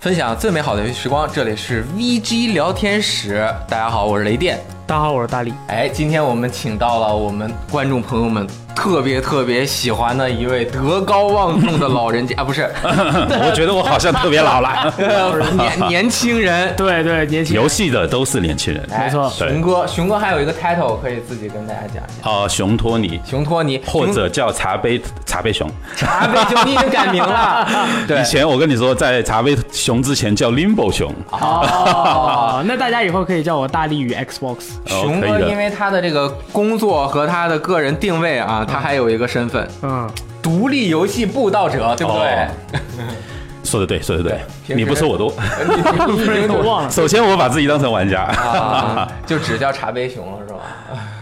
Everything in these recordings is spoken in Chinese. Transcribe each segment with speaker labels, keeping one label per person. Speaker 1: 分享最美好的游戏时光，这里是 VG 聊天室。大家好，我是雷电。
Speaker 2: 大家好，我是大力。
Speaker 1: 哎，今天我们请到了我们观众朋友们特别特别喜欢的一位德高望重的老人家啊，不 是
Speaker 3: 我觉得我好像特别 老了。
Speaker 1: 年年轻人。
Speaker 2: 对对，年轻人
Speaker 3: 游戏的都是年轻人。
Speaker 1: 哎
Speaker 2: 没错
Speaker 1: 熊哥，熊哥还有一个 title 可以自己跟大家讲一下，
Speaker 3: 哦，熊托尼，
Speaker 1: 熊托尼
Speaker 3: 或者叫茶杯茶杯熊。
Speaker 1: 茶杯熊，你已经改名 了。对
Speaker 3: 以，前我跟你说，在茶杯熊之前叫 Limbo 熊。
Speaker 1: 啊哦，
Speaker 2: 哦，那大家以后可以叫我大力与 Xbox。
Speaker 3: 哦
Speaker 1: 熊
Speaker 3: 可以
Speaker 1: 哥
Speaker 3: 的
Speaker 1: 因为他的这个工作和他的个人定位啊，他还有一个身份，
Speaker 2: 嗯，
Speaker 1: 独立游戏布道者，对不对
Speaker 3: 哦？说的对，说的
Speaker 1: 平时
Speaker 3: 对，你不说我都。
Speaker 1: 你你你
Speaker 2: 我忘 了。
Speaker 3: 首先，我把自己当成玩家，
Speaker 1: 啊，就只叫茶杯熊了是吧？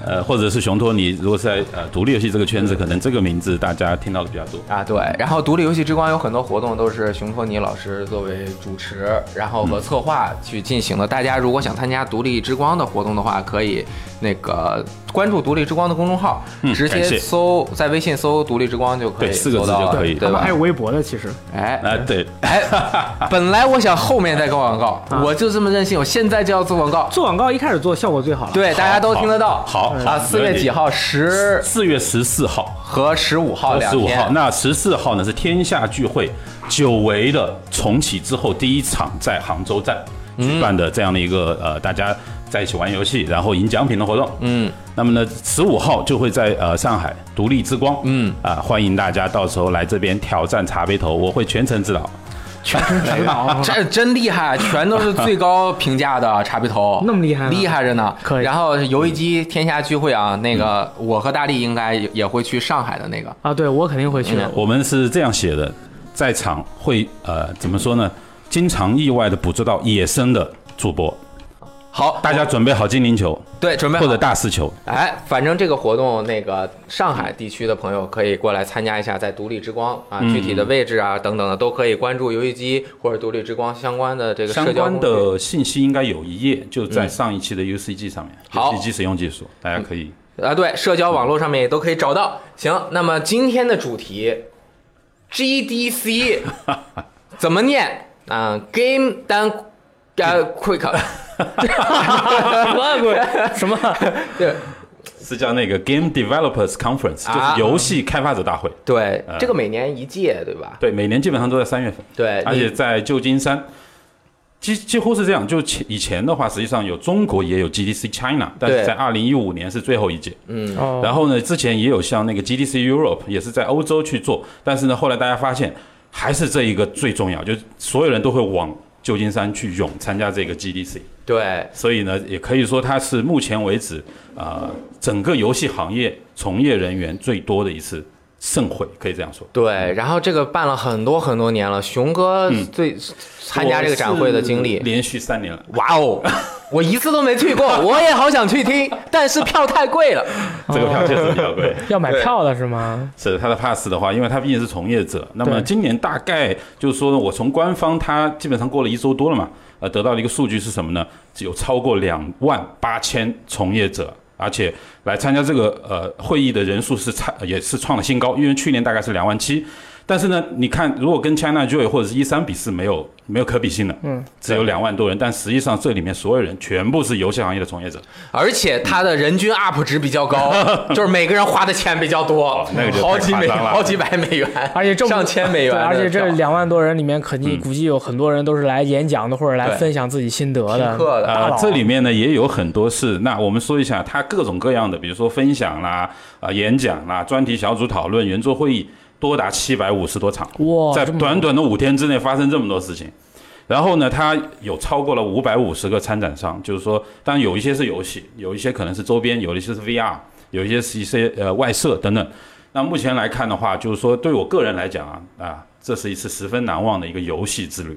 Speaker 3: 呃，或者是熊托尼。如果是在呃独立游戏这个圈子，可能这个名字大家听到的比较多。
Speaker 1: 啊，对。然后独立游戏之光有很多活动都是熊托尼老师作为主持，然后和策划去进行的。大家如果想参加独立之光的活动的话，可以那个关注独立之光的公众号，
Speaker 3: 嗯
Speaker 1: 直
Speaker 3: 感
Speaker 1: 接
Speaker 3: 谢
Speaker 1: 搜在微信搜独立之光就可以，
Speaker 3: 对四个字
Speaker 1: 搜到
Speaker 3: 就
Speaker 1: 了
Speaker 3: 可以
Speaker 1: 对
Speaker 2: 他们
Speaker 1: 吧
Speaker 2: 还？有微博的，其实
Speaker 1: 哎，
Speaker 3: 啊，对，
Speaker 1: 哎，本来我想后面再搞广 告，
Speaker 2: 啊
Speaker 1: 我就这么任性，我现在就要做广告。
Speaker 2: 做广告一开始做效果最好了。，
Speaker 1: 对，大家都听得到。
Speaker 3: 好好
Speaker 1: 啊，
Speaker 3: 好
Speaker 1: 四月几号？十
Speaker 3: 四月十四号
Speaker 1: 和十五号
Speaker 3: 二
Speaker 1: 两
Speaker 3: 十五
Speaker 1: 天。
Speaker 3: 号，那十四号呢是天下聚会，久违的重启之后第一场在杭州站举办的这样的一个、呃，大家在一起玩游戏，然后赢奖品的活动。
Speaker 1: 嗯，
Speaker 3: 那么呢，十五号就会在呃上海独立之光，
Speaker 1: 嗯。
Speaker 3: 啊、欢迎大家到时候来这边挑战茶杯头，我会全程指导。
Speaker 2: 全程指导
Speaker 1: 哎这真厉害，全都是最高评价的 茶杯头，
Speaker 2: 那么厉害吗
Speaker 1: 厉害着呢。
Speaker 2: 可以
Speaker 1: 然后游戏机天下聚会啊，那个我和大力应该也也会去上海的那个。
Speaker 2: 啊，对我肯定会
Speaker 1: 哎
Speaker 2: 去的。
Speaker 3: 我们是这样写的，在场会呃怎么说呢？经常意外的捕捉到野生的主播，
Speaker 1: 好，
Speaker 3: 大家准备好精灵球
Speaker 1: 对准备好
Speaker 3: 或者大师球。
Speaker 1: 哎，反正这个活动，那个上海地区的朋友可以过来参加一下，在独立之光啊，具体的位置啊等等的都可以关注游戏机或者独立之光相关的这个
Speaker 3: 相
Speaker 1: 社交
Speaker 3: 关
Speaker 1: 工具嗯
Speaker 3: 的信息应该有一页，就在上一期的 UCG 上面
Speaker 1: 好
Speaker 3: ，UCG 使用技术，大家可以。
Speaker 1: 啊，对，社交网络上面也都可以找到。行，那么今天的主题，GDC 怎么念啊、g a m e Down 呃 Quick，
Speaker 2: 什么鬼？什么？
Speaker 1: 对
Speaker 3: 是叫那个 Game Developers Conference，
Speaker 1: 啊嗯
Speaker 3: 就是游戏开发者大会。
Speaker 1: 对，
Speaker 2: 嗯
Speaker 3: 呃
Speaker 1: 这个每年一届，对吧？
Speaker 3: 对，每年基本上都在三月份，
Speaker 1: 对，
Speaker 3: 而
Speaker 1: 你
Speaker 3: 且在旧金山，几几乎是这样。就前以前的话，实际上有中国也有 GDC China，但
Speaker 1: 对嗯
Speaker 3: 是在二零一五年是最后一届。
Speaker 2: 哦
Speaker 3: 然后呢，之前也有像那个 GDC Europe，也是在欧洲去做，但是呢，后来大家发现还是这一个最重要，就是所有人都会往旧金山去涌参加这个 GDC。
Speaker 1: 对
Speaker 3: 所以呢，也可以说它是目前为止啊、呃整个游戏行业从业人员最多的一次盛会，可以这样说。
Speaker 1: 对，然后这个办了很多很多年了，熊哥
Speaker 2: 嗯
Speaker 1: 最参加这个展会的经
Speaker 3: 我是
Speaker 1: 历，
Speaker 3: 连续三年了。
Speaker 1: 哇哦，我一次都没去过， 我也好想去听，但是票太贵了。
Speaker 3: 这个票确实比较贵，
Speaker 2: 要买票了是吗？
Speaker 3: 是他的 pass 的话，因为他毕竟是从业者。那么
Speaker 2: 对
Speaker 3: 今年大概就是说呢，我从官方他基本上过了一周多了嘛，呃，得到的一个数据是什么呢？有超过两万八千从业者，而且来参加这个呃会议的人数是差也是创了新高，因为去年大概是两万七。但是呢，你看，如果跟 China Joy 或者是一三比是没有没有可比性的，嗯，只有两万多人，但实际上这里面所有人全部是游戏行业的从业者，
Speaker 1: 而且它的人均 UP 值比较 高，就是每个人花的钱比较多
Speaker 3: 哦，那个就太
Speaker 1: 好几美
Speaker 3: 夸张了
Speaker 1: 好几百美 元，
Speaker 2: 而且这么
Speaker 1: 上千美元
Speaker 2: 对
Speaker 1: 的票，嗯
Speaker 2: 而且这两万多人里面，肯定估计有很多人都是来演讲的，或者来
Speaker 1: 对
Speaker 2: 分享自己心得
Speaker 1: 听
Speaker 2: 的。
Speaker 1: 课的
Speaker 2: 大佬
Speaker 3: 啊，这里面呢也有很多是，那我们说一下它各种各样的，比如说分享啦、啊、演讲啦、专题小组讨论、圆桌会议，多达七百五十多场，
Speaker 2: 哇，
Speaker 3: 在
Speaker 2: 这么
Speaker 3: 短短的五天之内发生这么多事情。然后呢，它有超过了五百五十个参展商，就是说，当然有一些是游戏，有一些可能是周边，有一些是 VR，有一些是一些呃外设等等。那目前来看的话，就是说，对我个人来讲啊，啊，这是一次十分难忘的一个游戏之旅，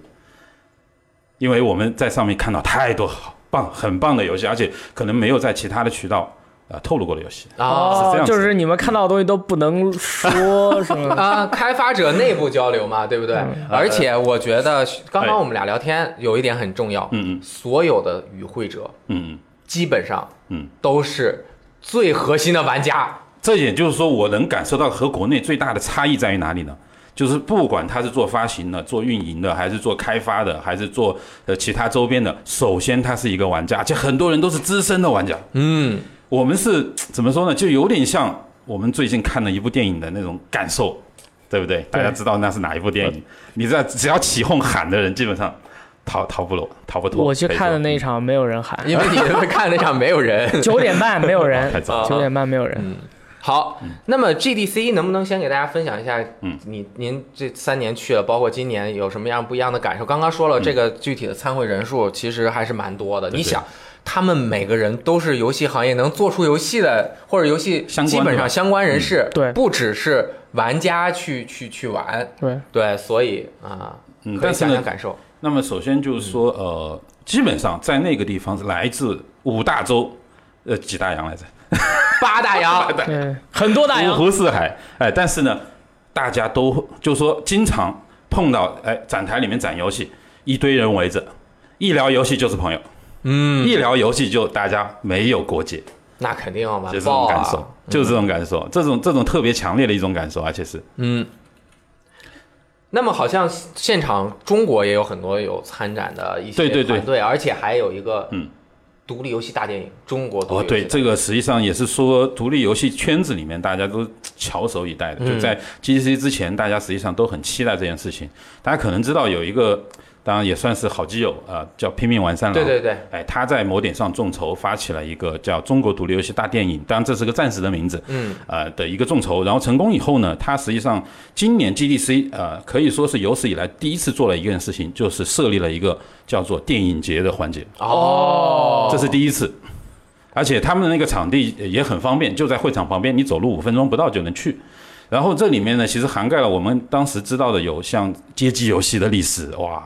Speaker 3: 因为我们在上面看到太多好棒、很棒的游戏，而且可能没有在其他的渠道啊、呃透露过的游戏。
Speaker 1: 啊。
Speaker 3: 是这
Speaker 2: 哦，
Speaker 3: 样子
Speaker 2: 就是你们看到的东西都不能说，是 吗？
Speaker 1: 啊，开发者内部交流嘛，对不对？
Speaker 2: 嗯
Speaker 1: 而且我觉得刚刚我们俩聊天有一点很重要，
Speaker 3: 嗯嗯
Speaker 1: 所有的与会者
Speaker 3: 嗯嗯。
Speaker 1: 基本上，
Speaker 3: 嗯，
Speaker 1: 都是最核心的玩家，
Speaker 3: 这也就是说，我能感受到和国内最大的差异在于哪里呢？就是不管他是做发行的、做运营的，还是做开发的，还是做呃其他周边的，首先他是一个玩家，而且很多人都是资深的玩家。
Speaker 1: 嗯，
Speaker 3: 我们是怎么说呢？就有点像我们最近看了一部电影的那种感受，对不对？大家知道那是哪一部电影？你知道，只要起哄喊的人，基本上逃逃不了，逃不脱。
Speaker 2: 我去
Speaker 3: 可以
Speaker 2: 看的
Speaker 3: 说嗯
Speaker 2: 那一场没有人喊，
Speaker 1: 因为你们看那场没有人。
Speaker 2: 九点半没有 人
Speaker 3: 太，早嗯
Speaker 1: 啊
Speaker 2: 九点半没有人。
Speaker 1: 好，那么 GDC 能不能先给大家分享一下？
Speaker 3: 嗯，
Speaker 1: 你您这三年去了，包括今年有什么样不一样的感受？刚刚说了，这个具体的参会人数其实还是蛮多的。
Speaker 3: 嗯对
Speaker 1: 你想，他们每个人都是游戏行业能做出游戏的，或者游戏
Speaker 3: 相关
Speaker 1: 基本
Speaker 3: 的嗯
Speaker 1: 上相关人士，
Speaker 2: 对
Speaker 1: 不只是玩家去去去玩，
Speaker 2: 对，
Speaker 1: 对，所以啊，
Speaker 3: 嗯
Speaker 1: 可以
Speaker 3: 但是
Speaker 1: 想
Speaker 3: 呢
Speaker 1: 想感受，
Speaker 3: 那么首先就是说，
Speaker 2: 嗯
Speaker 3: 呃，基本上在那个地方来自五大洲，呃，几大洋来着？
Speaker 1: 八大 洋，
Speaker 2: 对，很多大
Speaker 3: 五
Speaker 2: 洋，
Speaker 3: 湖四海。哎，但是呢，大家都就说经常碰到，哎，展台里面展游戏，一堆人围着，一聊游戏就是朋友，
Speaker 1: 嗯，
Speaker 3: 一聊游戏就大家没有国界，
Speaker 1: 那肯定要玩
Speaker 3: 就这
Speaker 1: 爆
Speaker 3: 种感
Speaker 1: 啊，
Speaker 3: 受，
Speaker 2: 嗯
Speaker 3: 就是这种感受，这种这种特别强烈的一种感受，而且是
Speaker 1: 嗯，那么好像现场中国也有很多有参展的一些
Speaker 3: 对对对
Speaker 1: 团队，而且还有一个
Speaker 3: 嗯
Speaker 1: 独立游戏大电影，中国独
Speaker 3: 哦，
Speaker 1: 立游戏
Speaker 3: 对，
Speaker 1: 大
Speaker 3: 这个实际上也是说，独立游戏圈子里面大家都翘首以待的。就在 GDC 之前，大家实际上都很期待这件事情。大家可能知道有一个，当然也算是好基友啊、呃叫拼命玩三郎。
Speaker 1: 对对对，
Speaker 3: 哎，他在某点上众筹发起了一个叫“中国独立游戏大电影”，当然这是个暂时的名字，
Speaker 1: 嗯，
Speaker 3: 呃的一个众筹。然后成功以后呢，他实际上今年 GDC 呃可以说是有史以来第一次做了一件事情，就是设立了一个叫做电影节的环节，
Speaker 1: 哦，
Speaker 3: 这是第一次。而且他们的那个场地也很方便，就在会场旁边，你走路五分钟不到就能去。然后这里面呢，其实涵盖了我们当时知道的有像街机游戏的历史，哇，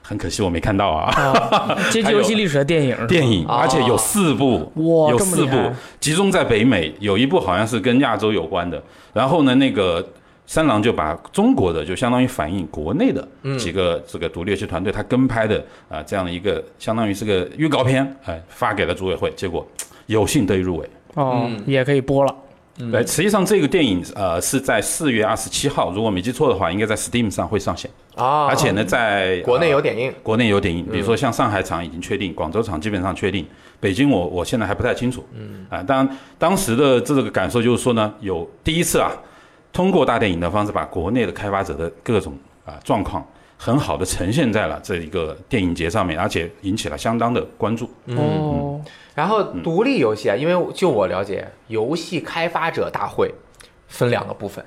Speaker 3: 很可惜我没看到啊。
Speaker 2: 啊街机游戏历史的电影，
Speaker 3: 电影，
Speaker 1: 哦
Speaker 3: 而且有四部，
Speaker 2: 哇
Speaker 3: 有
Speaker 2: 这么
Speaker 3: 四
Speaker 2: 厉
Speaker 3: 部
Speaker 2: 害，
Speaker 3: 集中在北美，有一部好像是跟亚洲有关的。然后呢，那个三郎就把中国的，就相当于反映国内的
Speaker 2: 嗯
Speaker 3: 几个这个独立游戏团队他跟拍的啊、这样的一个，相当于是个预告片，哎、发给了组委会，结果有幸得以入围。
Speaker 2: 哦，
Speaker 3: 嗯
Speaker 2: 也可以播了。
Speaker 3: 对，实际上这个电影呃是在四月二十七号，如果没记错的话，应该在 Steam 上会上线，
Speaker 1: 啊，
Speaker 3: 而且呢，在
Speaker 1: 国内
Speaker 3: 呃
Speaker 1: 有点映，
Speaker 3: 国内有点影，比如说像上海场已经确定，广州场基本上确定，北京我我现在还不太清楚。嗯啊，当当时的这个感受就是说呢，有第一次啊，通过大电影的方式，把国内的开发者的各种啊状况很好的呈现在了这一个电影节上面，而且引起了相当的关注。
Speaker 2: 哦，
Speaker 3: 嗯
Speaker 1: 然后独立游戏啊，因为就我了解，游戏开发者大会分两个部分，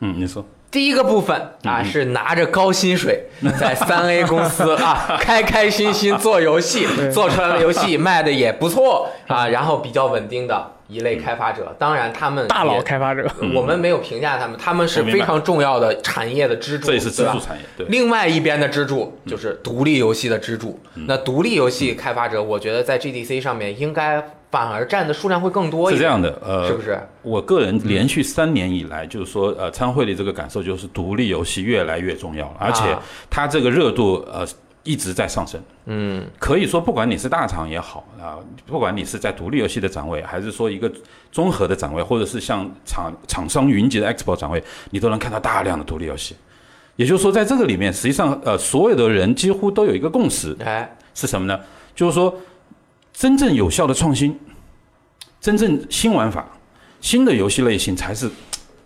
Speaker 3: 嗯，你说
Speaker 1: 第一个部
Speaker 3: 嗯
Speaker 1: 分啊，是拿着高薪水 在三 A 公司啊，开开心心做游戏，做出来的游戏卖的也不错
Speaker 3: 嗯
Speaker 1: 啊，然后比较稳定的一类开发者，当然他们
Speaker 2: 大佬
Speaker 1: 也
Speaker 2: 开发者，
Speaker 1: 我们没有评价他们，他们是非常重要的产业的支柱，
Speaker 3: 这也是支
Speaker 1: 对吧啊
Speaker 3: 柱产业，嗯对，嗯
Speaker 1: 另外一边的支柱就是独立游戏的支柱。那独立游戏开发者，我觉得在 GDC 上面应该反而占的数量会更多一
Speaker 3: 是这
Speaker 1: 点，
Speaker 3: 样的，呃，
Speaker 1: 是不是？
Speaker 3: 我个人连续三年以来，就是说，呃，参会的这个感受就是独立游戏越来越重要了，而
Speaker 1: 啊
Speaker 3: 且它这个热度，呃，一直在上升。嗯，可以说，不管你是大厂也好啊、不管你是在独立游戏的展位，还是说一个综合的展位，或者是像厂厂商云集的 Expo 展位，你都能看到大量的独立游戏。也就是说，在这个里面，实际上，呃，所有的人几乎都有一个共识，
Speaker 1: 哎，
Speaker 3: 是什么呢？就是说，真正有效的创新，真正新玩法、新的游戏类型，才是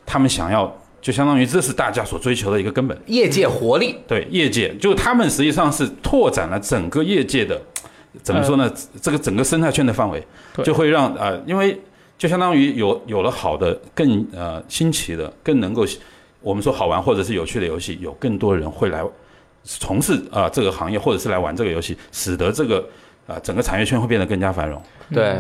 Speaker 3: 他们想要，就相当于这是大家所追求的一个根本。
Speaker 1: 业界活力。
Speaker 3: 对，业界就他们实际上是拓展了整个业界的，怎么说呢？这个整个生态圈的范围，
Speaker 2: 对。
Speaker 3: 就会让呃，因为就相当于有有了好的、更呃新奇的、更能够我们说好玩或者是有趣的游戏，有更多人会来从事啊、呃这个行业，或者是来玩这个游戏，使得这个啊、呃整个产业圈会变得更加繁荣。
Speaker 1: 对，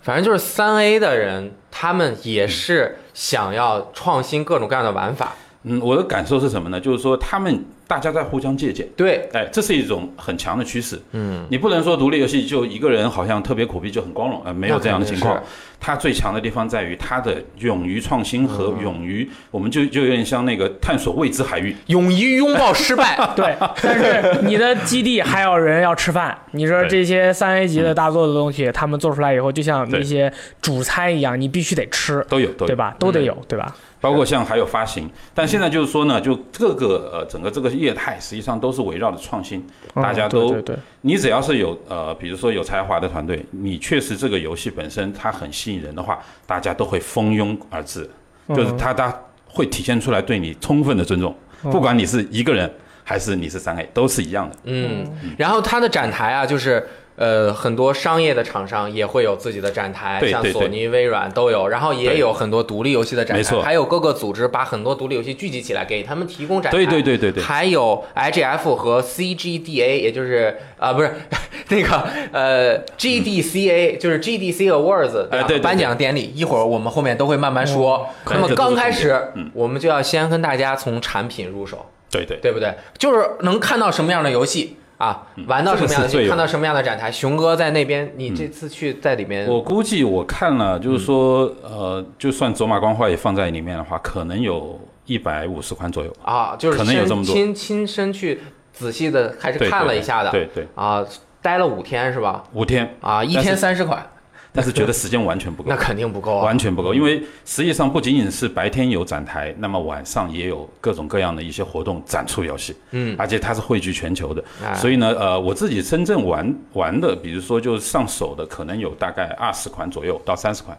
Speaker 1: 反正就是三 A 的人，他们也是想要创新各种各样的玩法。
Speaker 3: 嗯，我的感受是什么呢？就是说他们大家在互相借鉴。
Speaker 1: 对，
Speaker 3: 哎，这是一种很强的趋势。嗯，你不能说独立游戏就一个人好像特别苦逼就很光荣，呃，没有这样的情
Speaker 1: 那
Speaker 3: 况
Speaker 1: 肯。
Speaker 3: 它最强的地方在于它的勇于创新和勇于，我们就就有点像那个探索未知海域。
Speaker 1: 勇于拥抱失败
Speaker 2: 对，但是你的基地还有人要吃饭。你说
Speaker 3: 对嗯
Speaker 2: 这些三 A 级的大作的东西，他们做出来以后，就像
Speaker 3: 对
Speaker 2: 那些主餐一样，你必须得吃，
Speaker 3: 都有，都有
Speaker 2: 对吧？
Speaker 3: 嗯
Speaker 2: 都得有，对吧？嗯
Speaker 3: 包括像还有发行，但现在就是说呢，就各个呃整个这个业态实际上都是围绕着创新，
Speaker 2: 嗯
Speaker 3: 大家
Speaker 2: 对
Speaker 3: 都
Speaker 2: 对 对，
Speaker 3: 你只要是有呃，比如说有才华的团队，你确实这个游戏本身它很吸引人的话，大家都会蜂拥而至，就是
Speaker 2: 嗯
Speaker 3: 它它会体现出来对你充分的尊重，不管你是一个人还是你是三 A，都是一样的。
Speaker 1: 嗯，然后它的展台啊，就是。呃，很多商业的厂商也会有自己的展台，
Speaker 3: 对
Speaker 1: 像
Speaker 3: 对
Speaker 1: 索尼、微软都有，然后也
Speaker 3: 对
Speaker 1: 有很多独立游戏的展
Speaker 3: 没
Speaker 1: 台，
Speaker 3: 错
Speaker 1: 还有各个组织把很多独立游戏聚集起来，给他们提供展台。
Speaker 3: 对对对对对，
Speaker 1: 还有 IGF 和 CGDA，也就是啊、不是 那个呃 GDCA，、就是 GDC Awards 的
Speaker 3: 哎对对对
Speaker 1: 颁奖典礼，一会儿我们后面都会慢慢说。
Speaker 3: 嗯
Speaker 1: 那么
Speaker 3: 对这都是
Speaker 1: 刚开始
Speaker 3: 重点嗯，
Speaker 1: 我们就要先跟大家从产品入手，
Speaker 3: 对对，
Speaker 1: 对不对？就是能看到什么样的游戏。啊，玩到什么样的
Speaker 3: 嗯这个是最
Speaker 1: 游戏，
Speaker 3: 有
Speaker 1: 看到什么样的展台。熊哥在那边，你这次去在里面，
Speaker 3: 我估计我看了，
Speaker 1: 嗯
Speaker 3: 就是说呃，就算走马观花也放在里面的话，可能有一百五十款左右。
Speaker 1: 啊，就是
Speaker 3: 可能有
Speaker 1: 亲
Speaker 3: 这么多
Speaker 1: 亲亲身去仔细的还是
Speaker 3: 对
Speaker 1: 看
Speaker 3: 对
Speaker 1: 了
Speaker 3: 对
Speaker 1: 一下的，
Speaker 3: 对对，
Speaker 1: 啊，待了五天是吧？
Speaker 3: 五天，
Speaker 1: 啊，一
Speaker 3: 但是
Speaker 1: 天三十款，
Speaker 3: 但是觉得时间完全不够
Speaker 1: 那。肯定不够啊，
Speaker 3: 完全不够，因为实际上不仅仅是白天有展台，那么晚上也有各种各样的一些活动展出游戏，
Speaker 1: 嗯，
Speaker 3: 而且它是汇聚全球的，
Speaker 1: 哎
Speaker 3: 所以呢，呃，我自己真正玩玩的，比如说就是上手的，可能有大概二十款左右到三十款。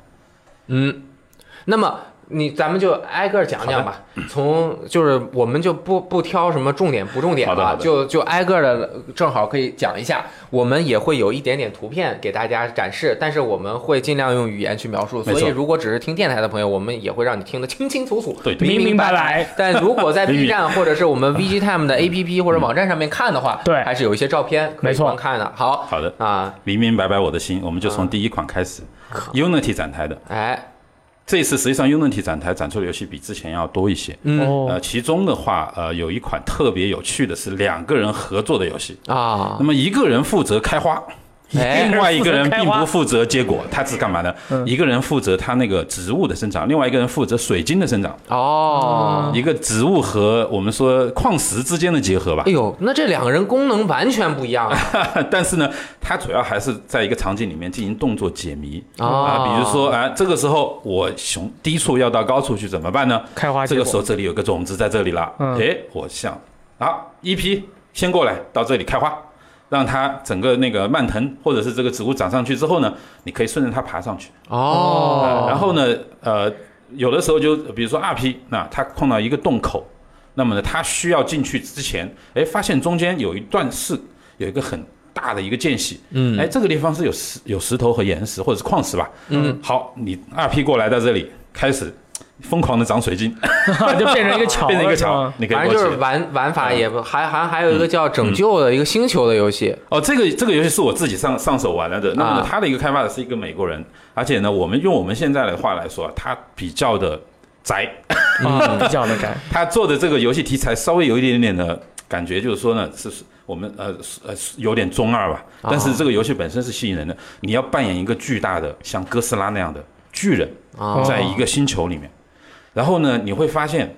Speaker 1: 那么你咱们就挨个讲讲吧，
Speaker 3: 嗯
Speaker 1: 从就是我们就不不挑什么重点不重点
Speaker 3: 好的
Speaker 1: 了
Speaker 3: 好，的
Speaker 1: 就就挨个的正好可以讲一下。我们也会有一点点图片给大家展示，但是我们会尽量用语言去描述。
Speaker 3: 没
Speaker 1: 所
Speaker 3: 错
Speaker 1: 以如果只是听电台的朋友，我们也会让你听得清清楚楚、
Speaker 3: 对对
Speaker 1: 明
Speaker 2: 明明
Speaker 1: 白
Speaker 2: 白白。
Speaker 1: 但如果在
Speaker 3: 明
Speaker 1: B
Speaker 3: 明
Speaker 1: 站或者是我们 VGTime 的 APP 或者网站上面看的话，
Speaker 2: 对
Speaker 1: 还是有一些照片可以
Speaker 2: 没错
Speaker 1: 观看的。好
Speaker 3: 好的，
Speaker 1: 啊，
Speaker 3: 明明白白我的心，我们就从第一款开始、u n i t y 展台的。
Speaker 1: 哎，
Speaker 3: 这一次实际上 Unity 展台展出的游戏比之前要多一些。
Speaker 1: 嗯
Speaker 2: 哦
Speaker 3: 呃，其中的话，呃，有一款特别有趣的是两个人合作的游戏。
Speaker 1: 啊
Speaker 3: 那，么一个人负责开花，
Speaker 1: 哎
Speaker 3: 另外一个人并
Speaker 2: 开花
Speaker 3: 不负责结果，他是干嘛呢？一个人负责他那个植物的生长，另外一个人负责水晶的生长，
Speaker 1: 哦。
Speaker 3: 一个植物和我们说矿石之间的结合吧
Speaker 1: 哎。呦，那这两个人功能完全不一样啊！
Speaker 3: 但是呢，它主要还是在一个场景里面进行动作解谜
Speaker 1: 哦
Speaker 3: 啊，比如说啊，这个时候我从低处要到高处去怎么办呢？
Speaker 2: 开花
Speaker 3: 这
Speaker 2: 结
Speaker 3: 个
Speaker 2: 果
Speaker 3: 时候这里有个种子在这里了，
Speaker 2: 嗯
Speaker 3: 哎，我想啊，一批先过来到这里开花，让它整个那个蔓藤或者是这个植物长上去之后呢，你可以顺着它爬上去。
Speaker 1: 哦
Speaker 3: 呃，然后呢，呃，有的时候就比如说 R P，那他碰到一个洞口，那么呢，他需要进去之前，哎，发现中间有一段是有一个很大的一个间隙，嗯，哎，这个地方是有石有石头和岩石或者是矿石吧，嗯，好，你 R P 过来到这里开始疯狂的长水晶，
Speaker 2: 就变成一个桥了，
Speaker 3: 变成一个
Speaker 2: 是
Speaker 3: 桥
Speaker 2: 吗，
Speaker 3: 你可以
Speaker 1: 反正
Speaker 3: 过
Speaker 1: 就
Speaker 3: 去嗯
Speaker 1: 是
Speaker 3: 了。
Speaker 1: 玩玩法也不还还还有一个叫拯救的一个星球的游戏，
Speaker 3: 哦，这个这个游戏是我自己上上手玩了的。那么
Speaker 1: 啊
Speaker 3: 呢，他的一个开发者是一个美国人，而且呢，我们用我们现在的话来说，他比较的宅，嗯
Speaker 2: 啊，比较的窄，
Speaker 3: 他做的这个游戏题材稍微有一点点的感觉，就是说呢，是是我们呃是呃是有点中二吧，但是这个游戏本身是吸引人的。你要扮演一个巨大的像哥斯拉那样的巨人，
Speaker 1: 哦
Speaker 3: 在一个星球里面，然后呢，你会发现。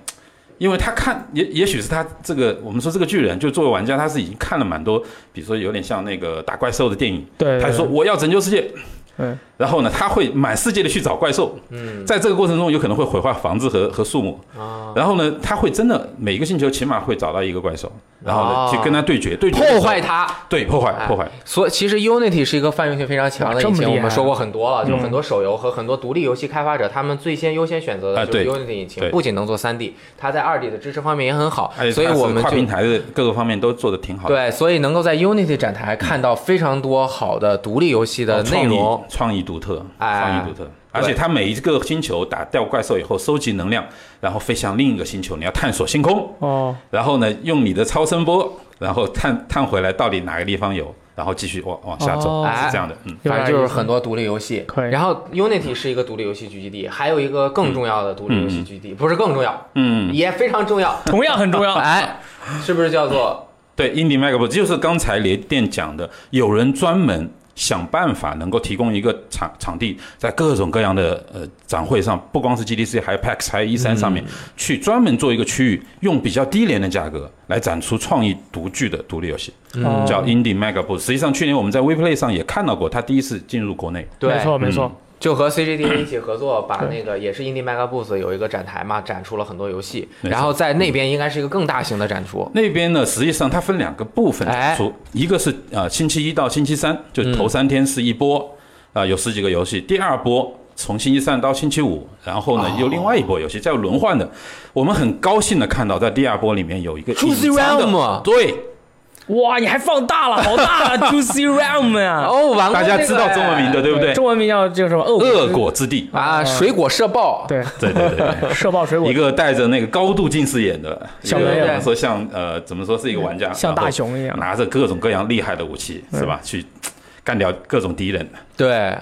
Speaker 3: 因为他看 也也许是他这个，我们说这个巨人，就作为玩家，他是已经看了蛮多，比如说有点像那个打怪兽的电影，
Speaker 2: 对，
Speaker 3: 他
Speaker 2: 对
Speaker 3: 说
Speaker 2: 对
Speaker 3: 我要拯救世界，
Speaker 2: 嗯，
Speaker 3: 然后呢，他会满世界的去找怪兽，嗯，在这个过程中有可能会毁坏房子和和树木，
Speaker 1: 啊
Speaker 3: 然后呢，他会真的每个星球起码会找到一个怪兽，然后
Speaker 1: 哦
Speaker 3: 呢去跟他对决，对决的时候
Speaker 1: 破坏，它。
Speaker 3: 对破坏
Speaker 1: 哎
Speaker 3: 破坏，
Speaker 1: 所以其实 Unity 是一个泛用性非常强的，
Speaker 2: 哇这
Speaker 1: 以
Speaker 2: 么
Speaker 1: 前我
Speaker 2: 厉害
Speaker 1: 们
Speaker 2: 啊
Speaker 1: 说过很多了，就
Speaker 2: 嗯
Speaker 1: 很多手游和很多独立游戏开发者，他们最先优先选择的
Speaker 3: 啊
Speaker 1: 就是
Speaker 3: 对
Speaker 1: Unity 引擎，
Speaker 3: 对
Speaker 1: 不仅能做 3D，它在 2D 的支持方面也很好
Speaker 3: 而且，
Speaker 1: 所以
Speaker 3: 它是
Speaker 1: 我们
Speaker 3: 跨
Speaker 1: 就
Speaker 3: 平台的各个方面都做的挺好的，
Speaker 1: 对，所以能够在 Unity 展台看到非常多好的独立游戏的呃内
Speaker 3: 哦创
Speaker 1: 容
Speaker 3: 意，创意独特，
Speaker 1: 哎
Speaker 3: 创意独特。而且它每一个星球打掉怪兽以后，收集能量，然后飞向另一个星球，你要探索星空，
Speaker 2: 哦，
Speaker 3: 然后呢，用你的超声波，然后探探回来到底哪个地方有，然后继续往往下走，
Speaker 2: 哦
Speaker 3: 是这样的。嗯，
Speaker 2: 有
Speaker 1: 反
Speaker 2: 点
Speaker 1: 正就
Speaker 2: 意
Speaker 1: 是
Speaker 2: 思
Speaker 1: 很多独立游戏。
Speaker 2: 可以
Speaker 1: 然后 Unity 是一个独立游戏聚集地，还有一个更重要的独立游戏聚集地，不是更重要，
Speaker 3: 嗯，
Speaker 1: 也非常重要。
Speaker 2: 同样很重要。
Speaker 1: 哎，是不是叫做
Speaker 3: 对，Indie m a g a b o 就是刚才雷电讲的，有人专门想办法能够提供一个场场地，在各种各样的呃展会上，不光是 GDC，还有 PAX，还有 E 3上面、去专门做一个区域，用比较低廉的价格来展出创意独具的独立游戏，
Speaker 2: 哦
Speaker 3: 叫 Indie m a g a b o 实际上去年我们在 WePlay 上也看到过，它第一次进入国内。
Speaker 1: 对
Speaker 2: 没？错没错，
Speaker 1: 就和 CGD 一起合作，把那个也是 Indie Mega Booth 有一个展台嘛，展出了很多游戏，
Speaker 3: 没错
Speaker 1: 然后在那边应该是一个更大型的展出。
Speaker 3: 那边呢，实际上它分两个部分
Speaker 1: 哎
Speaker 3: 展出，一个是呃星期一到星期三，就
Speaker 2: 嗯
Speaker 3: 头三天是一波，啊、有十几个游戏；第二波从星期三到星期五，然后
Speaker 2: 哦
Speaker 3: 呢又另外一波游戏，再有轮换的。我们很高兴的看到，在第二波里面有一个
Speaker 1: Juicy
Speaker 3: 隐藏的
Speaker 1: Realm
Speaker 3: 对，
Speaker 2: 哦哇，你还放大了，好大 啊！Juicy Realm 呀，
Speaker 1: 哦，玩过
Speaker 3: 嗯大家知道中文名的，对不对？
Speaker 2: 哎中文名叫这个什么？恶
Speaker 3: 恶果之地，
Speaker 1: 啊，
Speaker 2: 嗯
Speaker 1: 水果社爆，
Speaker 2: 对，
Speaker 3: 对对对对。
Speaker 2: 射爆水果
Speaker 3: 一，个戴着那个高度近视眼的
Speaker 2: 小
Speaker 3: 一个
Speaker 2: 朋
Speaker 1: 友
Speaker 3: 怎么说像呃，怎么说是一个玩家，
Speaker 2: 像
Speaker 3: 然后
Speaker 2: 大熊一样嗯
Speaker 3: 拿着各种各样厉害的武器，是吧？去干掉各种敌人。
Speaker 1: 对，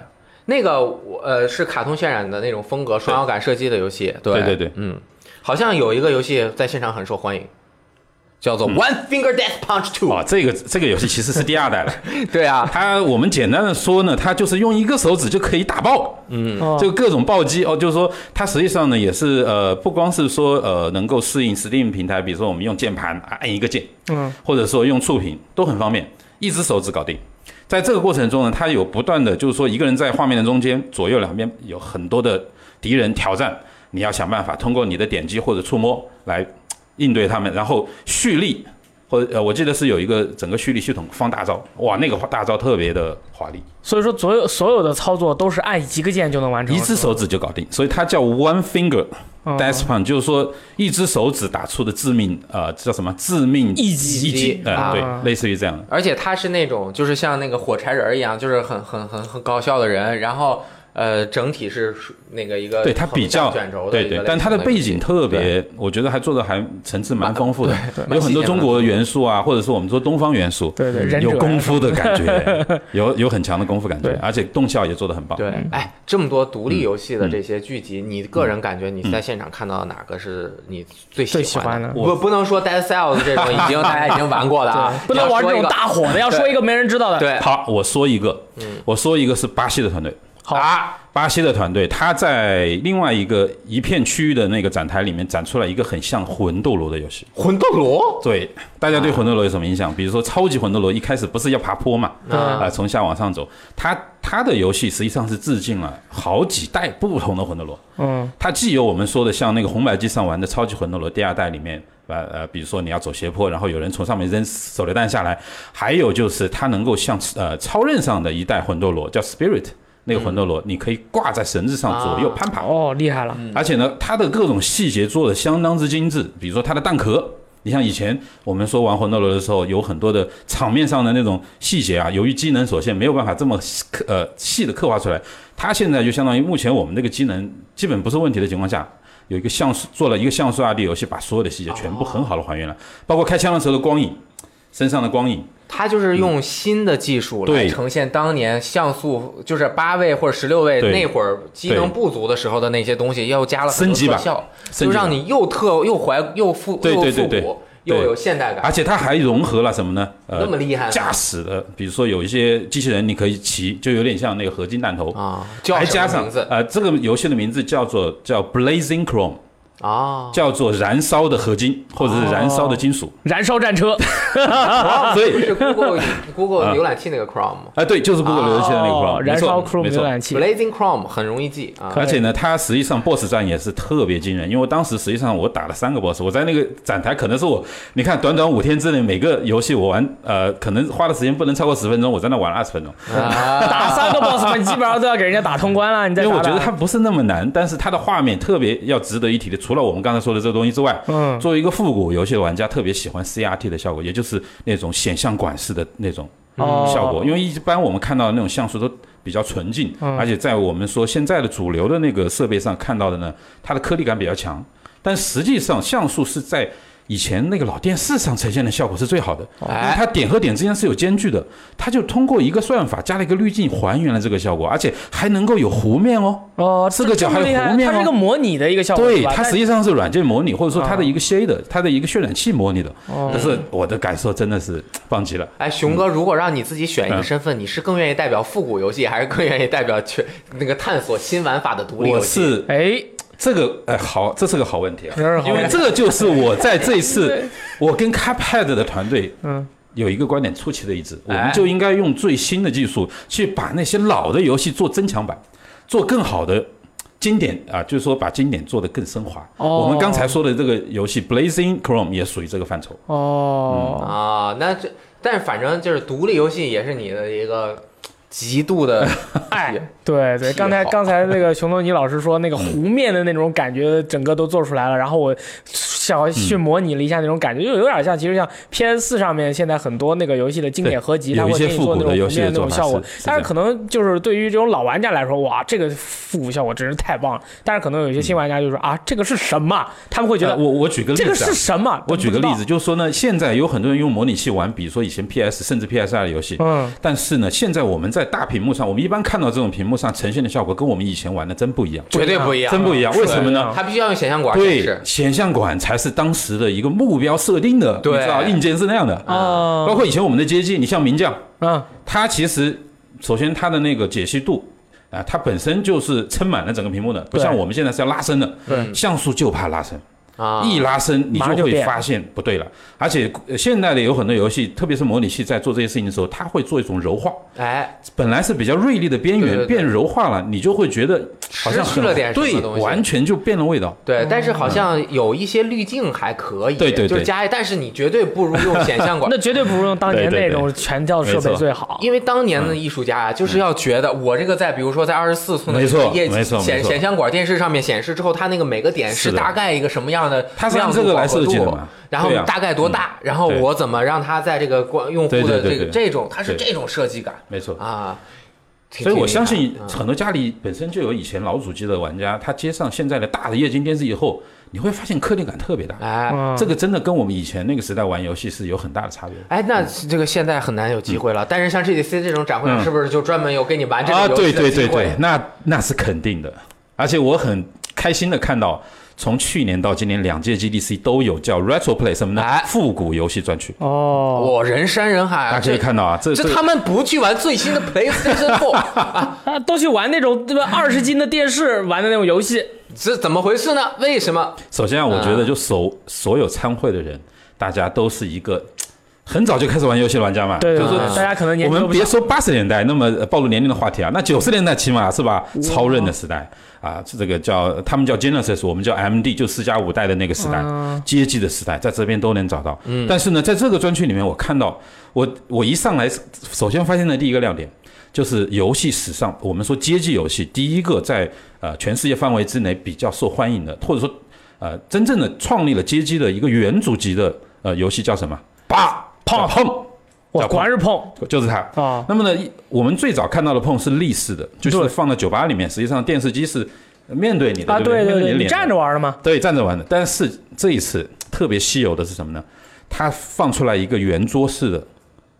Speaker 1: 那个我呃是卡通渲染的那种风格，双摇杆射击的游戏。对
Speaker 3: 对对对
Speaker 1: 嗯，好像有一个游戏在现场很受欢迎，叫做 One Finger Death Punch Two、
Speaker 3: 嗯哦，这个这个游戏其实是第二代了。
Speaker 1: 对啊，
Speaker 3: 它我们简单的说呢，它就是用一个手指就可以打爆，嗯
Speaker 2: 哦
Speaker 3: 就各种暴击哦。就是说，它实际上呢也是呃，不光是说呃能够适应 Steam 平台，比如说我们用键盘啊按一个键，
Speaker 2: 嗯，
Speaker 3: 或者说用触屏都很方便，一只手指搞定。在这个过程中呢，它有不断的就是说一个人在画面的中间左右两边有很多的敌人挑战，你要想办法通过你的点击或者触摸来应对他们，然后蓄力。或者呃，我记得是有一个整个蓄力系统放大招，哇，那个大招特别的华丽，
Speaker 2: 所以说所有所有的操作都是按一个键就能完成，
Speaker 3: 一只手指就搞定，所以它叫 one finger
Speaker 2: 哦
Speaker 3: death punch，、就是说一只手指打出的致命呃叫什么致命
Speaker 2: 一击
Speaker 3: 一击，呃、
Speaker 1: 啊
Speaker 3: 对，类似于这样的。
Speaker 1: 而且他是那种就是像那个火柴人一样，就是很很很很搞笑的人，然后呃整体是那个一个
Speaker 3: 对它比较
Speaker 1: 横向卷轴的
Speaker 3: 对
Speaker 1: 一个
Speaker 3: 对
Speaker 1: 类，
Speaker 3: 但它的
Speaker 1: 型
Speaker 3: 背景
Speaker 1: 游戏
Speaker 3: 特别，我觉得还做的还层次蛮丰富的，
Speaker 1: 蛮
Speaker 3: 有很
Speaker 1: 细
Speaker 3: 多
Speaker 1: 节
Speaker 3: 中
Speaker 1: 的
Speaker 3: 国元素啊，或者说我们说东方元素，
Speaker 2: 对对，忍者啊
Speaker 3: 有功夫的感觉， 有有很强的功夫感觉
Speaker 2: 对，
Speaker 3: 而且动效也做得很棒。
Speaker 1: 对，哎，这么多独立
Speaker 3: 嗯
Speaker 1: 游戏的这些剧集，你个人感觉你在现场看到的哪个是你最
Speaker 2: 最
Speaker 1: 喜
Speaker 2: 喜
Speaker 1: 欢
Speaker 2: 欢
Speaker 1: 的？
Speaker 2: 的
Speaker 1: 我不能说 Dead Cells 这种已经 大家已经玩过了啊
Speaker 2: 对，不能
Speaker 1: 要
Speaker 2: 玩这
Speaker 1: 说一
Speaker 2: 种
Speaker 1: 个
Speaker 2: 大火的，要说一个没人知道的。，
Speaker 1: 对
Speaker 3: 好，我说一个，我说一个是巴西的团队，
Speaker 2: 好
Speaker 3: 啊，巴西的团队，他在另外一个一片区域的那个展台里面展出来一个很像魂斗罗的游戏。
Speaker 1: 魂斗罗，
Speaker 3: 对，大家对魂斗罗有什么印象？比如说超级魂斗罗一开始不是要爬坡嘛，
Speaker 2: 嗯
Speaker 3: 啊、从下往上走，它它的游戏实际上是致敬了好几代不同的魂斗罗。
Speaker 2: 嗯，
Speaker 3: 它既有我们说的像那个红白机上玩的超级魂斗罗第二代里面，呃呃，比如说你要走斜坡，然后有人从上面扔手榴弹下来，还有就是它能够像呃超任上的一代魂斗罗叫 Spirit 那个魂斗罗，你可以挂在绳子上左右
Speaker 1: 啊
Speaker 3: 攀爬，
Speaker 2: 哦，厉害了，
Speaker 3: 而且呢，它的各种细节做的相当之精致，比如说它的弹壳。你像以前我们说玩魂斗罗的时候，有很多的场面上的那种细节啊，由于机能所限，没有办法这么细刻呃细的刻画出来。它现在就相当于目前我们这个机能基本不是问题的情况下，有一个像素做了一个像素二 D 游戏，把所有的细节全部很好的还原了，包括开枪的时候的光影，身上的光影，
Speaker 1: 它就是用新的技术来
Speaker 3: 对
Speaker 1: 呈现当年像素，就是八位或者十六位
Speaker 3: 对
Speaker 1: 那会儿机能不足的时候的那些东西，又加了很多
Speaker 3: 升级
Speaker 1: 特
Speaker 3: 版
Speaker 1: 效，
Speaker 3: 升级
Speaker 1: 就让
Speaker 3: 版
Speaker 1: 你又特又怀又复
Speaker 3: 对
Speaker 1: 又
Speaker 3: 对
Speaker 1: 复
Speaker 3: 对对
Speaker 1: 古又
Speaker 3: 对啊
Speaker 1: 有现代
Speaker 3: 而
Speaker 1: 感，
Speaker 3: 且它还融合了什么呢？呃，
Speaker 1: 那么厉害吗
Speaker 3: 驾驶的，比如说有一些机器人你可以骑，就有点像那个合金弹头
Speaker 1: 啊叫
Speaker 3: 还
Speaker 1: 什么
Speaker 3: 加上
Speaker 1: 名字
Speaker 3: 呃，这个游戏的名字叫做叫 Blazing Chrome，
Speaker 1: 啊，
Speaker 3: 叫做燃烧的合金或者是燃烧的金属。
Speaker 2: 燃烧战车，哦啊
Speaker 3: 所以
Speaker 1: 是 Google Google
Speaker 3: 啊
Speaker 1: 浏览器那个 Chrome 吗
Speaker 3: 啊，对，就是 Google 游戏的那个 Chrome，、
Speaker 2: 哦燃烧
Speaker 3: 没错
Speaker 2: Chrome
Speaker 3: 没
Speaker 2: 浏
Speaker 3: 错。
Speaker 2: 览器，
Speaker 1: Blazing Chrome 很容易记啊。
Speaker 3: 而且呢，它实际上 BOSS 战也是特别惊人，因为我当时实际上我打了三个 BOSS，我在那个展台可能是我，你看短短五天之内，每个游戏我玩，呃，可能花的时间不能超过十分钟，我在那玩了二十分钟，
Speaker 1: 啊，
Speaker 2: 打三个 boss 嘛，你基本上都要给人家打通关了。你再
Speaker 3: 因为我
Speaker 2: 打
Speaker 3: 觉得
Speaker 2: 打
Speaker 3: 它不是那么难，但是它的画面特别要值得一提的，除了我们刚才说的这个东西之外，
Speaker 2: 嗯
Speaker 3: 作为一个复古游戏的玩家，特别喜欢 CRT 的效果，也就是那种显像管式的那种
Speaker 2: 哦
Speaker 3: 效果，因为一般我们看到的那种像素都比较纯净，
Speaker 2: 嗯
Speaker 3: 而且在我们说现在的主流的那个设备上看到的呢，它的颗粒感比较强，但实际上像素是在以前那个老电视上呈现的效果是最好的，因为
Speaker 1: 哎
Speaker 3: 它点和点之间是有间距的，它就通过一个算法加了一个滤镜还原了这个效果，而且还能够有弧面哦。
Speaker 2: 哦，
Speaker 3: 四个角还有
Speaker 2: 这么厉害
Speaker 3: 弧面
Speaker 2: 它
Speaker 3: 哦
Speaker 2: 是个模拟的一个效果，
Speaker 3: 对，
Speaker 2: 是吧
Speaker 3: 它
Speaker 2: 但
Speaker 3: 实际上是软件模拟，或者说它的
Speaker 2: 啊
Speaker 3: 一个 shade，的它的一个渲染器模拟的。
Speaker 2: 哦
Speaker 3: 但是我的感受真的是棒极了。
Speaker 1: 哎，熊
Speaker 3: 嗯
Speaker 1: 哥，如果让你自己选一个身份，你是更愿意代表复古游戏，还是更愿意代表全那个探索新玩法的独立
Speaker 3: 我
Speaker 1: 游戏？
Speaker 3: 是
Speaker 2: 哎，
Speaker 3: 这个，哎、好，这是个好问题啊。
Speaker 2: 有点好
Speaker 3: 因为
Speaker 2: 玩
Speaker 3: 这个就是我在这一 次，我跟 Carpad 的团队，嗯，有一个观点出奇的一致，我
Speaker 1: 哎
Speaker 3: 们就应该用最新的技术去把那些老的游戏做增强版，做更好的。经典啊，就是说把经典做得更升华。
Speaker 2: 哦
Speaker 3: 我们刚才说的这个游戏《Blazing Chrome》也属于这个范畴。嗯
Speaker 2: 哦，
Speaker 1: 啊，那这但是反正就是独立游戏也是你的一个极度 的爱。
Speaker 2: 对对，
Speaker 1: 是
Speaker 2: 刚才
Speaker 1: 好
Speaker 2: 刚才那个熊东尼老师说那个弧面的那种感觉，整个都做出来了，然后我小去模拟了一下那种感觉，就有点像，其实像 PS 四上面现在很多那个游戏的经典合集，
Speaker 3: 对
Speaker 2: 它会
Speaker 3: 有一
Speaker 2: 给
Speaker 3: 些
Speaker 2: 你做
Speaker 3: 复
Speaker 2: 那
Speaker 3: 古
Speaker 2: 种
Speaker 3: 的游
Speaker 2: 弧
Speaker 3: 戏
Speaker 2: 面
Speaker 3: 的
Speaker 2: 那种
Speaker 3: 做法
Speaker 2: 效果
Speaker 3: 是，是
Speaker 2: 但
Speaker 3: 这
Speaker 2: 是
Speaker 3: 样
Speaker 2: 可能就是对于这种老玩家来说，哇，这个复古效果真是太棒了。但是可能有一些新玩家就说啊，这个是什么？他们会觉
Speaker 3: 呃
Speaker 2: 得
Speaker 3: 我我举个例
Speaker 2: 这个
Speaker 3: 子啊
Speaker 2: 是，什么？
Speaker 3: 我举个
Speaker 2: 不知
Speaker 3: 例
Speaker 2: 道
Speaker 3: 子，，就是说呢，现在有很多人用模拟器玩，比如说以前 PS 甚至 PS 二的游戏，
Speaker 2: 嗯，
Speaker 3: 但是呢，现在我们在大屏幕上，我们一般看到这种屏幕上呈现的效果，跟我们以前玩的真不一样，
Speaker 1: 绝对不一样，啊
Speaker 3: 真不一样。为什么呢？
Speaker 1: 它必须要用显像管显
Speaker 3: 对
Speaker 1: 示，。
Speaker 3: 显像管才是当时的一个目标设定的，
Speaker 1: 对
Speaker 3: 你知道硬件是那样的。
Speaker 1: 啊
Speaker 2: 哦，
Speaker 3: 包括以前我们的街机，你像名将，
Speaker 2: 嗯，
Speaker 3: 它其实首先它的那个解析度。啊，它本身就是撑满了整个屏幕的，不
Speaker 2: 对
Speaker 3: 像我们现在是要拉伸的，
Speaker 1: 嗯
Speaker 3: 像素就怕拉伸，
Speaker 1: 啊，
Speaker 3: 一拉伸你
Speaker 2: 马上
Speaker 3: 就
Speaker 2: 就
Speaker 3: 会
Speaker 2: 变
Speaker 3: 发现不对了。而且呃现在的有很多游戏，特别是模拟器在做这些事情的时候，它会做一种柔化，
Speaker 1: 哎，
Speaker 3: 本来是比较锐利的边
Speaker 1: 对对对
Speaker 3: 缘变柔化了，你就会觉得好像
Speaker 1: 失去了点什么
Speaker 3: 对
Speaker 1: 东，西
Speaker 3: 完全就变了味道。
Speaker 1: 对，但是好像有一些滤镜还可以，
Speaker 3: 嗯对对对
Speaker 1: 就是加，但是你绝对不如用显像管
Speaker 2: 那。绝对不如用当年
Speaker 3: 对对
Speaker 2: 那
Speaker 3: 对
Speaker 2: 种全套设
Speaker 3: 没
Speaker 2: 备
Speaker 3: 错
Speaker 2: 最好。
Speaker 1: 因为当年
Speaker 3: 嗯
Speaker 1: 的艺术家啊，就是要觉得我这个在比如说在二十四寸的
Speaker 3: 没错
Speaker 1: 液
Speaker 3: 没错没
Speaker 1: 显
Speaker 3: 错
Speaker 1: 显像管电视上面显示之后，它那个每个点
Speaker 3: 是
Speaker 1: 是
Speaker 3: 的
Speaker 1: 大概一个什么样的
Speaker 3: 它是
Speaker 1: 亮
Speaker 3: 按
Speaker 1: 度
Speaker 3: 这个来
Speaker 1: 饱和
Speaker 3: 设计的
Speaker 1: 度
Speaker 3: 嘛
Speaker 1: 然后
Speaker 3: 对啊
Speaker 1: 大概多大，然后
Speaker 3: 对
Speaker 1: 我怎么让它在这个光用户
Speaker 3: 对
Speaker 1: 的
Speaker 3: 对对
Speaker 1: 这个
Speaker 3: 对
Speaker 1: 这种，它是
Speaker 3: 对
Speaker 1: 这种设计感
Speaker 3: 没错，
Speaker 1: 啊。挺
Speaker 3: 所以
Speaker 1: 挺
Speaker 3: 我
Speaker 1: 厉害
Speaker 3: 相信
Speaker 1: 嗯
Speaker 3: 很多家里本身就有以前老主机的玩家，他接上现在的大的液晶电视以后，你会发现颗粒感特别大。
Speaker 1: 哎
Speaker 2: 嗯
Speaker 3: 这个真的跟我们以前那个时代玩游戏是有很大的差别的。
Speaker 1: 哎，那这个现在很难有机会了。但是像 GDC 这种展会上，
Speaker 3: 嗯
Speaker 1: 是不是就专门有给你玩这
Speaker 3: 啊，
Speaker 1: 种游
Speaker 3: 对
Speaker 1: 戏的
Speaker 3: 对
Speaker 1: 机会？
Speaker 3: 对对，那那是肯定的。而且我很开心的看到，从去年到今年两届 GDC 都有叫 Retro Play 什么呢
Speaker 1: 哎？
Speaker 3: 复古游戏专区，
Speaker 2: 哦，
Speaker 1: 我人山人海
Speaker 3: 大
Speaker 1: 啊！
Speaker 3: 家可以
Speaker 1: 这
Speaker 3: 看到啊，这
Speaker 1: 这他们不去玩最新的 PlayStation 4啊，
Speaker 2: 啊，都去玩那种对吧？二十斤的电视玩的那种游戏，
Speaker 1: 这怎么回事呢？为什么？
Speaker 3: 首先啊，我觉得就所、所有参会的人，大家都是一个很早就开始玩游戏的玩家嘛，
Speaker 2: 对，
Speaker 3: 就
Speaker 2: 对
Speaker 3: 是
Speaker 2: 对
Speaker 3: 说。
Speaker 2: 大家可能年
Speaker 3: 我
Speaker 2: 纪
Speaker 3: 们
Speaker 2: 都不
Speaker 3: 别
Speaker 2: 小。
Speaker 3: 说八十年代那么呃暴露年龄的话题啊，那九十年代起码是吧？超任的时代啊，是这个叫他们叫 Genesis，我们叫 MD，就四加五代的那个时代，
Speaker 2: 嗯
Speaker 3: 街机的时代，在这边都能找到。但是呢，在这个专区里面，我看到我我一上来首先发现的第一个亮点。就是游戏史上，我们说街机游戏第一个在呃全世界范围之内比较受欢迎的，或者说呃真正的创立了街机的一个元祖级的呃游戏叫什么？啪砰砰，
Speaker 2: 我
Speaker 3: 叫
Speaker 2: 果然是碰
Speaker 3: 就是它。
Speaker 2: 啊，
Speaker 3: 那么呢，一我们最早看到的碰是立式的，就是放到酒吧里面，实际上电视机是面对你的，
Speaker 2: 啊，
Speaker 3: 对
Speaker 2: 对
Speaker 3: 不
Speaker 2: 对
Speaker 3: 面
Speaker 2: 对，
Speaker 3: 你
Speaker 2: 你
Speaker 3: 的
Speaker 2: 站着
Speaker 3: 脸，
Speaker 2: 玩的吗？
Speaker 3: 对，站着玩的。但是这一次特别稀有的是什么呢？它放出来一个圆桌式的，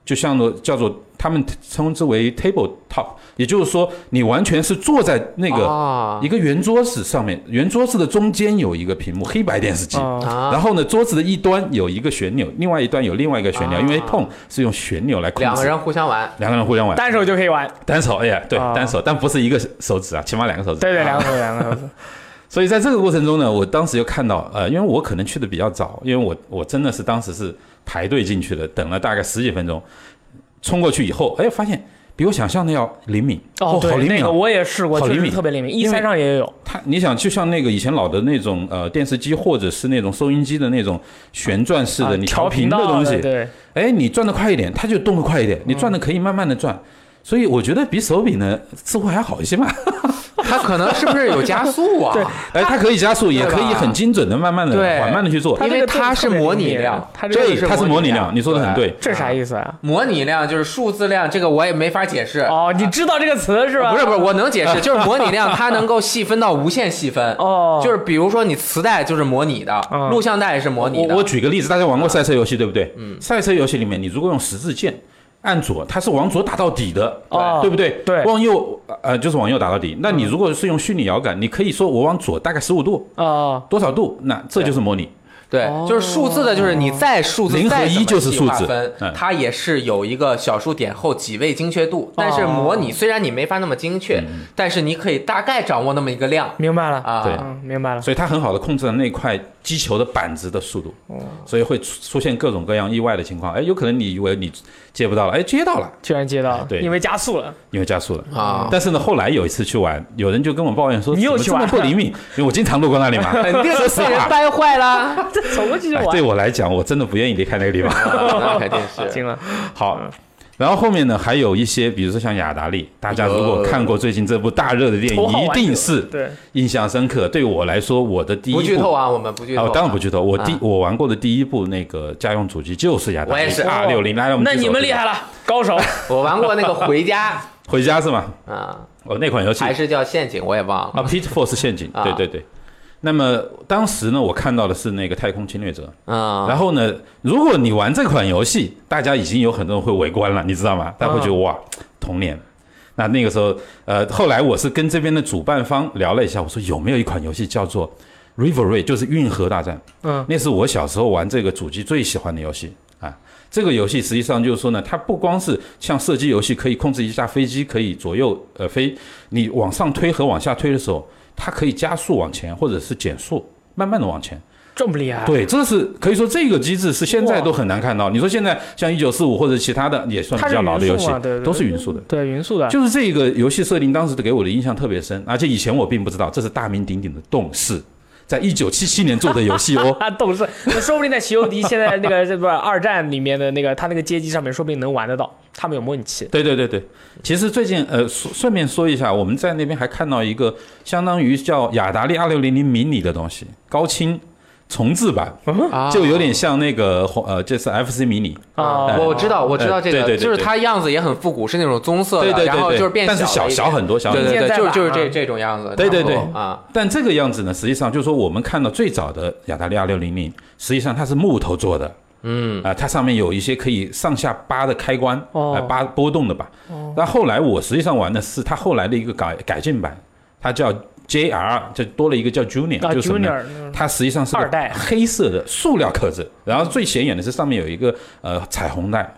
Speaker 3: 就像做叫做他们称之为 table top，也就是说你完全是坐在那个
Speaker 1: 啊
Speaker 3: 一个圆桌式上面，圆桌式的中间有一个屏幕，黑白电视机。
Speaker 2: 啊，
Speaker 1: 啊，
Speaker 3: 然后呢，桌子的一端有一个旋钮，另外一端有另外一个旋钮，
Speaker 1: 啊
Speaker 3: 因为碰是用旋钮来控制。
Speaker 1: 两个人互相 玩，
Speaker 3: 两个人互相玩，
Speaker 2: 单手就可以玩，
Speaker 3: 单手，哎呀，对，
Speaker 2: 啊
Speaker 3: 单手，但不是一个手指啊，起码两个手指。
Speaker 2: 对对，两个手两个手，
Speaker 3: 所以在这个过程中呢，我当时就看到，呃，因为我可能去的比较早，因为我我真的是当时是排队进去的，等了大概十几分钟，冲过去以后，哎，发现比我想象的要灵敏，
Speaker 2: 哦，
Speaker 3: 好
Speaker 2: 对，
Speaker 3: 灵
Speaker 2: 那
Speaker 3: 敏
Speaker 2: 个
Speaker 3: 啊！
Speaker 2: 我也试过，
Speaker 3: 好
Speaker 2: 确
Speaker 3: 灵
Speaker 2: 实
Speaker 3: 敏
Speaker 2: 特别灵敏，一
Speaker 3: 因为
Speaker 2: 三上也有，
Speaker 3: 它，你想，就像那个以前老的那种呃电视机或者是那种收音机的那种旋转式
Speaker 2: 啊
Speaker 3: 的，你
Speaker 2: 调
Speaker 3: 调
Speaker 2: 频
Speaker 3: 频的
Speaker 2: 道
Speaker 3: 东西，
Speaker 2: 对，
Speaker 3: 哎，你转得快一点，它就动得快一点；你转得可以慢慢的转，所以我觉得比手柄呢似乎还好一些吧。
Speaker 1: 它可能是不是有加速啊？
Speaker 2: 对
Speaker 3: 哎，它可以加速，也可以
Speaker 1: 对吧
Speaker 3: 很精准的、慢慢的、
Speaker 1: 对
Speaker 3: 缓慢的去做。
Speaker 2: 它
Speaker 1: 因
Speaker 2: 这
Speaker 1: 为
Speaker 2: 个真的
Speaker 1: 它是
Speaker 2: 特别
Speaker 1: 模
Speaker 2: 灵
Speaker 1: 拟
Speaker 2: 敏
Speaker 1: 量，
Speaker 2: 它这个
Speaker 1: 这
Speaker 2: 是
Speaker 3: 它是模拟量，你说的很
Speaker 1: 对
Speaker 3: 对。
Speaker 2: 这是啥意思啊？
Speaker 1: 模拟量就是数字量，这个我也没法解释。
Speaker 2: 哦，你知道这个词是吧？
Speaker 3: 啊
Speaker 1: 不是不是，，我能解 释，就是模拟量它能够细分到无限细分。
Speaker 2: 哦
Speaker 1: 就是比如说你磁带就是模拟的，
Speaker 2: 嗯
Speaker 1: 录像带也是模拟的。
Speaker 3: 我我举个例子，大家玩过赛车游戏对不对？嗯，赛车游戏里面，你如果用十字键按左，它是往左打到底的，
Speaker 2: 哦
Speaker 3: 对不对？
Speaker 2: 对
Speaker 3: 往右呃就是往右打到底。那你如果是用虚拟摇杆，你可以说我往左大概十五度
Speaker 2: 哦，
Speaker 3: 多少度，那这就是模拟。
Speaker 1: 对，就是数字的，就是你再数字
Speaker 3: 零和
Speaker 1: 再怎
Speaker 3: 一
Speaker 1: 么
Speaker 3: 就是
Speaker 1: 细
Speaker 3: 数
Speaker 1: 划
Speaker 3: 字
Speaker 1: 分
Speaker 3: 嗯
Speaker 1: 它也是有一个小数点后几位精确度。
Speaker 2: 哦
Speaker 1: 但是模拟虽然你没法那么精确，但是你可以大概掌握那么一个量
Speaker 2: 明白了，
Speaker 1: 啊。
Speaker 3: 嗯对
Speaker 2: 嗯，明白了。
Speaker 3: 所以它很好的控制了那块击球的板子的速度，所以会出出现各种各样意外的情况。哎，有可能你以为你接不到了，哎，接到了，
Speaker 2: 居然接到了，
Speaker 3: 对
Speaker 2: 因为加速 了，
Speaker 3: 因为加速了
Speaker 1: 啊
Speaker 3: 但是呢，后来有一次去玩，有人就跟我抱怨说，
Speaker 2: 你又
Speaker 3: 怎
Speaker 2: 去
Speaker 3: 么
Speaker 2: 玩
Speaker 3: 这么不灵敏，因为我经常路过那 里嘛。
Speaker 1: 肯定
Speaker 3: 说
Speaker 1: 是
Speaker 3: 实
Speaker 1: 被人
Speaker 3: 话，
Speaker 1: 掰坏了，
Speaker 2: 这走过去就
Speaker 3: 哎
Speaker 2: 完。
Speaker 3: 对我来讲，我真的不愿意离开那个地方。
Speaker 1: 啊那肯定是
Speaker 2: 行了，
Speaker 3: 好，然后后面呢，还有一些，比如说像雅达利，大家如果看过最近这部大热的电影，
Speaker 2: 头好玩
Speaker 3: 一定是
Speaker 2: 对，
Speaker 3: 印象深刻。对我来说，我的第一
Speaker 1: 不
Speaker 3: 部
Speaker 1: 剧透啊，我们不剧
Speaker 3: 啊，
Speaker 1: 透。
Speaker 3: 我当然不剧透。我
Speaker 2: 嗯
Speaker 3: 第
Speaker 1: 啊
Speaker 3: 我玩过的第一部那个家用主机就是雅达利，啊
Speaker 1: 我也是
Speaker 3: 二六零。来，我们
Speaker 2: 那
Speaker 3: 举手
Speaker 2: 你们厉害，了，高手。
Speaker 1: 我玩过那个回家
Speaker 3: 回家是吗？
Speaker 1: 啊，
Speaker 3: 哦，那款游戏
Speaker 1: 还是叫陷阱，我也忘了
Speaker 3: 啊，Pitfall 是陷阱，
Speaker 1: 啊
Speaker 3: 对对对。那么当时呢，我看到的是那个《太空侵略者》，
Speaker 1: 啊。
Speaker 3: 然后呢，如果你玩这款游戏，大家已经有很多人会围观了，你知道吗？大家会觉得、哇，童年。那那个时候，呃，后来我是跟这边的主办方聊了一下，我说有没有一款游戏叫做《Rivalry》，就是运河大战。
Speaker 2: 嗯，
Speaker 3: 那是我小时候玩这个主机最喜欢的游戏啊。这个游戏实际上就是说呢，它不光是像射击游戏可以控制一架飞机可以左右呃飞，你往上推和往下推的时候，它可以加速往前或者是减速，慢慢的往前。
Speaker 2: 这么厉害，啊
Speaker 3: 对，这是可以说这个机制是现在都很难看到。你说现在像一九四五或者其他的也算比较老的游戏
Speaker 2: 它是匀速嘛对对，对嗯
Speaker 3: 都是匀速的。
Speaker 2: 对，匀速的，。
Speaker 3: 就是这个游戏设定当时给我的印象特别深，而且以前我并不知道这是大名鼎鼎的动视，在一九七七年做的游戏哦
Speaker 2: 啊，懂事。那说不定在《西游记》现在那个这不二战里面的那个他那个街机上面，说不定能玩得到。他们有模拟器，
Speaker 3: 对对对对，其实最近呃顺顺便说一下，我们在那边还看到一个相当于叫雅达利二六零零迷你的东西，高清重制版，
Speaker 1: 啊
Speaker 3: 就有点像那个呃这是 FC 迷你，
Speaker 2: 啊
Speaker 1: 我知道，我知道
Speaker 3: 哎
Speaker 1: 这
Speaker 3: 对
Speaker 1: 个，
Speaker 3: 对对
Speaker 1: 就是它样子也很复古，是那种棕色的，
Speaker 3: 对对对
Speaker 1: 然后
Speaker 3: 对
Speaker 1: 就是变
Speaker 3: 但是小
Speaker 1: 了一
Speaker 3: 小
Speaker 1: 点
Speaker 3: 很多小
Speaker 1: 对
Speaker 3: 很多
Speaker 1: 对
Speaker 2: 现
Speaker 1: 对，
Speaker 2: 在
Speaker 1: 就
Speaker 2: 吧
Speaker 1: 就是这
Speaker 2: 嗯
Speaker 1: 这种样子，
Speaker 3: 对对对
Speaker 1: 差不多啊，
Speaker 3: 但这个样子呢，实际上就是说我们看到最早的雅达利亚六零零，实际上它是木头做的。嗯啊、它上面有一些可以上下扒的开关，
Speaker 2: 哦
Speaker 3: 呃扒波动的吧。哦，那后来我实际上玩的是它后来的一个改改进版，它叫 JR，就多了一个叫 Junior，、
Speaker 2: 啊
Speaker 3: 就是什么呢
Speaker 2: ，Junior，嗯
Speaker 3: 它实际上是个
Speaker 2: 二代
Speaker 3: 黑色的塑料壳子，然后最显眼的是上面有一个呃彩虹带，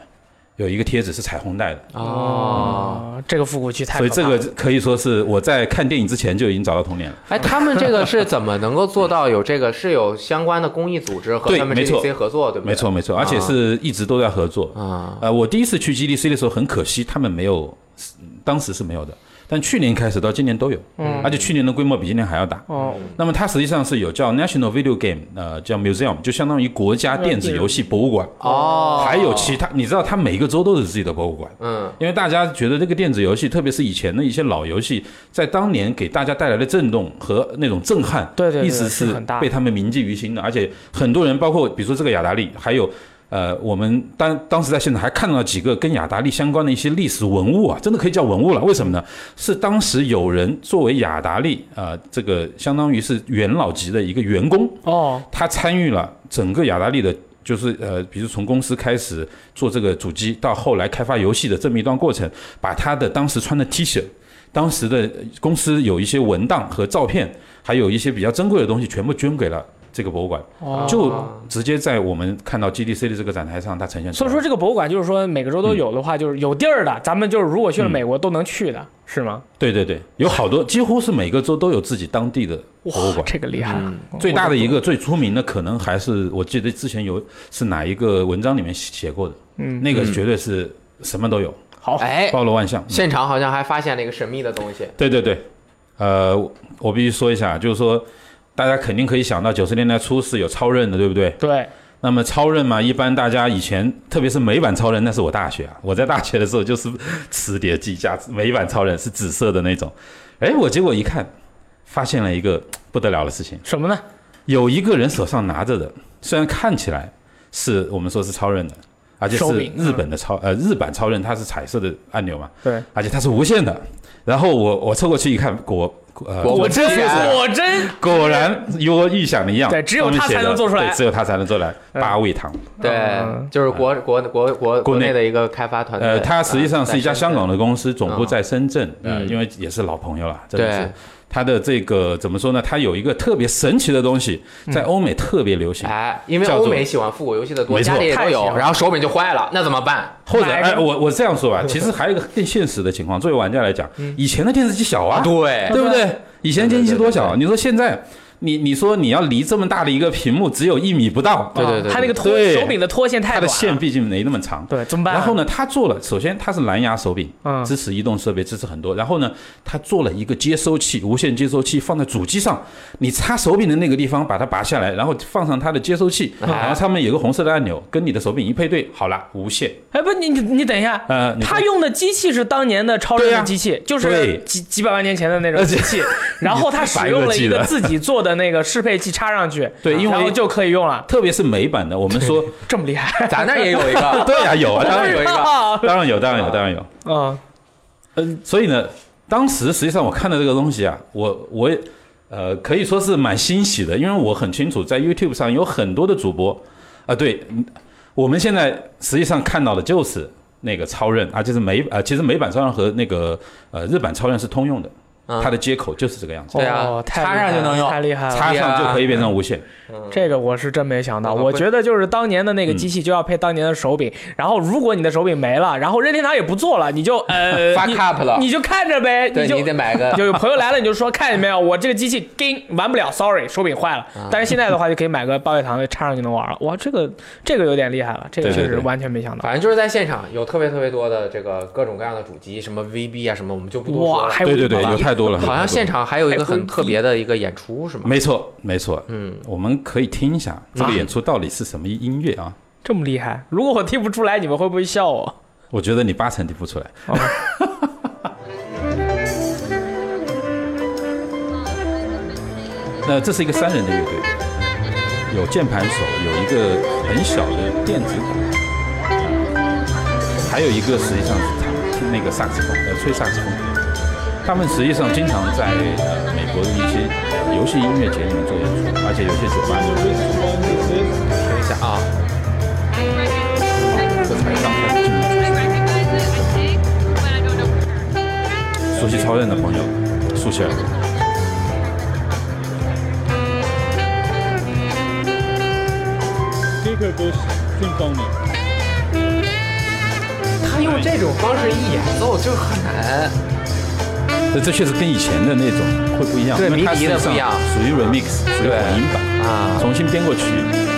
Speaker 3: 有一个贴纸是彩虹带的，
Speaker 1: 哦。
Speaker 2: 啊，这个复古啊区太
Speaker 3: 所以
Speaker 2: 可
Speaker 3: 这
Speaker 2: 怕
Speaker 3: 个
Speaker 2: 了
Speaker 3: 可以说是我在看电影之前就已经找到童年了。
Speaker 1: 哎，他们这个是怎么能够做到有这个？是有相关的公益组织和
Speaker 3: 对
Speaker 1: 他们
Speaker 3: 没错
Speaker 1: GDC 合作，对不对？
Speaker 3: 没错没
Speaker 2: 啊
Speaker 3: 错，而且是一直都在合作。
Speaker 1: 啊，
Speaker 3: 呃，我第一次去 GDC 的时候，很可惜他们没有，当时是没有的。但去年开始到今年都有，
Speaker 2: 嗯
Speaker 3: 而且去年的规模比今年还要大。
Speaker 2: 哦，
Speaker 3: 那么它实际上是有叫 National Video Game，呃，叫 Museum，就相当于国家电子游戏博物馆。
Speaker 1: 哦，
Speaker 3: 还有其他，你知道它每个州都有自己的博物馆，
Speaker 1: 嗯，
Speaker 3: 因为大家觉得这个电子游戏，特别是以前的一些老游戏，在当年给大家带来的震动和那种震撼，
Speaker 2: 对对对
Speaker 3: 一直
Speaker 2: 是
Speaker 3: 是
Speaker 2: 很大
Speaker 3: 被他们铭记于心的。而且很多人，包括比如说这个雅达利，还有呃，我们当当时在现场还看到几个跟雅达利相关的一些历史文物啊，真的可以叫文物了。为什么呢？是当时有人作为雅达利啊、呃这个相当于是元老级的一个员工，
Speaker 2: 哦，
Speaker 3: 他参与了整个雅达利的，就是呃，比如从公司开始做这个主机，到后来开发游戏的这么一段过程，把他的当时穿的 T 恤，当时的呃公司有一些文档和照片，还有一些比较珍贵的东西，全部捐给了。这个博物馆
Speaker 2: 哦
Speaker 3: 就直接在我们看到 GDC 的这个展台上，它呈现出
Speaker 2: 所
Speaker 3: 来。
Speaker 2: 以说这个博物馆就是说每个州都有的话，就是有地儿
Speaker 3: 嗯
Speaker 2: 的，咱们就是如果去了美国都能去的，是吗？
Speaker 3: 对对对，有好多，几乎是每个州都有自己当地的博物馆。嗯
Speaker 2: 这个厉害了，我
Speaker 3: 最大的一个最出名的，可能还是我记得之前有是哪一个文章里面写过的，
Speaker 2: 嗯，
Speaker 3: 那个绝对是什么都有，
Speaker 2: 好，
Speaker 1: 哎，
Speaker 3: 包罗万象。
Speaker 1: 现场好像还发现了一个神秘的东西，
Speaker 3: 对对对，呃，我必须说一下，就是说大家肯定可以想到九十年代初是有超任的，对不对？
Speaker 2: 对，
Speaker 3: 那么超任嘛，一般大家以前，特别是美版超人，那是我大学啊，我在大学的时候就是磁碟机架，美版超人是紫色的那种。哎，我结果一看，发现了一个不得了的事情，
Speaker 2: 什么呢？
Speaker 3: 有一个人手上拿着的，虽然看起来是我们说是超任的，而且
Speaker 2: 手
Speaker 3: 是
Speaker 2: 柄
Speaker 3: 日本的超呃日版超任，它是彩色的按钮嘛，
Speaker 2: 对，
Speaker 3: 而且它是无线的。然后我我凑过去一看，果呃
Speaker 1: 果我真是
Speaker 2: 我真
Speaker 3: 果然与我预想的一样，
Speaker 2: 对只有
Speaker 3: 上面
Speaker 2: 它才
Speaker 3: 写的
Speaker 2: 能做出来
Speaker 3: 对只有它才能做出来
Speaker 2: 嗯
Speaker 3: 八味堂。
Speaker 1: 对
Speaker 2: 嗯，
Speaker 1: 就是国国国国
Speaker 3: 国内
Speaker 1: 内的一个开发团队。
Speaker 3: 呃，它实际上是一家
Speaker 1: 在深
Speaker 3: 香
Speaker 1: 圳
Speaker 3: 港的公司，总部在深圳，
Speaker 1: 嗯
Speaker 3: 呃，
Speaker 1: 嗯
Speaker 3: 因为也是老朋友了，真的
Speaker 1: 对
Speaker 3: 是。它的这个怎么说呢？它有一个特别神奇的东西，在欧美特别流行，
Speaker 1: 哎，因为
Speaker 3: 叫做
Speaker 1: 欧美喜欢复古游戏的多，
Speaker 3: 没错
Speaker 1: 家里也都
Speaker 2: 太喜
Speaker 1: 有，
Speaker 2: 欢
Speaker 1: 然后手柄就坏了，那怎么办？
Speaker 3: 或者
Speaker 2: 买
Speaker 3: 哎，
Speaker 2: 个
Speaker 3: 我我这样说吧，其实还有一个更现实的情况，作为玩家来讲，以前的电视机小啊，
Speaker 1: 对
Speaker 3: 对不对？以前电视机多小啊？
Speaker 1: 对
Speaker 3: 你说现在，你你说你要离这么大的一个屏幕只有一米不到，
Speaker 1: 对对对
Speaker 2: 他那个拖
Speaker 3: 对
Speaker 2: 手柄的拖线太
Speaker 3: 它
Speaker 2: 短了，
Speaker 3: 的线毕竟没那么长。
Speaker 2: 对，怎么办？
Speaker 3: 然后？呢，它做了，首先它是蓝牙手柄，
Speaker 2: 嗯
Speaker 3: 支持移动设备，支持很多。然后呢，它做了一个接收器，无线接收器放在主机上，你插手柄的那个地方把它拔下来，然后放上它的接收器，
Speaker 1: 嗯
Speaker 3: 然后上面有个红色的按钮，跟你的手柄一配对，好了，无线。
Speaker 2: 哎，不，你你你等一下，
Speaker 3: 呃，你
Speaker 2: 他用的机器是当年的超人
Speaker 3: 对
Speaker 1: 啊
Speaker 2: 的
Speaker 3: 呀
Speaker 2: 机器，就是
Speaker 3: 对
Speaker 2: 几几百万年前的那种机 器，然后他使用了一个自己做的那个适配器插上 去，
Speaker 3: 对因为
Speaker 2: 然后就可以用了，
Speaker 3: 特别是美版的，我们说，
Speaker 2: 这么厉害，
Speaker 1: 咱那儿也有一个，
Speaker 3: 对呀、有啊，当
Speaker 1: 当
Speaker 3: 然
Speaker 1: 然
Speaker 3: 有
Speaker 1: 有，一个，
Speaker 3: 当然有，当然有，当然有。
Speaker 2: 嗯，
Speaker 3: 嗯，所以呢，当时实际上我看到这个东西啊，我我也呃可以说是蛮欣喜的，因为我很清楚在 YouTube 上有很多的主播啊、对，嗯我们现在实际上看到的就是那个超任，啊，就是美啊、其实美版超任和那个呃日版超任是通用的，
Speaker 1: 嗯
Speaker 3: 它的接口就是这个样 子，
Speaker 1: 对啊
Speaker 2: 哦太厉害
Speaker 1: 插上就能用
Speaker 2: 太厉害
Speaker 1: 哎
Speaker 2: 了。
Speaker 3: 插上就可以变成无线。
Speaker 2: 这个我是真没想到，
Speaker 1: 嗯
Speaker 2: 我觉得就是当年的那个机器就要配当年的手柄，然后如果你的手柄没了，然后任天堂也不做了，你就呃
Speaker 1: 发
Speaker 2: 你
Speaker 1: cup 了
Speaker 2: 你就看着呗，
Speaker 1: 对
Speaker 2: 就
Speaker 1: 你得买个。
Speaker 2: 有朋友来了，你就说看见没有，我这个机器叮玩不了，sorry，手柄坏了。
Speaker 3: 啊
Speaker 2: 但是现在的话，就可以买个八味堂的插上就能玩了。哇，这个这个有点厉害了，这个
Speaker 3: 对对
Speaker 2: 确实
Speaker 3: 对
Speaker 2: 完全没想到。
Speaker 1: 反正就是在现场有特别特别多的这个各种各样的主机，什么 VB 啊什么，哎我们就不多说
Speaker 2: 哇，
Speaker 1: 了。
Speaker 2: 还有
Speaker 3: 对对对，有太多了，
Speaker 1: 好像现
Speaker 3: 场。
Speaker 1: 场还有一个很特别的一个演出是吗？
Speaker 3: 没错，没错，
Speaker 1: 嗯，啊
Speaker 3: 我们可以听一下这个演出到底是什么音乐啊？
Speaker 2: 这么厉害，如果我听不出来，你们会不会笑我？
Speaker 3: 我觉得你八成听不出来。 那这是一个三人的乐队，有键盘手，有一个很小的电子鼓，还有一个实际上是弹听那个萨克斯风，呃，吹萨克斯风。他们实际上经常在呃美国的一些游戏音乐节里面做演出，而且有些酒吧里面做演出。听一下啊，这才刚开始进来。熟悉超人的朋友，竖起来。
Speaker 4: Jacob Bush Symphony。
Speaker 1: 他用这种方式一演奏就很难。
Speaker 3: 这这确实跟以前的那种会不一样，
Speaker 1: 对
Speaker 3: 因为它
Speaker 1: 迷笛的不一样
Speaker 3: 实际上属于 remix，属于
Speaker 1: 对
Speaker 3: 混音版
Speaker 1: 啊
Speaker 3: 重新编过曲，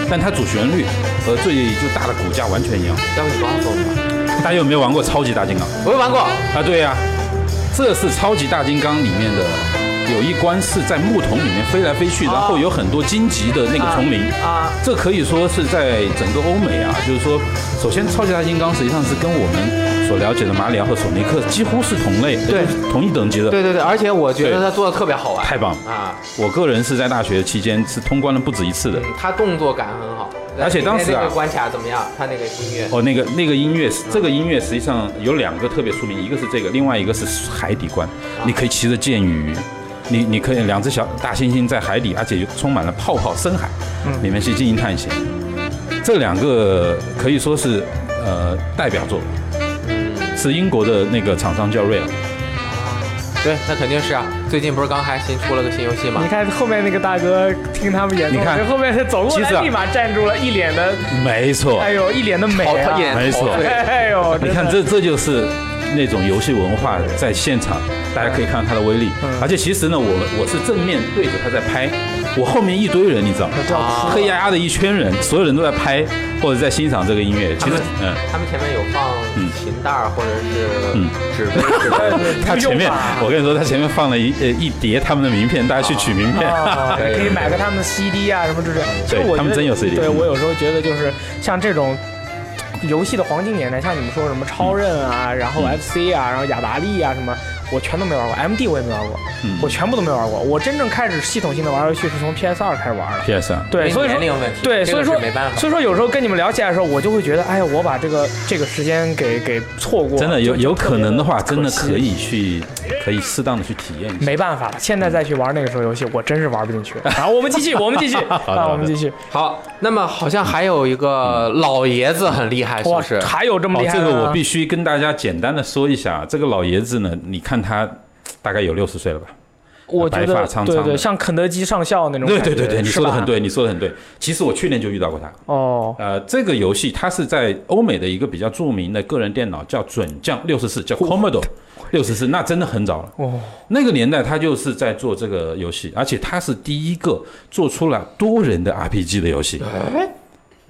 Speaker 3: 但它主旋律和最就大的骨架完全一样。
Speaker 1: 要不你告诉我们吧？
Speaker 3: 大家有没有玩过超级大金刚
Speaker 1: 我没玩过，
Speaker 3: 啊？对呀、这是超级大金刚里面的有一关是在木桶里面飞来飞去，
Speaker 1: 啊
Speaker 3: 然后有很多荆棘的那个丛林
Speaker 2: 啊，
Speaker 3: 这可以说是在整个欧美啊，就是说，首先超级大金刚实际上是跟我们所了解的马里奥和索尼克几乎是同类，
Speaker 1: 对
Speaker 3: 就是同一等级的。
Speaker 1: 对对对，而且我觉得
Speaker 3: 对
Speaker 1: 他做的特别好玩，
Speaker 3: 太棒了
Speaker 1: 啊！
Speaker 3: 我个人是在大学期间是通关了不止一次的。
Speaker 1: 嗯，他动作感很好，
Speaker 3: 而且当时啊
Speaker 1: 那个关卡怎么样？他那个音乐，
Speaker 3: 哦，那个那个音乐，这个音乐实际上有两个特别出名，一个是这个，另外一个是海底关，你可以骑着剑鱼，你你可以两只小大猩猩在海底，而且充满了泡泡深海，里面去进行探险。这两个可以说是呃代表作，是英国的那个厂商叫瑞尔。
Speaker 1: 对，那肯定是啊。最近不是刚还新出了个新游戏吗
Speaker 2: 你？看后面那个大哥听他们演奏，
Speaker 3: 你看
Speaker 2: 这后面他走过
Speaker 3: 其实
Speaker 2: 来
Speaker 3: 啊
Speaker 2: 立马站住了，一脸的，
Speaker 3: 没错，
Speaker 2: 哎呦，一脸的美
Speaker 1: 好，哦他一
Speaker 2: 啊！
Speaker 1: 脸
Speaker 3: 嗯没
Speaker 1: 陶
Speaker 3: 错
Speaker 1: 醉
Speaker 2: 哎呦，
Speaker 3: 你
Speaker 2: 真
Speaker 3: 看
Speaker 2: 的
Speaker 3: 这这就是那种游戏文化在现场，大家可以看到它的威力。而且其实呢，我我是正面对着它在拍，我后面一堆人，你知道吗？
Speaker 1: 啊
Speaker 3: 黑压压的一圈人，所有人都在拍或者在欣赏这个音乐。其
Speaker 1: 他
Speaker 3: 实
Speaker 1: 们，
Speaker 3: 嗯，
Speaker 1: 他们前面有放
Speaker 3: 嗯
Speaker 1: 琴带儿或者
Speaker 3: 嗯
Speaker 1: 是纸杯之类的。
Speaker 3: 他前面，
Speaker 2: 啊
Speaker 3: 我跟你说，他前面放了一呃一叠他们的名片，大家去取名片。
Speaker 2: 哦，
Speaker 1: 对
Speaker 2: 可以买个他们的 CD 啊什么之类的。其实
Speaker 3: 对
Speaker 2: 我觉得
Speaker 3: 他们真有 CD
Speaker 2: 对我有时候觉得就是像这种。游戏的黄金年代，像你们说什么超任啊，然后 FC 啊，然后雅达利啊什么，我全都没玩过，MD 我也没玩过，我全部都没玩过。我真正开始系统性的玩游戏是从 PS 二开始玩的。
Speaker 3: P.S. 啊，
Speaker 2: 对，所以说
Speaker 1: 年龄问题，
Speaker 2: 对，
Speaker 1: 这
Speaker 2: 所
Speaker 1: 个
Speaker 2: 以说
Speaker 1: 是没办法。
Speaker 2: 所以说有时候跟你们聊起来的时候，我就会觉得，哎呀，我把这个这个时间给给错过了，
Speaker 3: 真的有
Speaker 2: 就
Speaker 3: 有可能的话，真的可。
Speaker 2: 就特别惜
Speaker 3: 以去，可以适当的去体验一下。
Speaker 2: 没办法了，现在再去玩那个时候游戏，我真是玩不进 去。好，我们继续，我 们继续，
Speaker 3: 的
Speaker 2: 啊，我们继续。
Speaker 1: 好，那么好像还有一个老爷子很厉害，是
Speaker 2: 哇
Speaker 1: 不是，？
Speaker 2: 还有这么
Speaker 3: 哦
Speaker 2: 厉，害
Speaker 3: 这
Speaker 2: 的吗？啊
Speaker 3: 个我必须跟大家简单的说一下，这个老爷子呢，你看他大概有六十岁了吧？
Speaker 2: 我觉
Speaker 3: 白发苍苍
Speaker 2: 得
Speaker 3: 的
Speaker 2: 对对，像肯德基上校那种
Speaker 3: 对
Speaker 2: 感觉。
Speaker 3: 对对对，你
Speaker 2: 是
Speaker 3: 说的
Speaker 2: 吧
Speaker 3: 很。对，你说的很对。其实我去年就遇到过他。
Speaker 2: 哦，
Speaker 3: 呃，这个游戏它是在欧美的一个比较著名的个人电脑叫准将六十四，叫 Commodore 六十四，那真的很早了。
Speaker 2: 哦，
Speaker 3: 那个年代他就是在做这个游戏，而且他是第一个做出了多人的 RPG 的游戏，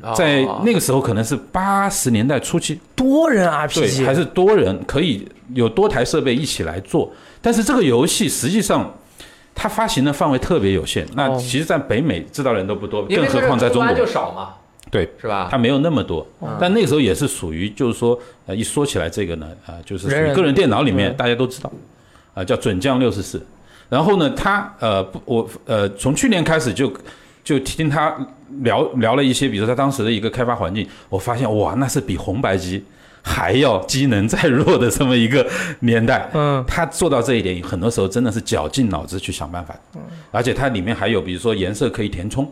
Speaker 1: 哦
Speaker 3: 在那个时候可能是八十年代初期，
Speaker 2: 多人
Speaker 3: 对，
Speaker 2: RPG
Speaker 3: 还是多人可以有多台设备一起来做。但是这个游戏实际上。它发行的范围特别有限，那
Speaker 2: 哦
Speaker 3: 其实，在北美知道人都不多，
Speaker 1: 因
Speaker 3: 更
Speaker 1: 为
Speaker 3: 何况在中
Speaker 1: 它
Speaker 3: 国
Speaker 1: 是出关就少嘛，
Speaker 3: 对，
Speaker 1: 是
Speaker 2: 啊
Speaker 1: 吧
Speaker 3: 它？没有那么多，
Speaker 2: 嗯
Speaker 3: 但那个时候也是属于，就是说，呃，一说起来这个呢，啊，就是属
Speaker 2: 人
Speaker 3: 于
Speaker 2: 人
Speaker 3: 个人电脑里面
Speaker 2: 嗯
Speaker 3: 大家都知道，啊，叫准将六十四。然后呢，他呃，不，我呃，从去年开始就就听他聊聊了一些，比如说他当时的一个开发环境，我发现哇，那是比红白机还要机能再弱的这么一个年代。
Speaker 2: 嗯
Speaker 3: 他做到这一点，很多时候真的是绞尽脑汁去想办法。而且它里面还有比如说颜色可以填充，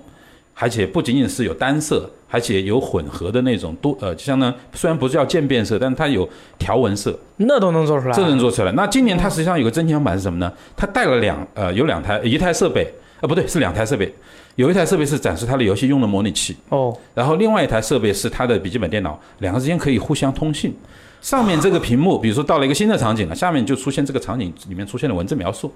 Speaker 3: 而且不仅仅是有单色，而且有混合的那种多呃，相当虽然不是叫渐变色，但它有条纹色，
Speaker 2: 那都能做出来。啊
Speaker 3: 这能做出来。那今年它实际上有个增强版是什么呢？它带了两呃有两台，一台设备啊、不对是两台设备，有一台设备是展示它的游戏用的模拟器，
Speaker 2: 哦，
Speaker 3: 然后另外一台设备是它的笔记本电脑，两个之间可以互相通信。上面这个屏幕，比如说到了一个新的场景了，下面就出现这个场景里面出现了文字描述，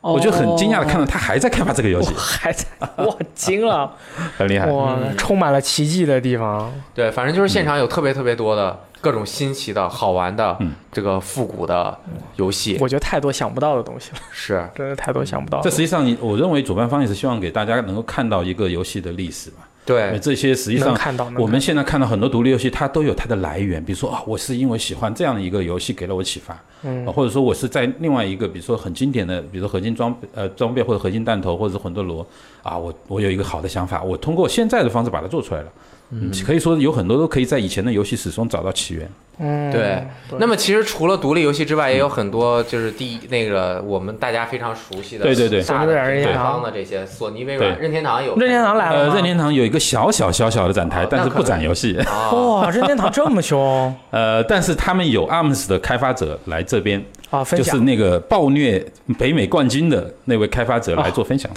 Speaker 3: 我就很惊讶的看到他还在开发这个游戏
Speaker 2: 我，还在，我惊了，
Speaker 3: 很厉害。嗯
Speaker 2: 哇，充满了奇迹的地方。
Speaker 1: 对，反正就是现场有特别特别多的各种新奇的、好玩的、
Speaker 3: 嗯
Speaker 1: 这个复古的游戏，
Speaker 2: 我觉得太多想不到的东西了，
Speaker 1: 是
Speaker 2: 真的太多想不到的。
Speaker 3: 这实际上，我认为主办方也是希望给大家能够看到一个游戏的历史吧。
Speaker 1: 对，
Speaker 3: 这些实际
Speaker 2: 能
Speaker 3: 上
Speaker 2: 看到能看到
Speaker 3: 我们现在看到很多独立游戏，它都有它的来源。比如说啊，我是因为喜欢这样的一个游戏给了我启发，嗯，或者说我是在另外一个，比如说很经典的，比如说合金装呃装备或者合金弹头或者是魂斗罗啊，我我有一个好的想法，我通过现在的方式把它做出来了。嗯，可以说有很多都可以在以前的游戏史中找到起源。
Speaker 2: 嗯，
Speaker 1: 对，那么其实除了独立游戏之外，也有很多就是第一那个我们大家非常熟悉的
Speaker 3: 对对对
Speaker 1: 大
Speaker 2: 索尼
Speaker 1: 的
Speaker 2: 微软任天堂
Speaker 1: 方的这些索尼、微软、
Speaker 3: 对
Speaker 1: 任天堂有
Speaker 2: 任天堂来了
Speaker 3: 呃，
Speaker 2: 吗
Speaker 3: 任天堂有一个小小小小的展台
Speaker 1: 哦，
Speaker 3: 但
Speaker 1: 那
Speaker 3: 是
Speaker 1: 可
Speaker 3: 不展
Speaker 1: 能
Speaker 3: 游戏。
Speaker 1: 啊，
Speaker 2: 哇，任天堂这么凶
Speaker 3: 呃，但是他们有 ARMS 的开发者来这边，
Speaker 2: 啊！分
Speaker 3: 就是
Speaker 2: 享
Speaker 3: 那个暴虐北美冠军的那位开发者来做分享。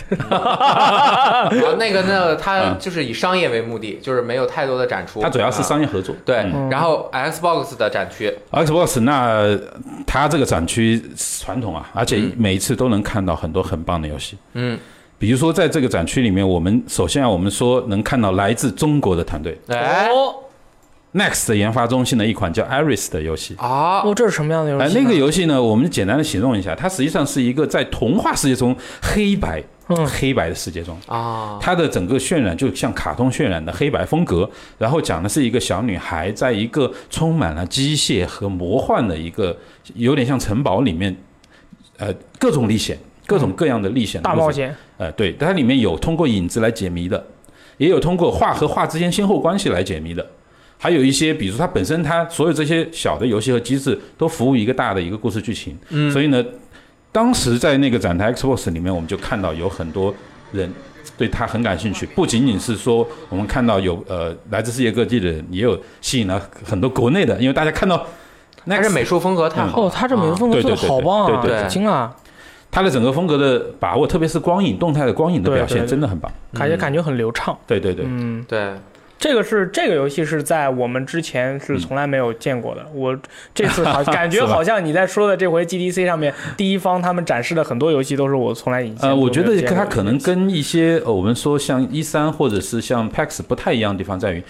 Speaker 1: 然后那个呢，它
Speaker 3: 嗯
Speaker 1: 就是以商业为目的，就是没有太多的展出，
Speaker 3: 他主要是
Speaker 1: 啊
Speaker 3: 商业合作。嗯
Speaker 1: 对，然后 Xbox 的展区，
Speaker 3: Xbox 那它这个展区传统啊，而且
Speaker 2: 嗯
Speaker 3: 每一次都能看到很多很棒的游戏。
Speaker 1: 嗯，
Speaker 3: 比如说在这个展区里面，我们首先啊，我们说能看到来自中国的团队
Speaker 1: 哎，
Speaker 2: 哦，
Speaker 3: Next 的研发中心的一款叫 Iris 的游戏。
Speaker 1: 啊，
Speaker 2: 哦，这是什么样的游
Speaker 3: 哎，
Speaker 2: 戏呢？
Speaker 3: 那个游戏呢，我们简单的形容一下，它实际上是一个在童话世界中黑白、
Speaker 2: 嗯
Speaker 3: 黑白的世界中，
Speaker 2: 哦
Speaker 1: 啊，
Speaker 3: 它的整个渲染就像卡通渲染的黑白风格，然后讲的是一个小女孩在一个充满了机械和魔幻的一个，有点像城堡里面，呃，各种历险，各种各样的历险、
Speaker 2: 大冒，险，
Speaker 3: 呃，对，它里面有通过影子来解谜的，也有通过画和画之间先后关系来解谜的。还有一些，比如说它本身它所有这些小的游戏和机制都服务一个大的一个故事剧情，嗯，所以呢，当时在那个展台 Xbox 里面，我们就看到有很多人对它很感兴趣，不仅仅是说我们看到有呃来自世界各地的人，也有吸引了很多国内的，因为大家看到那
Speaker 1: 但
Speaker 3: 个
Speaker 1: 是美术风格太好了，
Speaker 2: 哦，他这美术风格
Speaker 3: 啊
Speaker 2: 做的好棒啊，
Speaker 3: 对
Speaker 1: 对对对
Speaker 2: 惊啊！
Speaker 3: 它的整个风格的把握，特别是光影动态的光影的
Speaker 2: 对
Speaker 3: 表
Speaker 2: 对
Speaker 3: 现，
Speaker 2: 对
Speaker 3: 真的很棒。
Speaker 2: 感觉感觉很流畅，
Speaker 3: 嗯对对对，
Speaker 2: 嗯，
Speaker 1: 对，
Speaker 2: 这个是这个游戏是在我们之前
Speaker 3: 嗯
Speaker 2: 是从来没有见 过的。我这次好感觉
Speaker 3: 是吧
Speaker 2: 好像你在说的这回 GDC 上面，第一方他们展示的很多游戏都是我从来以前
Speaker 3: 呃，
Speaker 2: 都没有
Speaker 3: 我觉得
Speaker 2: 见过
Speaker 3: 它
Speaker 2: 的
Speaker 3: 可能
Speaker 2: 游戏
Speaker 3: 跟一些呃我们说像一三或者是像 PAX 不太一样的地方在于，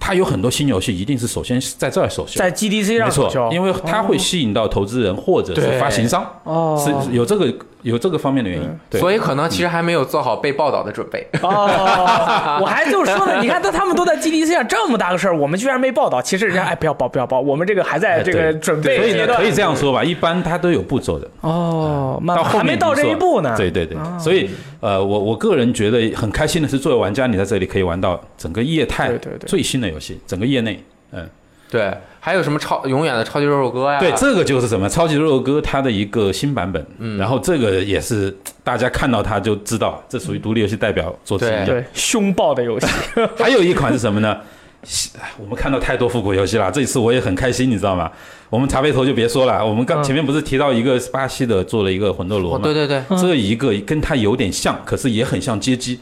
Speaker 3: 它有很多新游戏一定是首先是在这儿首秀，
Speaker 2: 在 GDC
Speaker 3: 没
Speaker 2: 上首秀
Speaker 3: 错，因为它会吸引到投资人或者
Speaker 1: 对
Speaker 3: 是发行商，
Speaker 2: 哦
Speaker 3: 是有这个有这个方面的原因。对，嗯
Speaker 1: 所
Speaker 3: 以
Speaker 1: 以可能其实还没有做好被报道的准备。
Speaker 2: 哦，我还就说呢，你看他他们都在 GDC 上这么大个事儿，我们居然没报道。其实人家哎，不要报，不要报，我们这个还在
Speaker 3: 哎
Speaker 2: 这个
Speaker 3: 对
Speaker 2: 准备
Speaker 3: 所以
Speaker 2: 阶
Speaker 3: 呢，
Speaker 2: 段
Speaker 3: 可以这样说吧，一般它都有步骤的。
Speaker 2: 哦，慢
Speaker 3: 到
Speaker 2: 慢
Speaker 3: 后面
Speaker 2: 还没到
Speaker 3: 比
Speaker 2: 这
Speaker 3: 如说
Speaker 2: 一步呢。哦
Speaker 3: 对对对，对所以呃，我我个人觉得很开心的是，作为玩家，你在这里可以玩到整个业态
Speaker 2: 对对对
Speaker 3: 最新的游戏，整个业内。嗯，
Speaker 1: 对，还有什么超永远的超级肉肉哥呀？
Speaker 3: 对，这个就是什么超级肉肉哥它的一个新版本，嗯，然后这个也是大家看到它就知道，这属于独立游戏代表做之一
Speaker 1: 对
Speaker 3: 的。
Speaker 2: 对，凶暴的游戏，
Speaker 3: 还有一款是什么呢？哎我们看到太多复古游戏了，这一次我也很开心，你知道吗？我们茶杯头就别说了，我们刚
Speaker 2: 嗯
Speaker 3: 前面不是提到一个巴西的做了一个魂斗罗
Speaker 1: 哦，
Speaker 3: 吗？
Speaker 1: 对对对，
Speaker 3: 这一个跟它有点像，可是也很像街机。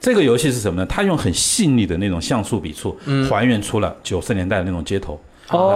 Speaker 3: 这个游戏是什么呢？它用很细腻的那种像素笔触，
Speaker 1: 嗯
Speaker 3: 还原出了九十年代的那种街头， 然后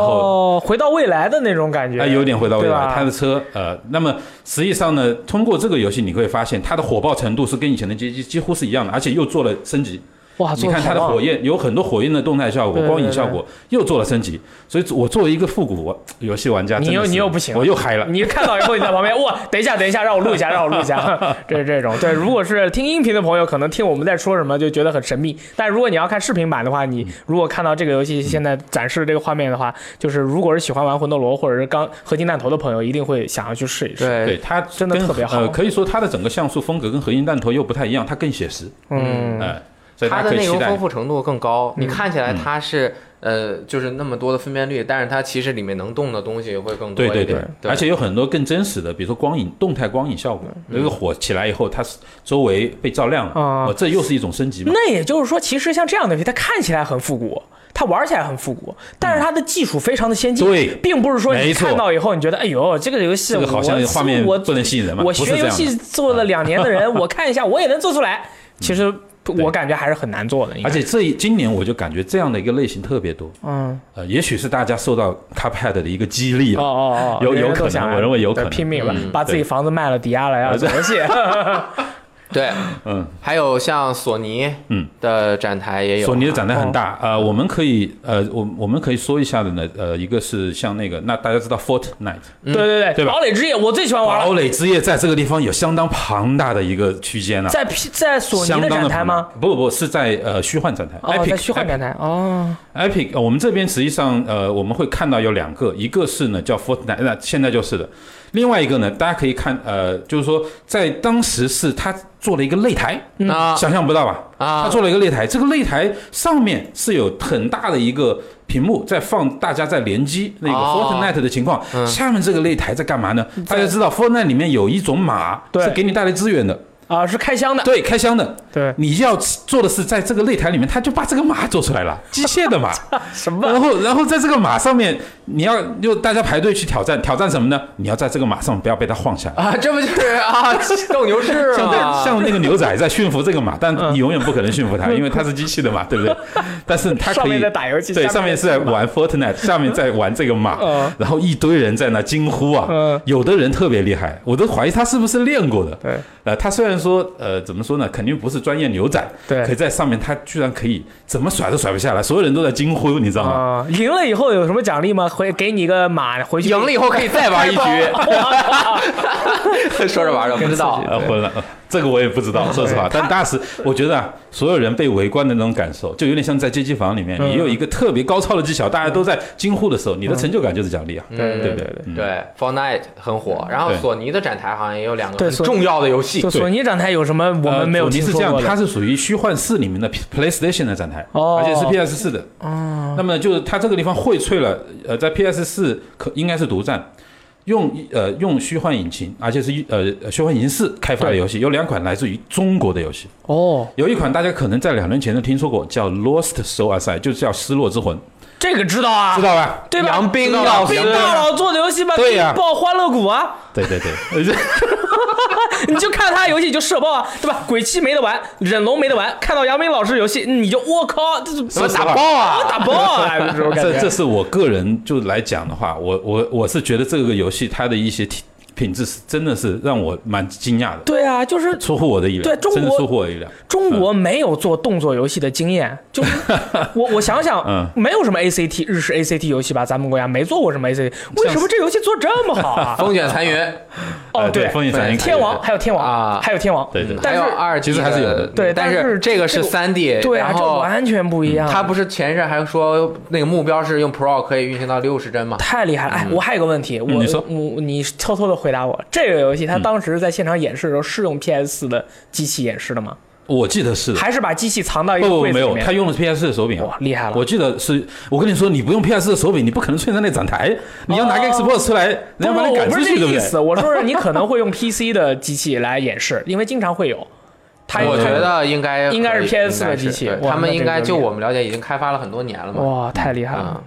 Speaker 2: 哦，回到未来的那种感觉，
Speaker 3: 它有点回到未
Speaker 2: 对
Speaker 3: 来
Speaker 2: 吧。
Speaker 3: 它的车，呃，那么实际上呢，通过这个游戏你会发现它的火爆程度是跟以前的街机几乎是一样的，而且又做了升级。
Speaker 2: 哇，
Speaker 3: 你看它
Speaker 2: 啊
Speaker 3: 的火焰有很多火焰的动态效果
Speaker 2: 对、对
Speaker 3: 光影效果，又做了升级。所以我作为一个复古玩游戏玩家，
Speaker 2: 你又
Speaker 3: 真的是
Speaker 2: 你又不行
Speaker 3: 我又嗨了。
Speaker 2: 你看到以后，你在旁边哇，等一下，等一下，让我录一下，让我录一下， 这是这种。对，如果是听音频的朋友，可能听我们在说什么就觉得很神秘，但如果你要看视频版的话，
Speaker 3: 嗯
Speaker 2: 你如果看到这个游戏现在展示的这个画面的话，就是如果是喜欢玩魂斗罗或者是刚合金弹头的朋友，一定会想要去试一试。
Speaker 1: 对
Speaker 3: 对它
Speaker 2: 哎真的
Speaker 3: 跟
Speaker 2: 特别好
Speaker 3: 呃，可以说它的整个像素风格跟合金弹头又不太一样，它更写实，
Speaker 2: 嗯，
Speaker 3: 哎，所以大
Speaker 1: 它
Speaker 3: 家
Speaker 1: 的
Speaker 3: 可
Speaker 1: 内
Speaker 3: 以期
Speaker 1: 容
Speaker 3: 待
Speaker 1: 丰。富程度更高。你
Speaker 2: 嗯
Speaker 1: 看起来它是呃，就是那么多的分辨率，但是它其实里面能动的东西会更多
Speaker 3: 对
Speaker 1: 一
Speaker 3: 对
Speaker 1: 点。
Speaker 3: 对，嗯而且有很多更真实的，比如说光影、动态光影效果。那个火起来以后，它是周围被照亮了，
Speaker 2: 啊
Speaker 3: 哦，这又是一种升级嘛。
Speaker 2: 那也就是说，其实像这样的游戏，它看起来很复古，它玩起来很复古，但是它的技术非常的先进。
Speaker 3: 对
Speaker 2: 并不是说你
Speaker 3: 没错
Speaker 2: 看到以后你觉得，哎呦，这个游戏
Speaker 3: 这
Speaker 2: 我
Speaker 3: 个好像画面
Speaker 2: 我
Speaker 3: 不能吸引人嘛，啊
Speaker 2: 我
Speaker 3: 不是这
Speaker 2: 学游
Speaker 3: 样的
Speaker 2: 戏做了两年的 人，我看一下我也能做出来。其实我感觉还是很难做的，应该
Speaker 3: 而且这一今年我就感觉这样的一个类型特别多，
Speaker 2: 嗯，
Speaker 3: 呃，也许是大家受到 Cuphead 的一个激励
Speaker 2: 哦
Speaker 3: 吧。
Speaker 2: 哦哦，
Speaker 3: 有
Speaker 2: 人人
Speaker 3: 有可
Speaker 2: 都
Speaker 3: 能
Speaker 2: 想
Speaker 3: 我认为有可能
Speaker 2: 对拼命了，
Speaker 1: 嗯
Speaker 2: 把自己
Speaker 3: 对
Speaker 2: 房子卖了抵押了呀，做游戏。
Speaker 1: 对，
Speaker 3: 嗯，
Speaker 1: 还有像索尼
Speaker 3: 嗯
Speaker 1: 的展台
Speaker 2: 哎
Speaker 1: 也有，
Speaker 3: 索尼的展台很大，
Speaker 2: 哦
Speaker 3: 呃，我们可以，呃，我我们可以说一下的呢，呃，一个是像那个，那大家知道 Fortnite，
Speaker 2: 对对对，
Speaker 3: 对吧
Speaker 2: 堡垒之夜我最喜欢玩了
Speaker 3: 堡，垒之夜在这个地方有相当庞大的一个区间啊，
Speaker 2: 在 P- 在索尼
Speaker 3: 相
Speaker 2: 的
Speaker 3: 当
Speaker 2: 展
Speaker 3: 的
Speaker 2: 台
Speaker 3: 庞大
Speaker 2: 吗？？
Speaker 3: 不不，是在呃虚幻展台
Speaker 2: 哦，在
Speaker 3: ，Epic
Speaker 2: 虚幻展台哦，
Speaker 3: Epic，呃我们这边实际上呃，我们会看到有两个，一个是呢叫 Fortnite，那现在就是的；另外一个呢，大家可以看呃，就是说在当时是他做了一个擂台，
Speaker 1: 啊
Speaker 3: 想象不到吧？他
Speaker 1: 啊，
Speaker 3: 做了一个擂台，这个擂台上面是有很大的一个屏幕在放大家在联机那个
Speaker 1: 哦
Speaker 3: Fortnite 的情况，下面这个擂台在干嘛呢？大家知道 Fortnite 里面有一种马
Speaker 2: 对
Speaker 3: 是给你带来资源的，
Speaker 2: 啊是开箱的，
Speaker 3: 对，开箱的。
Speaker 2: 对，
Speaker 3: 你要做的是在这个擂台里面，他就把这个马做出来 了，机械的马。
Speaker 2: 什么
Speaker 3: 然后，然后在这个马上面，你要就大家排队去挑战，挑战什么呢？你要在这个马上不要被它晃下来。
Speaker 1: 啊，这不就是啊斗牛士
Speaker 3: 像
Speaker 1: 吗？
Speaker 3: 像那个牛仔在驯服这个马，但
Speaker 2: 嗯
Speaker 3: 你永远不可能驯服它，因为它是机器的嘛，对 不对？但是它
Speaker 2: 上
Speaker 3: 可
Speaker 2: 面
Speaker 3: 以
Speaker 2: 在打游戏，
Speaker 3: 对，上面是在玩 Fortnite，下面在玩这个马
Speaker 2: 嗯，
Speaker 3: 然后一堆人在那惊呼
Speaker 2: 嗯
Speaker 3: 啊，有的人特别厉害，我都怀疑他是不是练过的。
Speaker 2: 对，
Speaker 3: 呃，他虽然说呃怎么说呢，肯定不是专业牛仔，
Speaker 2: 对
Speaker 3: 可在上面他居然可以怎么甩都甩不下来，所有人都在惊呼，你知道吗？
Speaker 2: 啊，赢了以后有什么奖励吗？回给你一个马回去
Speaker 1: 赢了以后可以再玩一局， 说着玩着不知道
Speaker 2: 更刺激
Speaker 3: 呃，混了，呃这个我也不知
Speaker 2: 嗯
Speaker 3: 道，说实话。但当时我觉得啊，所有人被围观的那种感受，就有点像在街机房里面，
Speaker 2: 嗯
Speaker 3: 你有一个特别高超的技巧，大家都在惊呼的时候，你的成就感就是奖励啊，
Speaker 2: 对
Speaker 3: 对
Speaker 2: 对
Speaker 3: 不对
Speaker 2: 对对。
Speaker 3: 嗯
Speaker 1: 对，Fortnite 很火，然后
Speaker 3: 对
Speaker 1: 索尼的展台好像也有两个
Speaker 2: 对
Speaker 1: 很
Speaker 2: 索
Speaker 1: 重要的游戏
Speaker 2: 就，索尼展台有什么我
Speaker 3: 呃
Speaker 2: 们没有
Speaker 3: 索尼
Speaker 2: 听
Speaker 3: 是
Speaker 2: 说
Speaker 3: 这样
Speaker 2: 过，
Speaker 3: 它
Speaker 2: 的？
Speaker 3: 是属于虚幻四里面的 P- PlayStation 的展台，
Speaker 2: 哦
Speaker 3: 而且是 PS 四的。哦，那么就是它这个地方荟萃了，呃，在 PS 四可应该是独占，用呃用虚幻引擎，而且是一呃呃虚幻引擎四开发的游戏，有两款来自于中国的游戏，
Speaker 2: 哦，
Speaker 3: 有一款大家可能在两年前都听说过，叫 Lost Soul Aside，就是叫失落之魂，
Speaker 2: 这个知道啊，
Speaker 3: 知道吧？
Speaker 2: 对吧？
Speaker 1: 杨斌
Speaker 2: 杨
Speaker 1: 老师
Speaker 2: 斌大佬做的游戏吧，
Speaker 3: 对呀
Speaker 2: 爆欢乐谷啊，
Speaker 3: 对对对，
Speaker 2: 你就看他的游戏你就社爆啊，对吧？鬼泣没得玩，忍龙没得玩，看到杨梅老师游戏你就我靠，这
Speaker 1: 怎么
Speaker 2: 怎
Speaker 1: 打爆啊？
Speaker 2: 打爆
Speaker 3: 哎
Speaker 2: 啊？这种感
Speaker 3: 这
Speaker 2: 觉
Speaker 3: 这。是我个人就来讲的话，我我我是觉得这个游戏它的一些体品质是真的是让我蛮惊讶的，
Speaker 2: 对啊，就是
Speaker 3: 出乎我的意料，
Speaker 2: 对中
Speaker 3: 真的
Speaker 2: 国
Speaker 3: 出乎我的意料。
Speaker 2: 中
Speaker 3: 嗯
Speaker 2: 国没有做动作游戏的经验， 就是我我想想，
Speaker 3: 嗯
Speaker 2: 没有什么 ACT 日式 ACT 游戏吧，咱们国家没做过什么 ACT，为什么这游戏做这么好啊？
Speaker 1: 风卷残云
Speaker 2: 哦，
Speaker 3: 呃对风云残云
Speaker 2: 天王还有天
Speaker 1: 啊
Speaker 2: 王，还有天王，
Speaker 3: 对对，
Speaker 2: 但是
Speaker 1: 还有二 D
Speaker 3: 其实还是有的
Speaker 2: 对
Speaker 1: 但
Speaker 2: 但是
Speaker 1: 这个是
Speaker 2: 这个
Speaker 1: 三 D，
Speaker 2: 对啊，
Speaker 1: 然
Speaker 2: 这
Speaker 1: 后
Speaker 2: 完全不一样。
Speaker 3: 嗯
Speaker 1: 他不是前一阵还说那个目标是用 Pro 可以运行到六十帧吗？
Speaker 2: 太厉害了！哎，我还有个问题，我
Speaker 3: 嗯你说嗯
Speaker 2: 我你偷偷的回答我，这个游戏它当时在现场演示的时候是用 PS 4的机器演示的吗？
Speaker 3: 我记得是的。
Speaker 2: 还是把机器藏到一
Speaker 3: 不
Speaker 2: 个
Speaker 3: 不
Speaker 2: 柜子
Speaker 3: 没
Speaker 2: 里
Speaker 3: 有，
Speaker 2: 面？
Speaker 3: 他用的是 PS 的手柄啊，
Speaker 2: 哇厉害了
Speaker 3: 我记得是，我跟你说，你不用 PS 的手柄，你不可能出现在那展台，你要拿个
Speaker 2: 哦
Speaker 3: Xbox 出来，人家
Speaker 2: 不
Speaker 3: 把
Speaker 2: 不，
Speaker 3: 你
Speaker 2: 我
Speaker 3: 赶
Speaker 2: 不
Speaker 3: 出
Speaker 2: 是这
Speaker 3: 去，对
Speaker 2: 个
Speaker 3: 不
Speaker 2: 意
Speaker 3: 对？
Speaker 2: 思，我说是你可能会用 PC 的机器来演示，因为经常会有。它
Speaker 1: 我觉得应该可以
Speaker 2: 应该是 PS4 的
Speaker 1: 应该是
Speaker 2: 机器
Speaker 1: 对
Speaker 2: 哇
Speaker 1: 他们
Speaker 2: 那
Speaker 1: 应
Speaker 2: 这
Speaker 1: 该
Speaker 2: 个
Speaker 1: 就
Speaker 2: 厉害
Speaker 1: 我们了解已经开发了很多年了嘛。
Speaker 2: 哇，太厉害了！
Speaker 1: 啊，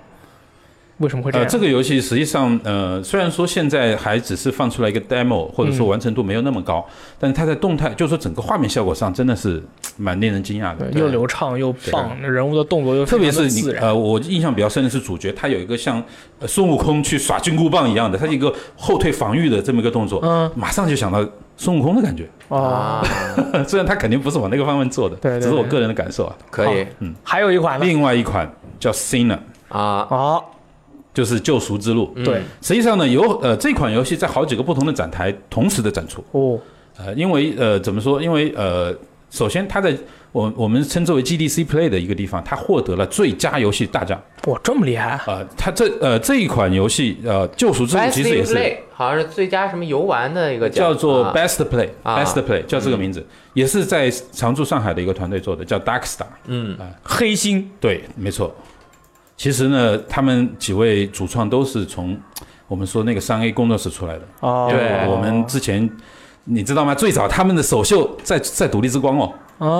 Speaker 2: 为什么会这
Speaker 3: 呃，
Speaker 2: 样？
Speaker 3: 这个游戏实际上，呃，虽然说现在还只是放出来一个 demo，或者说完成度没有那么
Speaker 2: 嗯
Speaker 3: 高，但是它在动态，就是说整个画面效果上，真的是呃蛮令人惊讶的。
Speaker 2: 对又流畅又棒，人物的动作又
Speaker 3: 特别
Speaker 2: 非常
Speaker 3: 是
Speaker 2: 地
Speaker 3: 你
Speaker 2: 自然。
Speaker 3: 呃，我印象比较深的是主角，他有一个像呃孙悟空去耍金箍棒一样的，他一个后退防御的这么一个动作，
Speaker 2: 嗯，
Speaker 3: 马上就想到孙悟空的感觉。
Speaker 2: 哦，
Speaker 1: 啊，
Speaker 3: 虽然他肯定不是往那个方面做的，
Speaker 2: 对对
Speaker 3: 只是我
Speaker 2: 对
Speaker 3: 个人的感受啊。
Speaker 1: 可以
Speaker 2: 还有一款呢。
Speaker 3: 另外一款叫 Sinner，
Speaker 1: 啊，嗯
Speaker 2: 哦，
Speaker 3: 就是救赎之路。
Speaker 2: 对，
Speaker 3: 实际上呢，有呃这款游戏在好几个不同的展台同时的展出。
Speaker 2: 哦，
Speaker 3: 呃，因为呃怎么说？因为呃，首先它在我我们称之为 GDC Play 的一个地方，它获得了最佳游戏大奖。
Speaker 2: 哇，这么厉害！
Speaker 3: 呃，它这呃这一款游戏呃《救赎之路》其实也
Speaker 1: Best in
Speaker 3: 是
Speaker 1: Play 好像是最佳什么游玩的一个奖
Speaker 3: 叫做
Speaker 1: 啊
Speaker 3: Best Play，Best、
Speaker 1: 啊
Speaker 3: Play 叫这个名字，也是在常驻上海的一个团队做的，叫 Darkstar。
Speaker 2: 黑心
Speaker 3: 对，没错。其实呢，他们几位主创都是从我们说那个三 A 工作室出来的。
Speaker 2: 哦，
Speaker 3: 因为我们之前你知道吗？最早他们的首秀在在独立之光哦，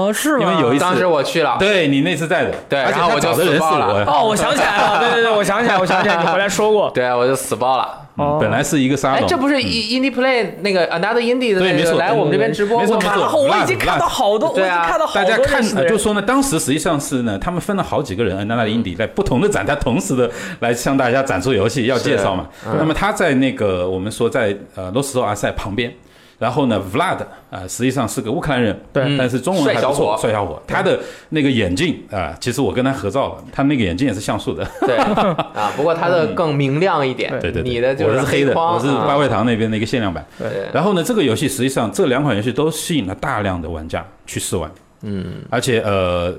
Speaker 2: 啊是吗？
Speaker 3: 因为有一次
Speaker 1: 当时我去了，
Speaker 3: 对你那次在的，
Speaker 1: 啊对
Speaker 3: 而且
Speaker 1: 然后
Speaker 3: 他
Speaker 1: 我就
Speaker 3: 找的人是
Speaker 1: 自爆了
Speaker 3: 我，
Speaker 2: 哦，我想起来了，对对对，我想起来，我想起来，你 回来说过。
Speaker 1: 对，我就死爆了。
Speaker 2: 哦
Speaker 3: 嗯本来是一个沙
Speaker 1: 哎，这
Speaker 3: 龙，
Speaker 1: 不是 i- Indie Play 那个 Another Indie 的
Speaker 3: 嗯对
Speaker 1: 那
Speaker 3: 没
Speaker 1: 个
Speaker 3: 错
Speaker 1: 来我们这边直播
Speaker 3: 没错
Speaker 1: 过
Speaker 3: 没
Speaker 1: 吗？
Speaker 3: 错
Speaker 2: 然后我已经看到好多，我已
Speaker 1: 对
Speaker 2: 经
Speaker 1: 啊
Speaker 2: 看到好
Speaker 3: 大
Speaker 2: 多
Speaker 3: 家看
Speaker 2: 认识的
Speaker 3: 呃
Speaker 2: 人
Speaker 3: 就说呢，当时实际上是呢，他们分了好几个人，呃安娜娜 Indy 在不同的展台同时的来向大家展出游戏，要介绍嘛。
Speaker 2: 嗯
Speaker 3: 那么他在那个我们说在呃罗斯托阿塞旁边。然后呢，Vlad 呃，实际上是个乌克兰人，
Speaker 2: 对
Speaker 3: 但是中文还
Speaker 1: 帅小
Speaker 3: 不错，
Speaker 1: 伙
Speaker 3: 帅小伙。他的那个眼镜啊、其实我跟他合照了，他那个眼镜也是像素的，
Speaker 1: 对啊，不过它的更明亮一点，
Speaker 3: 对对对，
Speaker 1: 你的就
Speaker 3: 我是黑的，
Speaker 1: 框
Speaker 3: 我是
Speaker 1: 啊
Speaker 3: 八味堂那边的一个限量版。
Speaker 1: 对
Speaker 3: 然后呢，这个游戏实际上这两款游戏都吸引了大量的玩家去试玩，嗯，而且呃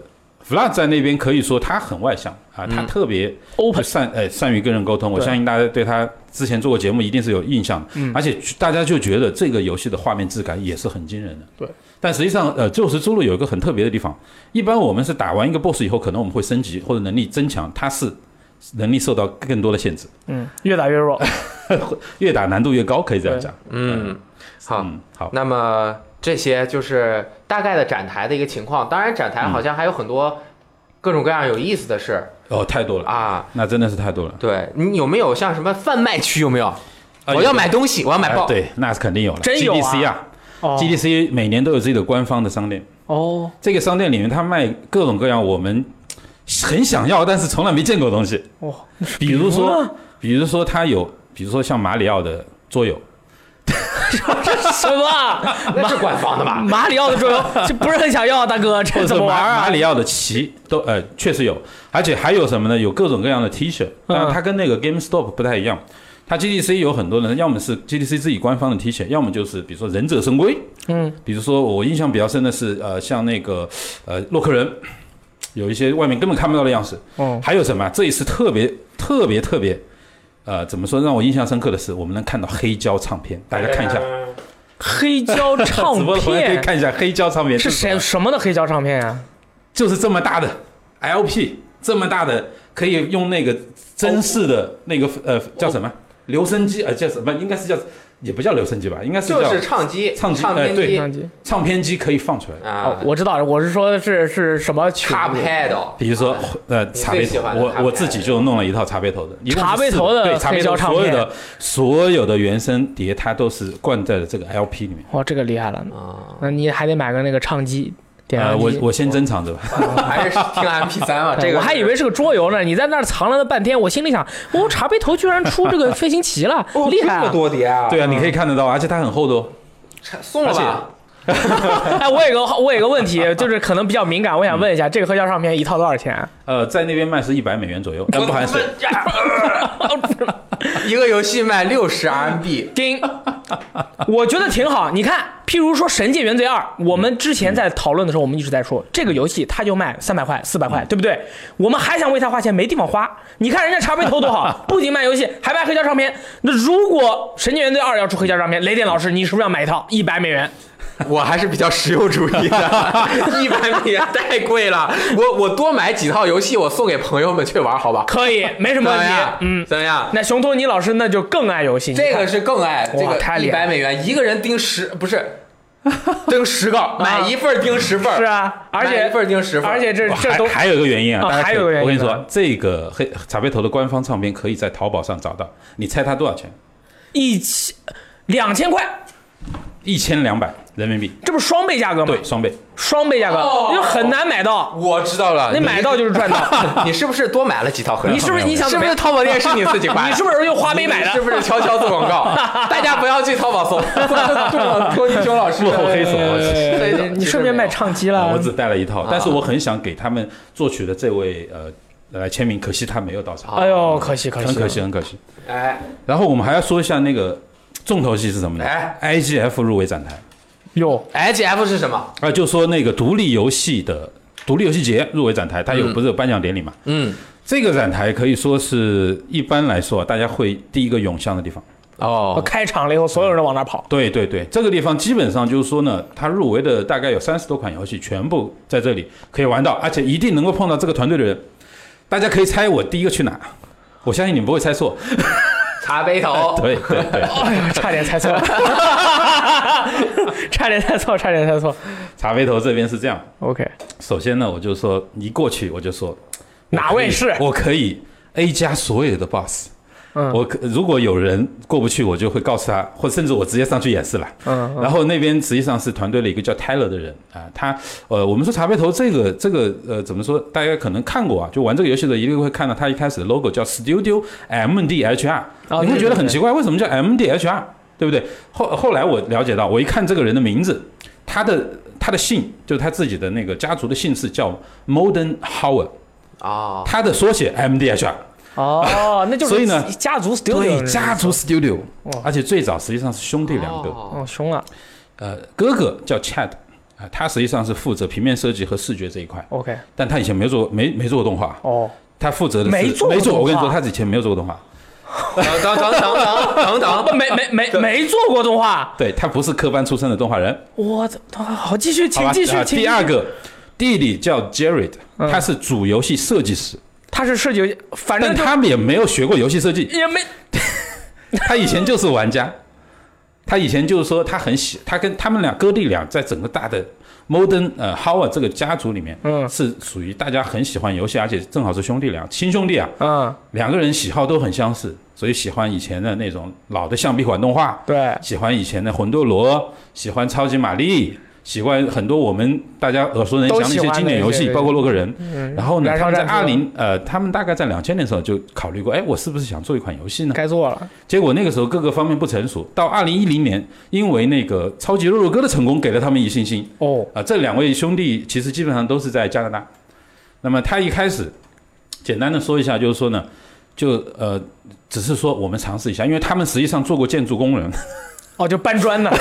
Speaker 3: ，Vlad 在那边可以说他很外向啊，他特别
Speaker 2: open
Speaker 3: 就善呃善于跟人沟通，我相信大家对他之前做过节目一定是有印象的，而且大家就觉得这个游戏的画面质感也是很惊人的，
Speaker 2: 对。
Speaker 3: 但实际上，呃，救赎之路有一个很特别的地方，一般我们是打完一个 BOSS 以后，可能我们会升级或者能力增强，它是能力受到更多的限制，
Speaker 2: 嗯，越打越 弱。
Speaker 3: 越打难度越高，可以这样
Speaker 2: 对
Speaker 3: 讲。
Speaker 1: 嗯，好，
Speaker 3: 嗯，好，
Speaker 1: 那么这些就是大概的展台的一个情况。当然，展台好像还有很多各种各样有意思的事
Speaker 3: 哦，太多了，
Speaker 1: 啊。
Speaker 3: 那真的是太多了。
Speaker 1: 对你有没有像什么贩卖区有没有？
Speaker 3: 啊
Speaker 1: 我要买东西，我要买
Speaker 3: 啊
Speaker 1: 爆。
Speaker 3: 对，那是肯定有了。
Speaker 2: 真有啊
Speaker 3: GDC 啊
Speaker 2: 哦
Speaker 3: ，GDC 每年都有自己的官方的商店，
Speaker 2: 哦，
Speaker 3: 这个商店里面它卖各种各样我们很想要但是从来没见过的东西，
Speaker 2: 哇，
Speaker 3: 比如
Speaker 2: 比如
Speaker 3: 说
Speaker 2: 呢，
Speaker 3: 比如说它有，比如说像马里奥的桌游，
Speaker 2: 什么？
Speaker 1: 那是官方的吧？
Speaker 2: 马里奥的桌游，这不是很想要，大哥，
Speaker 3: 或
Speaker 2: 这
Speaker 3: 者
Speaker 2: 怎
Speaker 3: 说
Speaker 2: 么玩
Speaker 3: 马
Speaker 2: 啊
Speaker 3: 马？里奥的棋都呃确实有，而且还有什么呢？有各种各样的 T 恤，
Speaker 2: 嗯
Speaker 3: 但它跟那个 GameStop 不太一样。它 GDC 有很多人，要么是 GDC 自己官方的 T 恤，要么就是比如说忍者神龟，
Speaker 2: 嗯，
Speaker 3: 比如说我印象比较深的是呃像那个呃洛克人，有一些外面根本看不到的样式。
Speaker 2: 嗯，
Speaker 3: 还有什么啊？这一次特别特别特别，呃，怎么说让我印象深刻的是，我们能看到黑胶唱片，大家看一下，
Speaker 2: 黑胶
Speaker 3: 直
Speaker 2: 唱
Speaker 3: 播的朋友可以
Speaker 2: 片
Speaker 3: 看一下黑胶唱片
Speaker 2: 是
Speaker 3: 什么
Speaker 2: 谁什么的黑胶唱片呀？
Speaker 3: 就是这么大的 LP，这么大的，可以用那个真式的那个呃叫什么留声机呃叫什么，应该是叫也不叫留声机吧，应该是叫
Speaker 1: 就是唱机，
Speaker 3: 唱机
Speaker 1: 唱
Speaker 3: 哎
Speaker 1: 片
Speaker 3: 对
Speaker 1: 机
Speaker 2: 相机。
Speaker 3: 唱片机可以放出来。
Speaker 2: 哦
Speaker 1: 啊，，
Speaker 2: 我知道了，我是说的是是什么曲子
Speaker 1: Cup Pedal，
Speaker 3: 比如说，呃，茶杯
Speaker 1: 最
Speaker 3: 头
Speaker 1: 喜，欢的
Speaker 3: 我
Speaker 1: 茶杯
Speaker 3: 我自己就弄了一套茶杯头的，一共是
Speaker 2: 茶杯头
Speaker 3: 四个
Speaker 2: 的
Speaker 3: 对茶
Speaker 2: 黑
Speaker 3: 杯头
Speaker 2: 胶唱
Speaker 3: 所有
Speaker 2: 片
Speaker 3: 的所有的原声碟，它都是灌在了这个 LP 里面。
Speaker 2: 哇，这个厉害了，
Speaker 1: 啊，
Speaker 2: 那你还得买个那个唱机，点
Speaker 3: 哦呃，
Speaker 2: 唱
Speaker 3: 我
Speaker 2: 机。
Speaker 3: 我先珍藏着吧。
Speaker 1: 还是听 MP 三吧，
Speaker 2: 对
Speaker 1: 这个
Speaker 2: 我还以为是个桌游呢，你在那儿藏了那半天，我心里想，哦，茶杯头居然出这个飞行棋 了
Speaker 1: 哦，
Speaker 2: 厉害、
Speaker 1: 这么
Speaker 2: 啊！
Speaker 1: 多碟啊，
Speaker 3: 对啊，你可以看得到，而且它很厚的哦。
Speaker 1: 送了吧，
Speaker 2: 哎，我有个我有个问题，就是可能比较敏感，我想问一下，这个黑胶唱片一套多少钱？啊
Speaker 3: 呃，在那边卖是一百美元左右，呃但不含税。
Speaker 1: 一个游戏卖六十 RMB，
Speaker 2: 丁， 我觉得挺好。你看，譬如说《神界原罪二》，我们之前在讨论的时候，我们一直在说这个游戏它就卖三百块、四百
Speaker 1: 嗯
Speaker 2: 块，对不对？我们还想为它花钱，没地方花。你看人家茶杯头多 好，不仅卖游戏，还卖黑胶唱片。那如果《神界原罪二》要出黑胶唱片，雷电老师，你是不是要买一套一百美元？
Speaker 1: 我还是比较实用主义 的，一百美元太贵了，我我多买几套游戏，我送给朋友们去玩，好吧？
Speaker 2: 可以，没什
Speaker 1: 怎
Speaker 2: 么问
Speaker 1: 么
Speaker 2: 题
Speaker 1: 样？。
Speaker 2: 嗯，
Speaker 1: 怎么样？
Speaker 2: 那熊托尼老师那就更爱游戏。你看
Speaker 1: 这个是更爱，这个
Speaker 2: 太
Speaker 1: 一
Speaker 2: 厉害
Speaker 1: 百美元一个人盯十，不是盯十 个，买一份儿盯十份儿，
Speaker 2: 啊是啊，而
Speaker 1: 买
Speaker 2: 且
Speaker 1: 一份儿盯十份儿，
Speaker 2: 而且这
Speaker 3: 哇
Speaker 2: 这
Speaker 3: 还
Speaker 2: 都
Speaker 3: 还有一个原因啊，
Speaker 2: 啊
Speaker 3: 大家可以
Speaker 2: 还有一个原
Speaker 3: 我
Speaker 2: 因
Speaker 3: 跟你
Speaker 2: 呢
Speaker 3: 说，这个黑茶杯头的官方唱片可以在淘宝上找到，你猜它多少钱？
Speaker 2: 一千两千块，
Speaker 3: 一千两百人民币，
Speaker 2: 这不是双倍价格吗？
Speaker 3: 对，双倍。
Speaker 2: 双倍价格，
Speaker 1: 哦
Speaker 2: 就很难买到。
Speaker 1: 我知道了，
Speaker 2: 你买到就是赚到。
Speaker 1: 你是不是多买了几套盒？
Speaker 2: 你是不是你想
Speaker 1: 是
Speaker 2: 怎
Speaker 1: 不
Speaker 2: 么
Speaker 1: 是
Speaker 2: 样？
Speaker 1: 淘宝店是你自己花的？
Speaker 2: 你是不是用花呗买
Speaker 1: 你是
Speaker 2: 的？
Speaker 1: 不是悄悄做广告？大家不要去淘宝搜，托尼熊老师
Speaker 3: 幕后黑手我其实
Speaker 1: 对
Speaker 2: 你你顺便卖唱机
Speaker 3: 啊
Speaker 2: 了
Speaker 3: 我。只带了一套，但是我很想给他们作曲的这位呃来签名，可惜他没有到场，
Speaker 2: 哎呦，可惜可惜，
Speaker 3: 啊很可惜，。很可惜。
Speaker 1: 哎，
Speaker 3: 然后我们还要说一下那个重头戏是什么呢
Speaker 1: 哎
Speaker 3: ？IGF 入围展台，
Speaker 2: 哟，
Speaker 1: HF 是什么？
Speaker 3: 啊，就说那个独立游戏的独立游戏节入围展
Speaker 2: 嗯
Speaker 3: 台，它有不是有颁奖典礼嘛？
Speaker 1: 嗯，
Speaker 3: 这个展台可以说是一般来说啊大家会第一个涌向的地方。
Speaker 2: 我
Speaker 1: 哦，
Speaker 2: 开场了以后，所有人都往那儿 跑。
Speaker 3: 对对对，这个地方基本上就是说呢，它入围的大概有三十多款游戏，全部在这里可以玩到，而且一定能够碰到这个团队的人。大家可以猜我第一个去哪， 我相信你们不会猜错。
Speaker 1: 茶杯头，
Speaker 3: 对对对，
Speaker 2: 哎呦，差点猜错， 差点猜错，差点猜错。
Speaker 3: 茶杯头这边是这样。
Speaker 2: OK，
Speaker 3: 首先呢，我就说一过去我就说
Speaker 2: 哪
Speaker 3: 我可以
Speaker 2: 位是？
Speaker 3: 我可以 A 加所有的 boss。
Speaker 2: 嗯
Speaker 3: 我可如果有人过不去，我就会告诉他，或甚至我直接上去演示了。
Speaker 2: 嗯，
Speaker 3: 然后那边实际上是团队的一个叫 Tyler 的人啊，他呃，我们说茶杯头这个这个呃怎么说？大家可能看过啊，就玩这个游戏的一定会看到他一开始的 logo 叫 Studio MDHR，、
Speaker 2: 哦
Speaker 3: 你会
Speaker 2: 对
Speaker 3: 觉得
Speaker 2: 对
Speaker 3: 很
Speaker 2: 对
Speaker 3: 奇怪，为什么叫 MDHR？对不对？后后来我了解到，我一看这个人的名字，他的他的姓就是他自己的那个家族的姓氏叫 Modern Howard，
Speaker 1: 哦，
Speaker 3: 他的缩写 MDHR。
Speaker 2: 哦，那就是
Speaker 3: 所以呢
Speaker 2: 家族 studio
Speaker 3: 对，
Speaker 2: 人
Speaker 3: 家族 Studio，
Speaker 2: 哇
Speaker 3: 而且最早实际上是兄弟两个，
Speaker 1: 哦
Speaker 2: 哦，凶啊。
Speaker 3: 呃，哥哥叫 Chad，啊、他实际上是负责平面设计和视觉这一块，
Speaker 2: OK，
Speaker 3: 但他以前没做没没做过动画，
Speaker 2: 哦，
Speaker 3: 他负责的是
Speaker 2: 没做过
Speaker 3: 没做，
Speaker 2: 动画
Speaker 3: 我跟你说，他以前没有做过动画，
Speaker 1: 等等等等等
Speaker 3: 哦
Speaker 1: 等等，
Speaker 2: 没没没没做过动画，
Speaker 3: 对他不是科班出身的动画人，
Speaker 2: 我的好，继续，
Speaker 3: 好
Speaker 2: 请
Speaker 3: 吧？
Speaker 2: 继续，
Speaker 3: 啊
Speaker 2: 请
Speaker 3: 第
Speaker 2: 继
Speaker 3: 二
Speaker 2: 续
Speaker 3: 个弟弟叫 Jared，
Speaker 2: 嗯
Speaker 3: 他是主游戏设计师，
Speaker 2: 他是设计游戏，反
Speaker 3: 但
Speaker 2: 正就
Speaker 3: 他们也没有学过游戏设计，
Speaker 2: 也没
Speaker 3: 他以前就是玩家，他以前就是说他很喜，他跟他们俩哥弟俩在整个大的 Modern 呃 Howard 这个家族里面，
Speaker 2: 嗯
Speaker 3: 是属于大家很喜欢游戏，而且正好是兄弟俩，亲兄弟啊，
Speaker 2: 嗯，
Speaker 3: 两个人喜好都很相似，所以喜欢以前的那种老的橡皮管动画，
Speaker 2: 对，
Speaker 3: 喜欢以前的魂斗罗，喜欢超级玛丽。喜欢很多我们大家耳熟能详的一
Speaker 2: 都喜
Speaker 3: 些
Speaker 2: 欢的
Speaker 3: 经典游
Speaker 2: 一
Speaker 3: 戏，
Speaker 2: 些
Speaker 3: 包括洛克人。
Speaker 2: 嗯
Speaker 3: 然后呢，
Speaker 2: 燃
Speaker 3: 他
Speaker 2: 烧
Speaker 3: 们在
Speaker 2: 战
Speaker 3: 二
Speaker 2: 士
Speaker 3: 零呃，他们大概在两千年的时候就考虑过，哎，我是不是想做一款游戏呢？
Speaker 2: 该做了，
Speaker 3: 结果那个时候各个方面不成熟，到二零一零年，因为那个超级肉肉哥的成功，给了他们一信心
Speaker 2: 哦，
Speaker 3: 啊、这两位兄弟其实基本上都是在加拿大。那么他一开始，简单的说一下，就是说呢，就呃，只是说我们尝试一下，因为他们实际上做过建筑工人，
Speaker 2: 哦，就搬砖的，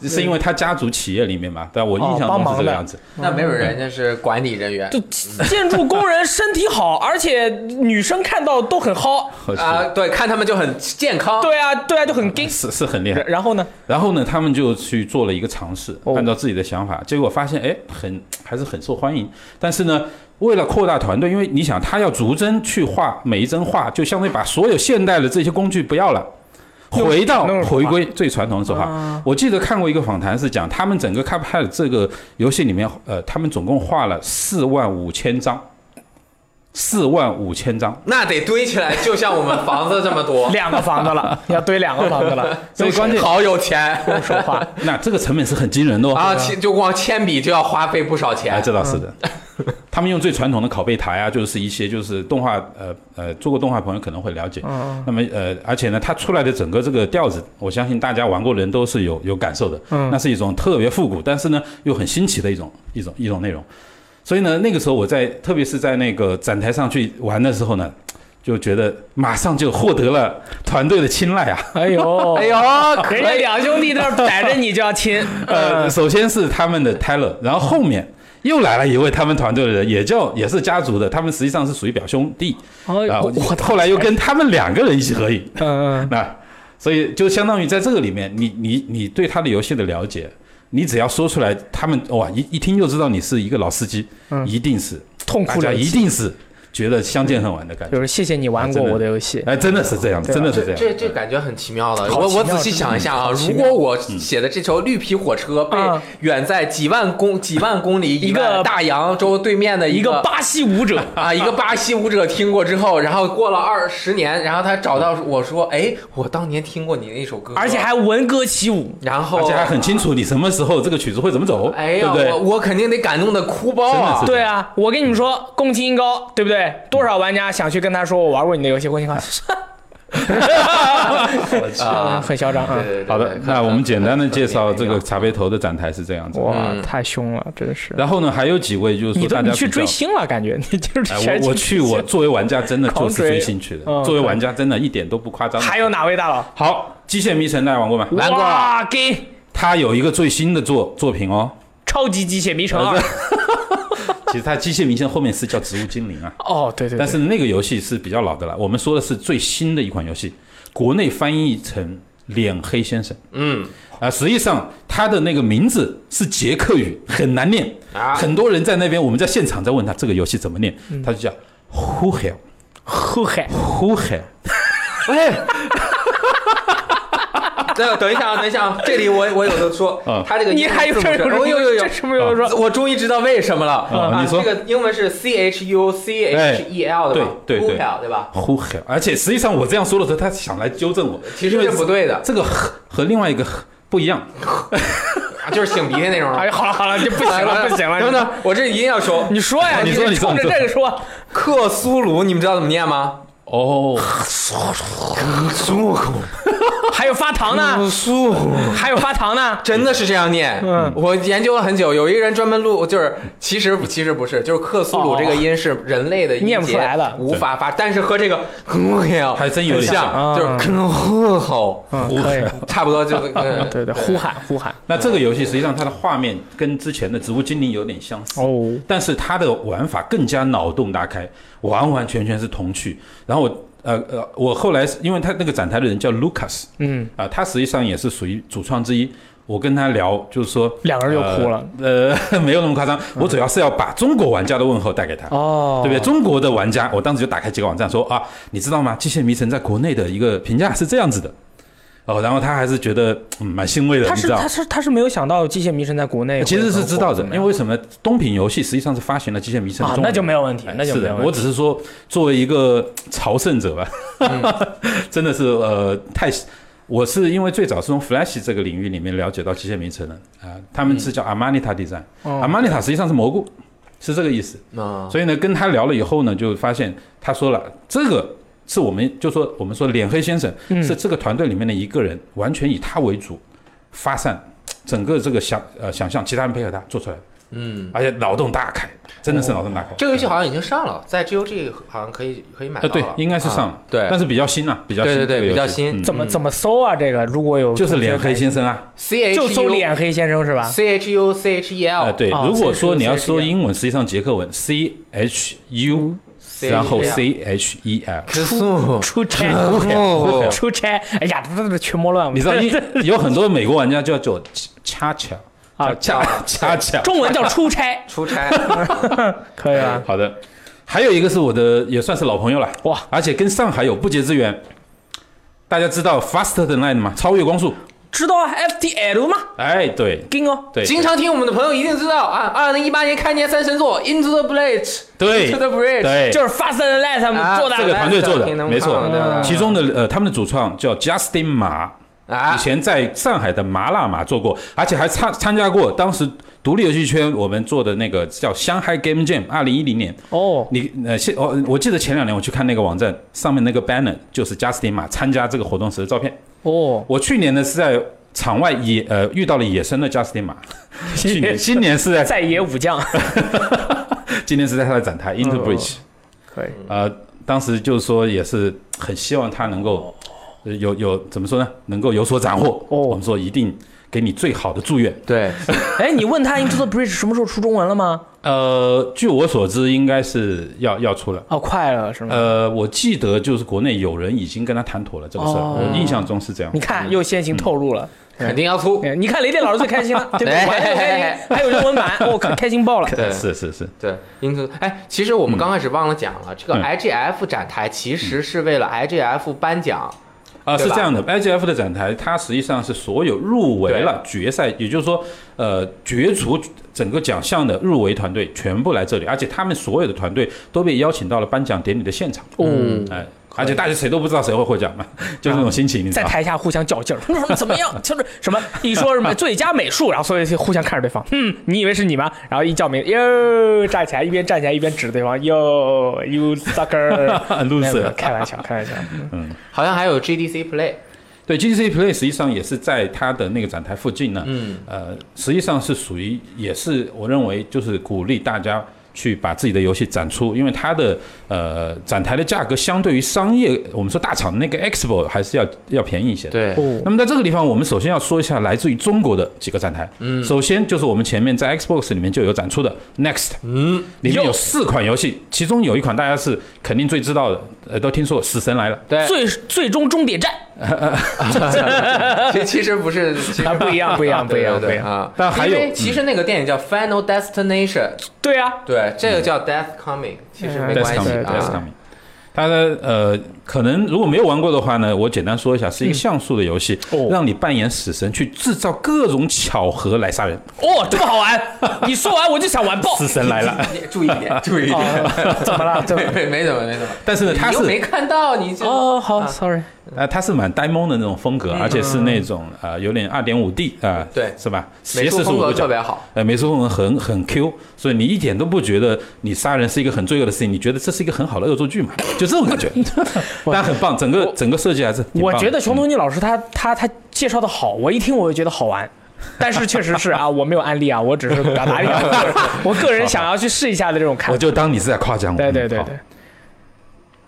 Speaker 3: 是因为他家族企业里面嘛，对吧？我印象
Speaker 2: 哦
Speaker 3: 中
Speaker 2: 帮忙
Speaker 3: 是这个
Speaker 2: 的
Speaker 3: 样子。
Speaker 1: 那没准人家是管理人员
Speaker 2: 就建筑工人身体好，而且女生看到都很薅，
Speaker 3: 合适
Speaker 1: 啊，对，看他们就很健康，
Speaker 2: 对啊，对啊，就很 gay。
Speaker 3: 是是很厉害
Speaker 2: 然，然后呢？
Speaker 3: 然后呢，他们就去做了一个尝试，
Speaker 2: 哦
Speaker 3: 按照自己的想法，结果发现哎，很还是很受欢迎。但是呢，为了扩大团队，因为你想他要逐帧去画每一帧画，就相当于把所有现代的这些工具不要了，回到
Speaker 2: 那种
Speaker 3: 回归最传统的手法。
Speaker 2: 啊，
Speaker 3: 我记得看过一个访谈是讲，他们整个 Cuphead 这个游戏里面，呃，他们总共画了四万五千张，四万五千张。
Speaker 1: 那得堆起来，就像我们房子这么多
Speaker 2: 两个房子了，要堆两个房子了，
Speaker 3: 所以关键
Speaker 1: 好有钱
Speaker 2: 用手画。
Speaker 3: 那这个成本是很惊人的哦。
Speaker 1: 啊，铅就光铅笔就要花费不少
Speaker 3: 哎，
Speaker 1: 钱。
Speaker 3: 这倒是的。嗯 他们用最传统的拷贝台啊，就是一些就是动画，呃呃，做过动画朋友可能会了解。
Speaker 2: 嗯
Speaker 3: 那么呃，而且呢，它出来的整个这个调子，我相信大家玩过的人都是有有感受的。
Speaker 2: 嗯
Speaker 3: 那是一种特别复古，但是呢又很新奇的一种一种一种内容。所以呢，那个时候我在，特别是在那个展台上去玩的时候呢，就觉得马上就获得了团队的青睐啊。
Speaker 2: 哎呦，
Speaker 1: 哎，呦，可
Speaker 2: 人家
Speaker 1: 以
Speaker 2: 两兄弟在那儿逮着你就要亲，
Speaker 3: 呃，首先是他们的 Tyler，然后后面又来了一位他们团队的人，也叫也是家族的，他们实际上是属于表兄弟
Speaker 2: 嗯，
Speaker 3: 啊。
Speaker 2: 哎
Speaker 3: 我
Speaker 2: 我我
Speaker 3: 后来又跟他们两个人一起合 影，
Speaker 2: 嗯，
Speaker 3: 那所以就相当于在这个里面，你你你对他的游戏的了解，你只要说出来，他们哇一一听就知道你是一个老司机，
Speaker 2: 嗯
Speaker 3: 一定是
Speaker 2: 痛
Speaker 3: 大
Speaker 2: 哭
Speaker 3: 家
Speaker 2: 流
Speaker 3: 一
Speaker 2: 涕，
Speaker 3: 定是觉得相见恨晚的感觉
Speaker 2: 就。是谢谢你玩过我的游戏，
Speaker 3: 哎，真的是这样，
Speaker 2: 对啊
Speaker 3: 真的是这
Speaker 1: 这
Speaker 3: 样。嗯
Speaker 1: 这这感觉很奇妙的。
Speaker 2: 好
Speaker 1: 我
Speaker 2: 奇
Speaker 1: 我
Speaker 2: 妙
Speaker 1: 仔细想一下啊，
Speaker 2: 真的
Speaker 1: 如
Speaker 2: 很
Speaker 1: 果我写的这条绿皮火车被
Speaker 2: 嗯
Speaker 1: 远在几万公几万公 里
Speaker 2: 一
Speaker 1: 以
Speaker 2: 个
Speaker 1: 外大洋洲对面的
Speaker 2: 一
Speaker 1: 个
Speaker 2: 个巴西舞者，
Speaker 1: 啊，一个巴西舞者听过之后，然后过了二十年，然后他找到我说：“哎，我当年听过你那首歌，
Speaker 2: 而且还闻歌起舞，
Speaker 1: 然后
Speaker 3: 而且还很清楚你什么时候这个曲子会怎么走，
Speaker 1: 哎
Speaker 3: 对
Speaker 1: 呀，
Speaker 3: 不对？
Speaker 1: 我我肯定得感动的哭包啊！
Speaker 3: 真的是
Speaker 2: 对啊，我跟你们说，共情音高，对不对？多少玩家想去跟他说我玩过你的游戏，共情音高，啊， 很嚣张啊！
Speaker 1: 对对对
Speaker 3: 好的
Speaker 1: 对，
Speaker 3: 那我们简单的介绍这个
Speaker 1: 可
Speaker 3: 茶杯头的展台是这样子。
Speaker 2: 哇，
Speaker 1: 嗯
Speaker 2: 太凶了，真是。
Speaker 3: 然后呢，还有几位就是
Speaker 2: 你
Speaker 3: 说
Speaker 2: 都
Speaker 3: 大家
Speaker 2: 你去
Speaker 3: 比较
Speaker 2: 追星了，感觉 你就是
Speaker 3: 哎，我我去，我作为玩家真的就是追兴趣的
Speaker 2: 狂追嗯，
Speaker 3: 作为玩家真的一点都不夸张。
Speaker 2: 还有哪位大佬？
Speaker 3: 好，机械迷城大家玩过吗？
Speaker 1: 玩过了
Speaker 2: 哇，给
Speaker 3: 它有一个最新的作作品哦，
Speaker 2: 超级机械迷城二。
Speaker 3: 其实它机械迷城后面是叫植物精灵啊，
Speaker 2: 哦，对对对，
Speaker 3: 但是那个游戏是比较老的了。我们说的是最新的一款游戏，国内翻译成脸黑先生。
Speaker 1: 嗯
Speaker 3: 啊，实际上他的那个名字是捷克语，很难念。
Speaker 1: 啊
Speaker 3: 很多人在那边，我们在现场在问他这个游戏怎么念，他就叫 Who Hell
Speaker 2: 呼海
Speaker 3: Who Hell。
Speaker 1: 那等一下啊，等一下啊，这里我我有的说
Speaker 3: 嗯，
Speaker 1: 他这个
Speaker 2: 你还
Speaker 1: 英
Speaker 2: 有
Speaker 1: 文
Speaker 2: 这
Speaker 1: 字母是
Speaker 2: 有
Speaker 1: 哦有有有
Speaker 2: 这。什么有
Speaker 3: 啊
Speaker 2: 说？
Speaker 1: 我终于知道为什么了。啊
Speaker 3: 你说
Speaker 1: 这个英文是 C H U C H E L 的吧？
Speaker 3: 对对对
Speaker 1: Hoopel，对吧？
Speaker 3: Who Hell，而且实际上我这样说的时候，他想来纠正我，
Speaker 1: 其实
Speaker 3: 因为
Speaker 1: 是不对的，
Speaker 3: 这个和和另外一个和不一样，
Speaker 1: 啊就是擤鼻涕 那种。
Speaker 2: 哎，好了好了，这不行了不行了，
Speaker 1: 等等，我这一定要说
Speaker 2: 你，你说呀，
Speaker 3: 你说
Speaker 2: 得
Speaker 3: 你说
Speaker 2: 冲着
Speaker 3: 你说
Speaker 2: 这个说，
Speaker 1: 克苏鲁，你们知道怎么念吗？
Speaker 3: 哦，
Speaker 1: 苏
Speaker 2: 还有发糖呢，
Speaker 1: 苏，
Speaker 3: 嗯
Speaker 2: 还有发糖呢。
Speaker 1: 真的是这样念。
Speaker 2: 嗯
Speaker 1: 我研究了很久，有一个人专门录，就是其实其实不是，就是克苏鲁这个音是人类的音节
Speaker 2: 念不出来了
Speaker 1: 无法发，但是和这个还
Speaker 3: 还真有点
Speaker 1: 像，
Speaker 2: 像
Speaker 1: 就是吼
Speaker 2: 嗯，
Speaker 3: 呼
Speaker 2: 可以，啊
Speaker 1: 差不多就是嗯
Speaker 2: 对对，呼喊呼喊。
Speaker 3: 那这个游戏实际上它的画面跟之前的《植物精灵》有点相似，
Speaker 2: 哦，
Speaker 3: 但是它的玩法更加脑洞大开，完完全全是童趣。然后我呃呃，我后来是因为他那个展台的人叫 Lucas，
Speaker 2: 嗯，
Speaker 3: 啊、他实际上也是属于主创之一。我跟他聊，就是说
Speaker 2: 两个人就哭了。
Speaker 3: 呃，呃没有那么夸张，我主要是要把中国玩家的问候带给他。
Speaker 2: 哦，
Speaker 3: 对不对？中国的玩家，我当时就打开几个网站说啊，你知道吗？《机械迷城》在国内的一个评价是这样子的，哦，然后他还是觉得、嗯、蛮欣慰的，
Speaker 2: 他
Speaker 3: 你
Speaker 2: 是
Speaker 3: 知道
Speaker 2: 他？是他是没有想到《机械迷城》在国内
Speaker 3: 其实是知道的，因为
Speaker 2: 为
Speaker 3: 为什么东品游戏实际上是发行了《机械迷城
Speaker 2: 啊》
Speaker 3: 中文、
Speaker 2: 那就没有问题
Speaker 3: 哎，
Speaker 2: 那就是没
Speaker 3: 的
Speaker 2: 有，
Speaker 3: 我
Speaker 2: 问题。
Speaker 3: 只是说作为一个朝圣者吧，
Speaker 2: 嗯
Speaker 3: 真的是呃太，我是因为最早是从 Flash 这个领域里面了解到机械迷城的啊、他们是叫 Amanita Design，Amanita、
Speaker 2: 嗯哦
Speaker 3: Amanita 实际上是蘑菇，是这个意思。
Speaker 1: 嗯，
Speaker 3: 所以呢，跟他聊了以后呢，就发现他说了，这个是我们就说我们说脸黑先生、
Speaker 2: 嗯
Speaker 3: 是这个团队里面的一个人，完全以他为主，发散整个这个想呃想象，其他人配合他做出来的，
Speaker 1: 嗯，
Speaker 3: 而且脑洞大开，真的是脑洞大开。
Speaker 1: 这个游戏好像已经上了，在 G O G 好像可以可以买
Speaker 3: 呃
Speaker 1: 到
Speaker 3: 对
Speaker 1: 了，
Speaker 3: 应该是上了
Speaker 1: 啊，对
Speaker 3: 但是比较新啊，比较新，
Speaker 1: 对对对
Speaker 3: 这个游戏
Speaker 1: 比较新
Speaker 3: 嗯
Speaker 2: 怎么怎么搜啊？这个如果有
Speaker 3: 就是脸黑先生啊，
Speaker 1: ，C H
Speaker 2: 就
Speaker 1: U
Speaker 2: 搜脸黑先生是吧？
Speaker 1: C H U C H E
Speaker 3: 呃
Speaker 1: L，
Speaker 3: 对，
Speaker 2: 哦
Speaker 3: 如果
Speaker 2: 这个
Speaker 3: 说
Speaker 2: 是
Speaker 3: 你要
Speaker 2: 这个
Speaker 3: 说英文，实际上捷克文 C H U，
Speaker 1: C
Speaker 3: 然后
Speaker 1: H E L
Speaker 3: C H E L。
Speaker 1: 出
Speaker 2: 出差
Speaker 1: 哦
Speaker 2: 出差，哎呀，这这这群魔乱舞，
Speaker 3: 你知道英有很多美国玩家就要叫恰恰
Speaker 1: ，
Speaker 2: 啊
Speaker 3: 恰恰恰，
Speaker 2: 中文叫出差
Speaker 1: 出差，
Speaker 2: 可以啊吧？
Speaker 3: 好的，还有一个是我的也算是老朋友了，
Speaker 2: 哇，
Speaker 3: 而且跟上海有不解之缘。大家知道 faster than light 吗？超越光速。
Speaker 2: 知道啊，FTL 吗？
Speaker 3: 哎，对
Speaker 2: 金哦，
Speaker 3: 对，
Speaker 1: 经常听我们的朋友一定知道啊，二零一八年开年三神作《Into the Bridge》
Speaker 3: 对
Speaker 1: Into the Bridge》
Speaker 3: 对，
Speaker 2: 就是 Fast and Light 他们
Speaker 1: 啊
Speaker 2: 做的
Speaker 3: 这个团队做的
Speaker 1: 挺能
Speaker 3: 没错
Speaker 1: 唱的对吧
Speaker 3: 其中的呃，他们的主创叫 Justin 马，
Speaker 1: 啊
Speaker 3: 以前在上海的麻辣马做过，而且还参参加过当时独立游戏圈我们做的那个叫上海 Game Jam，二零一零年。
Speaker 2: 哦，
Speaker 3: 你呃，现哦，我记得前两年我去看那个网站上面那个 banner 就是 Justin 马参加这个活动时的照片。
Speaker 2: 哦，
Speaker 3: 我去年呢是在场外野呃遇到了野生的 Justin 马，去年今年是在
Speaker 2: 在野武将，
Speaker 3: 今年是在他的展台 Into Bridge，、
Speaker 2: 可以，
Speaker 3: 呃，当时就是说也是很希望他能够呃有有怎么说呢，能够有所斩获。
Speaker 2: 哦
Speaker 3: 我们说一定给你最好的祝愿。
Speaker 1: 对，
Speaker 2: 哎，你问他 Into the Bridge 什么时候出中文了吗？
Speaker 3: 呃，据我所知，应该是要要出了。
Speaker 2: 哦，快了是吗？
Speaker 3: 呃，我记得就是国内有人已经跟他谈妥了这个事儿，
Speaker 2: 哦
Speaker 3: 我印象中是这样
Speaker 2: 你。看，又先行透露了。
Speaker 1: 肯定要 出。
Speaker 2: 哎你看雷电老师最开 心了，对不对？
Speaker 1: 哎
Speaker 2: 玩得又开心，还有中文版， 我靠，开心爆了！
Speaker 1: 对
Speaker 3: 是是是，
Speaker 1: 对，Into 哎，其实我们刚开始忘了讲了，这个
Speaker 3: 嗯
Speaker 1: IGF 展台其实是为了 IGF 颁奖，
Speaker 3: 啊，
Speaker 1: 对
Speaker 3: 是
Speaker 1: 吧
Speaker 3: 这样的，IGF 的展台，它实际上是所有入围
Speaker 1: 对
Speaker 3: 了决赛，也就是说，呃，角逐整个奖项的入围团队全部来这里，而且他们所有的团队都被邀请到了颁奖典礼的现场。
Speaker 2: 哦，
Speaker 3: 哎，而且大家谁都不知道谁会获奖嘛， 就是那种心情，你知
Speaker 2: 在
Speaker 3: 道吗？
Speaker 2: 台下互相较劲儿，说 怎么样？就是什么一说 什么最佳美术，然后所有人互相看着对方，嗯，你以为是你吗？然后一叫名，哟，站起来，一边站起来一边指着对方，哟，you sucker，
Speaker 3: loser
Speaker 2: 开玩笑，开玩笑，
Speaker 1: 好像还有 GDC Play，
Speaker 3: 对，GDC Play 实际上也是在它的那个展台附近呢。
Speaker 1: 嗯，
Speaker 3: 呃，实际上是属于，也是我认为就是鼓励大家去把自己的游戏展出，因为它的呃展台的价格相对于商业我们说大厂的那个 Expo 还是要要便宜一些的。
Speaker 1: 对，
Speaker 2: 哦
Speaker 3: 那么在这个地方，我们首先要说一下来自于中国的几个展台。嗯，首先就是我们前面在 Xbox 里面就有展出的 Next，嗯，里面有四款游戏，其中有一款大家是肯定最知道的，呃，都听说《死神来了》。
Speaker 1: 对，
Speaker 2: 最最终终点站
Speaker 1: 其其实不是，其实
Speaker 2: 啊，不一样，不一样，不一
Speaker 1: 对
Speaker 2: 样，不
Speaker 1: 对
Speaker 2: 一
Speaker 1: 对
Speaker 2: 样，
Speaker 1: 啊！
Speaker 3: 但还有
Speaker 1: 因为其实那个电影叫《Final Destination》，
Speaker 2: 对啊，
Speaker 1: 对，这个叫 Death Coming，其实没
Speaker 3: 嗯 Death
Speaker 1: 关
Speaker 3: Coming，
Speaker 1: 系
Speaker 3: Death
Speaker 1: 啊。
Speaker 3: Coming。它的呃，可能如果没有玩过的话呢，我简单说一下，是一个像素的游戏，
Speaker 2: 哦
Speaker 3: 让你扮演死神去制造各种巧合来杀 人。
Speaker 2: 哦，这么好玩，你说完我就想玩爆，
Speaker 3: 死神 来了，
Speaker 1: 你注意一 点，注意一点。
Speaker 2: 哦怎 么了？怎么
Speaker 1: 对
Speaker 2: 了？
Speaker 1: 对，没怎么没怎么。
Speaker 3: 但是呢，它
Speaker 1: 你又
Speaker 3: 是
Speaker 1: 没看到你就
Speaker 2: 哦，好，sorry，
Speaker 3: 呃，它是蛮呆萌的那种风格，而且是那种呃有点二点五 D
Speaker 1: 嗯
Speaker 3: 啊，
Speaker 1: 对
Speaker 3: 是吧？
Speaker 1: 美
Speaker 3: 斜
Speaker 1: 术
Speaker 3: 四十
Speaker 1: 风
Speaker 3: 五
Speaker 1: 格
Speaker 3: 度
Speaker 1: 特
Speaker 3: 角，
Speaker 1: 别好，
Speaker 3: 呃，美术风格很很 Q，所以你一点都不觉得你杀人是一个很罪恶的事情，你觉得这是一个很好的恶作剧嘛？就这种感 觉，但很棒，整个整个设计还是挺
Speaker 2: 我
Speaker 3: 棒的
Speaker 2: 觉得熊
Speaker 3: 嗯
Speaker 2: 东尼老师他他他介绍的好，我一听我就觉得好玩。但是确实是 啊，我没有案例啊，我只是表达一下，就是我个人想要去试一下的这种看
Speaker 3: 我
Speaker 2: 法。
Speaker 3: 就当你是在夸奖我。
Speaker 2: 对对
Speaker 3: 嗯
Speaker 2: 对
Speaker 3: 好
Speaker 2: 对，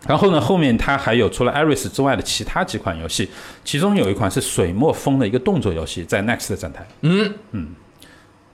Speaker 3: 然后呢，后面它还有除了 Iris 之外的其他几款游戏，其中有一款是水墨风的一个动作游戏，在 Next 的展台。嗯嗯，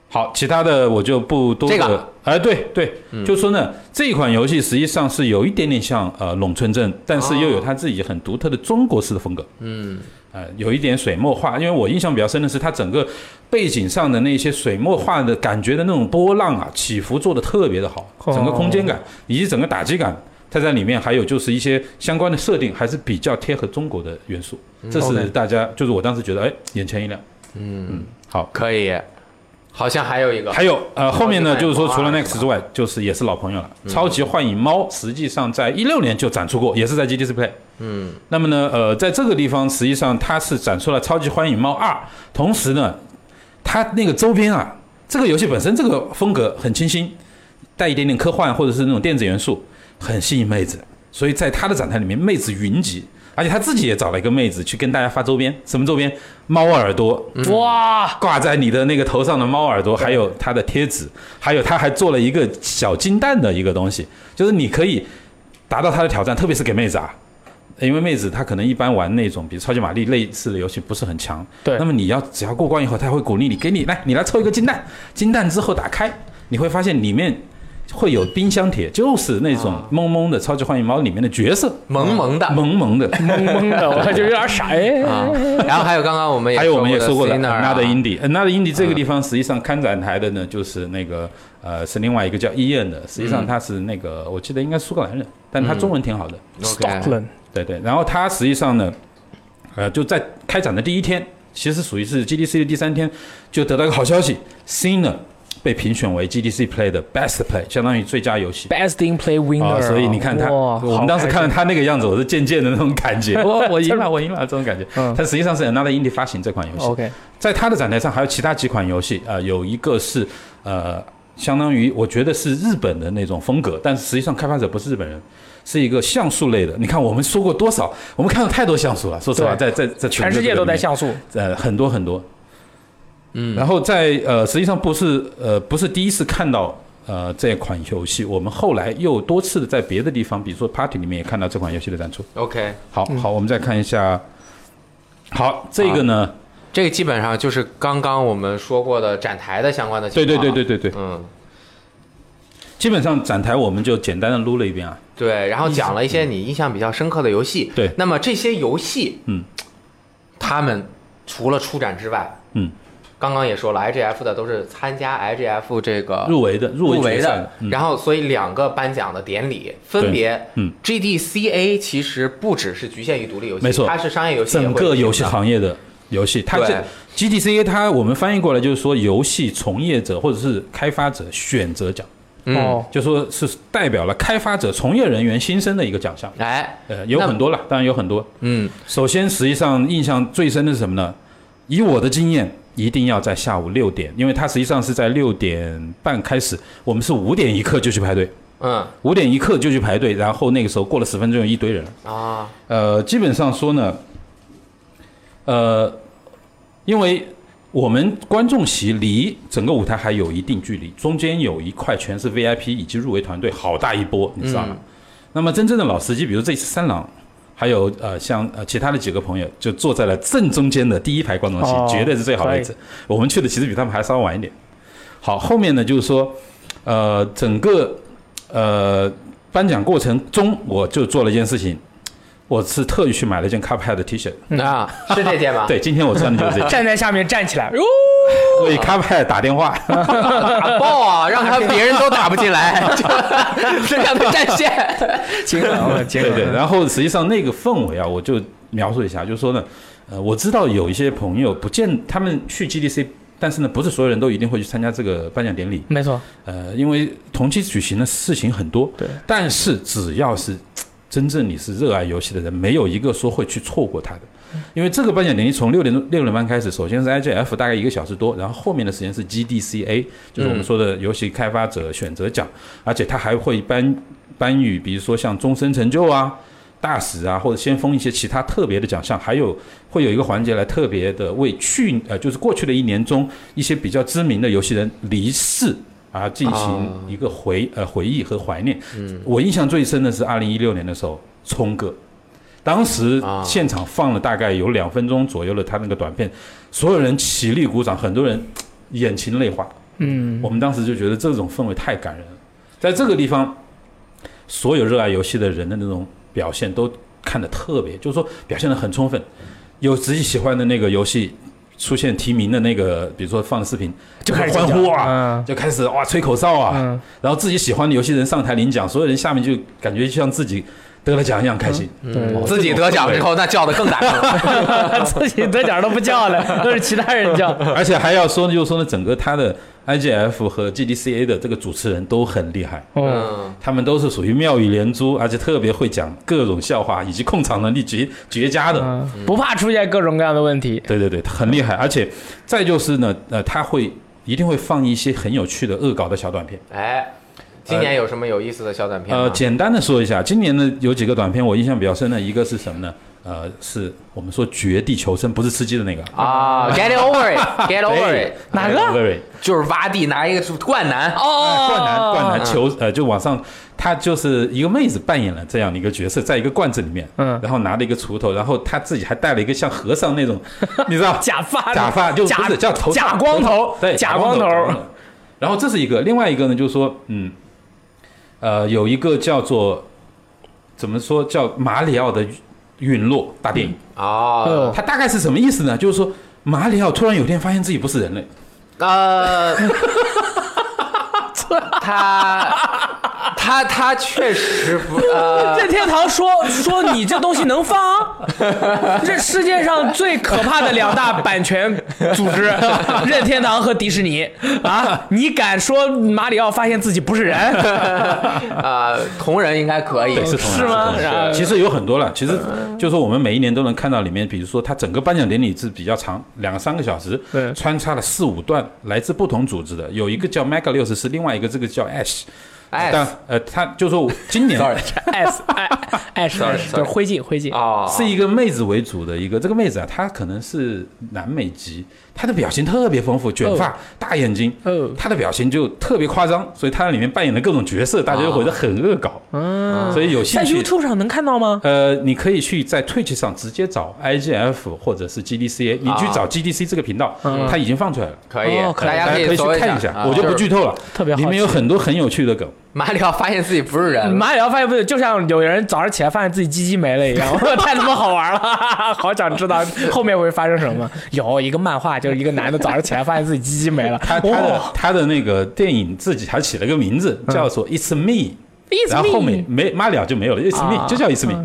Speaker 3: 好，其他的我就不多
Speaker 1: 这个
Speaker 3: 的。哎，对对，就说呢，这一款游戏实际上是有一点点像呃咏春镇，但是又有它自己很独特的中国式的风格。嗯。呃，有一点水墨画，因为我印象比较深的是它整个背景上的那些水墨画的感觉的那种波浪啊起伏做的特别的好，整个空间感以及整个打击感它在里面还有就是一些相关的设定，还是比较贴合中国的元素，这是
Speaker 2: OK
Speaker 3: 大家就是我当时觉得哎眼前一亮。嗯好。
Speaker 1: 可以。好像还有一个，
Speaker 3: 还有呃，后面呢，就是说除了
Speaker 1: 那
Speaker 3: Next 之外，就是也是老朋友了。超级幻影猫实际上在一六年就展出过，也是在 GDC Play。嗯，那么呢，呃，在这个地方实际上它是展出了超级幻影猫二，同时呢，它那个周边啊，这个游戏本身这个风格很清新，带一点点科幻或者是那种电子元素，很吸引妹子。所以在它的展台里面，妹子云集，而且他自己也找了一个妹子去跟大家发周边，什么周边？猫耳朵，
Speaker 2: 哇，
Speaker 3: 挂在你的那个头上的猫耳朵，还有它的贴纸，还有它还做了一个小金蛋的一个东西，就是你可以达到它的挑战，特别是给妹子啊，因为妹子她可能一般玩那种比如超级玛丽类似的游戏不是很强，
Speaker 2: 对
Speaker 3: 那么你要只要过关以后，她会鼓励你，给你来，你来抽一个金蛋，金蛋之后打开，你会发现里面。会有冰箱贴，就是那种萌萌的超级幻影猫里面的角色，
Speaker 1: 萌萌的
Speaker 3: 萌萌的，
Speaker 2: 懵懵的，我就有点傻哎。
Speaker 1: 啊，然后还有刚刚我们也
Speaker 3: 还有我们也说
Speaker 1: 说
Speaker 3: 过的
Speaker 1: Sinner 啊
Speaker 3: Another Indie，Another Indie 这个地方实际上看展台的呢，就是那个呃是另外一个叫伊恩的，实际上他是那个我记嗯得应该苏格兰人，但他中文挺好的，
Speaker 1: OK，
Speaker 2: Stockland
Speaker 3: 对对。然后他实际上呢，呃，就在开展的第一天，其实属于是 GDC 的第三天，就得到一个好消息，Sinner 被评选为 GDC Play 的 Best Play，相当于最佳游戏。
Speaker 2: Best in Play Winner，、
Speaker 3: 啊，所以你看他，
Speaker 2: 哇
Speaker 3: 我们当时看到，他那个样子，我是渐渐的那种感觉，我 我赢了，我赢了这种感觉。
Speaker 2: 好开心嗯
Speaker 3: 但实际上是 Another Indie 发行这款游戏，
Speaker 2: ，OK，
Speaker 3: 在他的展台上还有其他几款游戏，呃，有一个是呃，相当于我觉得是日本的那种风格，但实际上开发者不是日本人，是一个像素类的。你看我们说过多少，我们看到太多像素了，说实话，在
Speaker 2: 对
Speaker 3: 在在
Speaker 2: 全世界都在
Speaker 3: 像，
Speaker 2: 像素，
Speaker 3: 呃，很多很多。
Speaker 1: 嗯，
Speaker 3: 然后在呃，实际上不是呃，不是第一次看到呃这款游戏，我们后来又多次的在别的地方，比如说 Party 里面也看到这款游戏的展出。
Speaker 1: OK，
Speaker 3: 好
Speaker 2: 嗯
Speaker 3: 好，我们再看一下。好，这个呢，
Speaker 1: 这个基本上就是刚刚我们说过的展台的相关的情
Speaker 3: 对对
Speaker 1: 况。
Speaker 3: 对
Speaker 1: 对，
Speaker 3: 对对对，
Speaker 1: 嗯，
Speaker 3: 基本上展台我们就简单的撸了一遍啊。
Speaker 1: 对，然后讲了一些你印象比较深刻的游戏。
Speaker 3: 嗯对
Speaker 1: 那么这些游戏，
Speaker 3: 嗯，
Speaker 1: 他们除了出展之外，
Speaker 3: 嗯，
Speaker 1: 刚刚也说了，IGF 的都是参加 IGF 这个
Speaker 3: 入围的入
Speaker 1: 入
Speaker 3: 围
Speaker 1: 围
Speaker 3: 决赛
Speaker 1: 的
Speaker 3: 的，，嗯
Speaker 1: 然后所以两个颁奖的典礼分别，
Speaker 3: 嗯
Speaker 1: ，GDCA 其实不只是局限于独立游戏，
Speaker 3: 没错
Speaker 1: 它是商业游戏也
Speaker 3: 整
Speaker 1: 会
Speaker 3: 个游戏
Speaker 1: 评的
Speaker 3: 行业的游戏，它这 GDCA 它我们翻译过来就是说游戏从业者或者是开发者选择奖，
Speaker 1: 嗯，
Speaker 2: 哦，
Speaker 3: 就说是代表了开发者从业人员心声的一个奖项。
Speaker 1: 哎，
Speaker 3: 呃，有很多了，当然有很多。
Speaker 1: 嗯，
Speaker 3: 首先，实际上印象最深的是什么呢？以我的经验，一定要在下午六点，因为它实际上是在六点半开始，我们是五点一刻就去排队，
Speaker 1: 嗯
Speaker 3: 五点一刻就去排队，然后那个时候过了十分钟，有一堆人了。
Speaker 1: 啊，
Speaker 3: 呃，基本上说呢，呃，因为我们观众席离整个舞台还有一定距离，中间有一块全是 VIP 以及入围团队，好大一波，你知道吗？
Speaker 1: 嗯
Speaker 3: 那么真正的老司机，比如这次三郎。还有呃，像呃其他的几个朋友，就坐在了正中间的第一排观众席，
Speaker 2: 哦
Speaker 3: 绝对是最好的位置。我们去的其实比他们还稍微晚一点。好，后面呢就是说，呃，整个呃颁奖过程中，我就做了一件事情，我是特意去买了一件 Cuphead 的 T 恤。
Speaker 1: 啊，是这届吗？
Speaker 3: 嗯 对，今天我穿的就是这 件，
Speaker 2: 站在下面站 起来，哟，
Speaker 3: 为 Cuphead 打电话。
Speaker 1: 打爆啊，让 他别人都打不进来， 就让他占线。
Speaker 2: 惊了，惊
Speaker 3: 对
Speaker 2: 了，
Speaker 3: 对，然后实际上那个氛围啊，我就描述一下，就是说呢，呃，我知道有一些朋友不见他们去 GDC，但是呢，不是所有人都一定会去参加这个颁奖典礼，
Speaker 2: 没错，
Speaker 3: 呃，因为同期举行的事情很多，
Speaker 2: 对，
Speaker 3: 但是只要是嘖真正你是热爱游戏的人，没有一个说会去错过它的。因为这个颁奖典礼从六点钟六点半开始，首先是 IGF 大概一个小时多，然后后面的时间是 GDCA，就是我们说的游戏开发者选择奖，而且它还会颁颁予，比如说像终身成就啊、大使啊，或者先锋一些其他特别的奖项，还有会有一个环节来特别的为去呃，就是过去的一年中一些比较知名的游戏人离世啊进行
Speaker 1: 啊
Speaker 3: 一个回呃回忆和怀念。
Speaker 1: 嗯，
Speaker 3: 我印象最深的是二零一六年的时候，冲哥，当时
Speaker 1: 啊
Speaker 3: 现场放了大概有两分钟左右的他那个短片，所有人起立鼓掌，很多人嘖眼噙泪花。
Speaker 2: 嗯
Speaker 3: 我，们当时就觉得这种氛围太感人了，在这个地方，所有热爱游戏的人的那种表现都看得特别，就是说表现得很充分。有自己喜欢的那个游戏出现提名的那个，比如说放的视频，就开始欢呼啊，
Speaker 2: 啊，
Speaker 3: 就开始哇吹口哨啊，
Speaker 2: 嗯，
Speaker 3: 然后自己喜欢的游戏人上台领奖，所有人下面就感觉就像自己得了奖一样开心。
Speaker 2: 对，
Speaker 1: 自己得奖之后，那叫的更大声 了。
Speaker 2: 自己得奖都不叫了，都是其他人 叫，
Speaker 3: 而且还要说呢，就是说呢，整个他的 IGF 和 GDCA 的这个主持人都很厉害。
Speaker 2: 哦，
Speaker 1: 嗯，
Speaker 3: 他们都是属于妙语连珠，而且特别会讲各种笑话，以及控场能力绝绝佳的。
Speaker 2: 嗯，不怕出现各种各样的问题，
Speaker 3: 对对对，很厉害。而且再就是呢，呃，他会一定会放一些很有趣的恶搞的小短片。
Speaker 1: 哎，今年有什么有意思的小短片吗？
Speaker 3: 呃，简单的说一下，今年呢有几个短片我印象比较深的，一个是什么呢？呃，是我们说绝地求生，不是吃鸡的那个。
Speaker 1: 啊，Get over it，Get over
Speaker 3: 对呃
Speaker 1: it，
Speaker 2: 哪个
Speaker 3: 对对
Speaker 1: 就是挖地拿一个灌篮，
Speaker 2: 哦，
Speaker 3: 哎灌篮灌篮球，呃，就往上，她就是一个妹子扮演了这样的一个角色，在一个罐子里面，
Speaker 2: 嗯
Speaker 3: 然后拿了一个锄头，然后她自己还戴了一个像和尚那 种，你知道
Speaker 2: 假发，
Speaker 3: 假发就
Speaker 2: 假
Speaker 3: 不是叫头
Speaker 2: 假光头，
Speaker 3: 对
Speaker 2: 假光
Speaker 3: 假光头。然后这是一个，另外一个呢，就是说，嗯，呃，有一个叫做怎么说叫马里奥的陨落大电影，
Speaker 2: 嗯
Speaker 1: 哦，
Speaker 3: 它大概是什么意思呢？就是说马里奥突然有一天发现自己不是人类，
Speaker 1: 呃，他他他确实不呃，
Speaker 2: 任天堂说说你这东西能放，啊 这世界上最可怕的两大版权组织， 任天堂和迪士尼啊！你敢说马里奥发现自己不 是人？
Speaker 1: 呃，同人应该可以，
Speaker 3: 对，是同人
Speaker 2: 哦是啊嗯吗
Speaker 3: 同人
Speaker 2: 然后
Speaker 3: 其实有很多了，其实就是说我们每一年都能看到里面，比如说它整个颁奖典礼是比较长，两三个小时，
Speaker 2: 对
Speaker 3: 穿插了四五段来自不同组织的，有一个叫 Mega 六十四，另外一个这个叫 Ash，
Speaker 1: 哎，
Speaker 3: 但呃，他就说今 年
Speaker 1: sorry，
Speaker 2: S I S
Speaker 1: Sorry，
Speaker 2: 就是灰烬，灰烬。
Speaker 1: 哦，
Speaker 3: 是一个妹子为主的一个，这个妹子啊，她可能是南美籍，她的表情特别丰富，卷发、大眼睛，
Speaker 2: 哦
Speaker 3: 她的表情就特别夸张，所以她在里面扮演的各种角色，大家就会觉得很恶搞，
Speaker 2: 嗯，
Speaker 3: 所以有兴
Speaker 2: 在
Speaker 3: 趣。
Speaker 2: YouTube 上能看到吗？
Speaker 3: 呃，你可以去在 Twitch 上直接找 IGF 或者是 GDC，你去找 GDC 这个频道，它已经放出来了，
Speaker 1: 可以
Speaker 2: 哦，可以
Speaker 1: 大家
Speaker 3: 大家可
Speaker 1: 以
Speaker 3: 以去
Speaker 1: 搜
Speaker 3: 看一
Speaker 1: 下
Speaker 3: 下，，
Speaker 1: 啊
Speaker 3: 我就不剧。
Speaker 1: 是
Speaker 3: 透了。
Speaker 2: 特别好
Speaker 3: 里
Speaker 2: 奇
Speaker 3: 面有很多很有趣的梗，
Speaker 1: 马里奥发现自己不是
Speaker 3: 呃
Speaker 1: 人，
Speaker 2: 马里奥发现不对，就像有人早上起来发现自己鸡鸡没了一样， 太他妈好玩了， 好想知道后面会发生什么。有一个漫画，就是一个男的早上起来发现自己鸡鸡没了，
Speaker 3: 他他的
Speaker 2: 哇
Speaker 3: 他的那个电影自己还起了个名字，叫做 It's Me。
Speaker 2: ，It's
Speaker 3: 然后后
Speaker 2: me
Speaker 3: 面没马里奥就没有了，It's me
Speaker 2: 啊
Speaker 3: 就叫 It's me。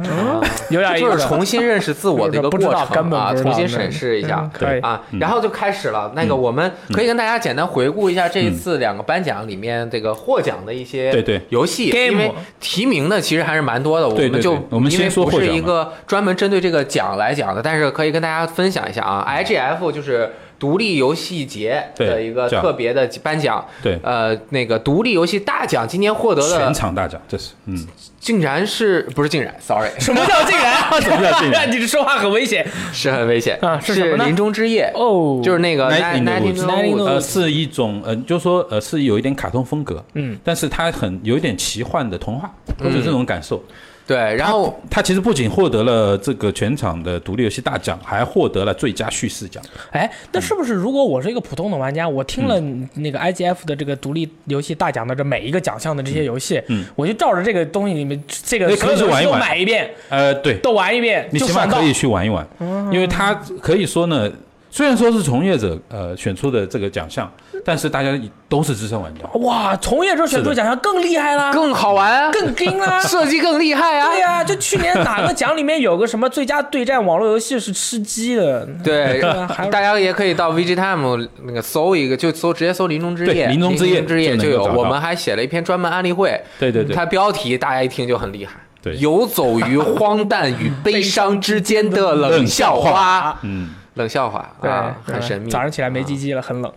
Speaker 2: 有点意
Speaker 1: 就
Speaker 2: 思啊
Speaker 1: 是重新认识自我的一个
Speaker 2: 不
Speaker 1: 过
Speaker 2: 知
Speaker 1: 程
Speaker 2: 道根本
Speaker 1: 啊，
Speaker 2: 不知道
Speaker 1: 重新审视一下
Speaker 2: 嗯。可 以
Speaker 1: 啊，然后就开始了。那
Speaker 3: 嗯
Speaker 1: 个，我们可以跟大家简单回顾一下这一次两个颁奖里面这个获奖的一些
Speaker 3: 对对
Speaker 1: 游戏，
Speaker 2: Game
Speaker 1: 因为提名的其实还是蛮多的。我
Speaker 3: 对对
Speaker 1: 们
Speaker 3: 对
Speaker 1: 就
Speaker 3: 我们
Speaker 1: 因为
Speaker 3: 先说
Speaker 1: 不
Speaker 3: 获
Speaker 1: 是
Speaker 3: 奖
Speaker 1: 一
Speaker 3: 吧
Speaker 1: 个专门针对这个奖来讲的，但是可以跟大家分享一下啊。IGF 就是独立游戏节的
Speaker 3: 嗯对
Speaker 1: 一个
Speaker 3: 这样
Speaker 1: 特别的颁奖，
Speaker 3: 对，
Speaker 1: 呃，那个独立游戏大奖今年获得
Speaker 3: 全
Speaker 1: 的
Speaker 3: 场大奖，这是嗯，
Speaker 1: 竟然是不是竟然？Sorry，
Speaker 2: 什么叫竟然？
Speaker 3: 什么叫竟然
Speaker 2: 你这说话很危险
Speaker 1: 是很危险
Speaker 2: 啊是什么呢
Speaker 1: 林中之夜
Speaker 2: 哦。
Speaker 1: 就是那个
Speaker 3: Night in the Woods
Speaker 2: 呃
Speaker 3: 呃，是一种呃，就说呃是有一点卡通风格，
Speaker 2: 嗯，
Speaker 3: 但是它很有一点奇幻的童话，
Speaker 1: 嗯
Speaker 3: 就是这种感受。
Speaker 1: 呃对，然后
Speaker 3: 它其实不仅获得了这个全场的独立游戏大奖，还获得了最佳叙事奖。
Speaker 2: 哎，那是不是如果我是一个普通的玩家，我听了你那个 IGF 的这个独立游戏大奖的这每一个奖项的这些游戏，
Speaker 3: 嗯
Speaker 2: 我就照着这个东西里面这个
Speaker 3: 那
Speaker 2: 所
Speaker 3: 可以去
Speaker 2: 有的
Speaker 3: 玩一
Speaker 2: 都
Speaker 3: 玩
Speaker 2: 买一遍，
Speaker 3: 呃，对，
Speaker 2: 都玩一遍，
Speaker 3: 你
Speaker 2: 就
Speaker 3: 起码
Speaker 2: 爽到
Speaker 3: 可以去玩一玩，因为它可以说呢，虽然说是从业者呃选出的这个奖项，但是大家都是资深玩家。
Speaker 2: 哇！从业者选出奖项更厉害啦，
Speaker 1: 更好玩啊，。
Speaker 2: 更精啦
Speaker 1: 设计更厉害啊
Speaker 2: 对。呀、就去年哪个奖里面有个什么最佳对战网络游戏是吃鸡的，
Speaker 1: 对
Speaker 2: 啊还有，
Speaker 1: 大家也可以到 VGTime 那个搜一个，就搜直接搜“林中之夜”，
Speaker 3: 对林中之夜
Speaker 1: 林之夜
Speaker 3: 就
Speaker 1: 就
Speaker 3: 能
Speaker 1: 有。
Speaker 3: 够找到
Speaker 1: 我们还写了一篇专门案例会，
Speaker 3: 对对对
Speaker 1: 它标题大家一听就很厉害，
Speaker 3: 对
Speaker 1: 游走于荒诞与悲伤之间的冷笑话，
Speaker 3: 嗯，
Speaker 1: 冷笑话
Speaker 2: 对
Speaker 1: 啊，
Speaker 2: 对
Speaker 1: 很神秘。
Speaker 2: 早上起来没鸡鸡了，很冷。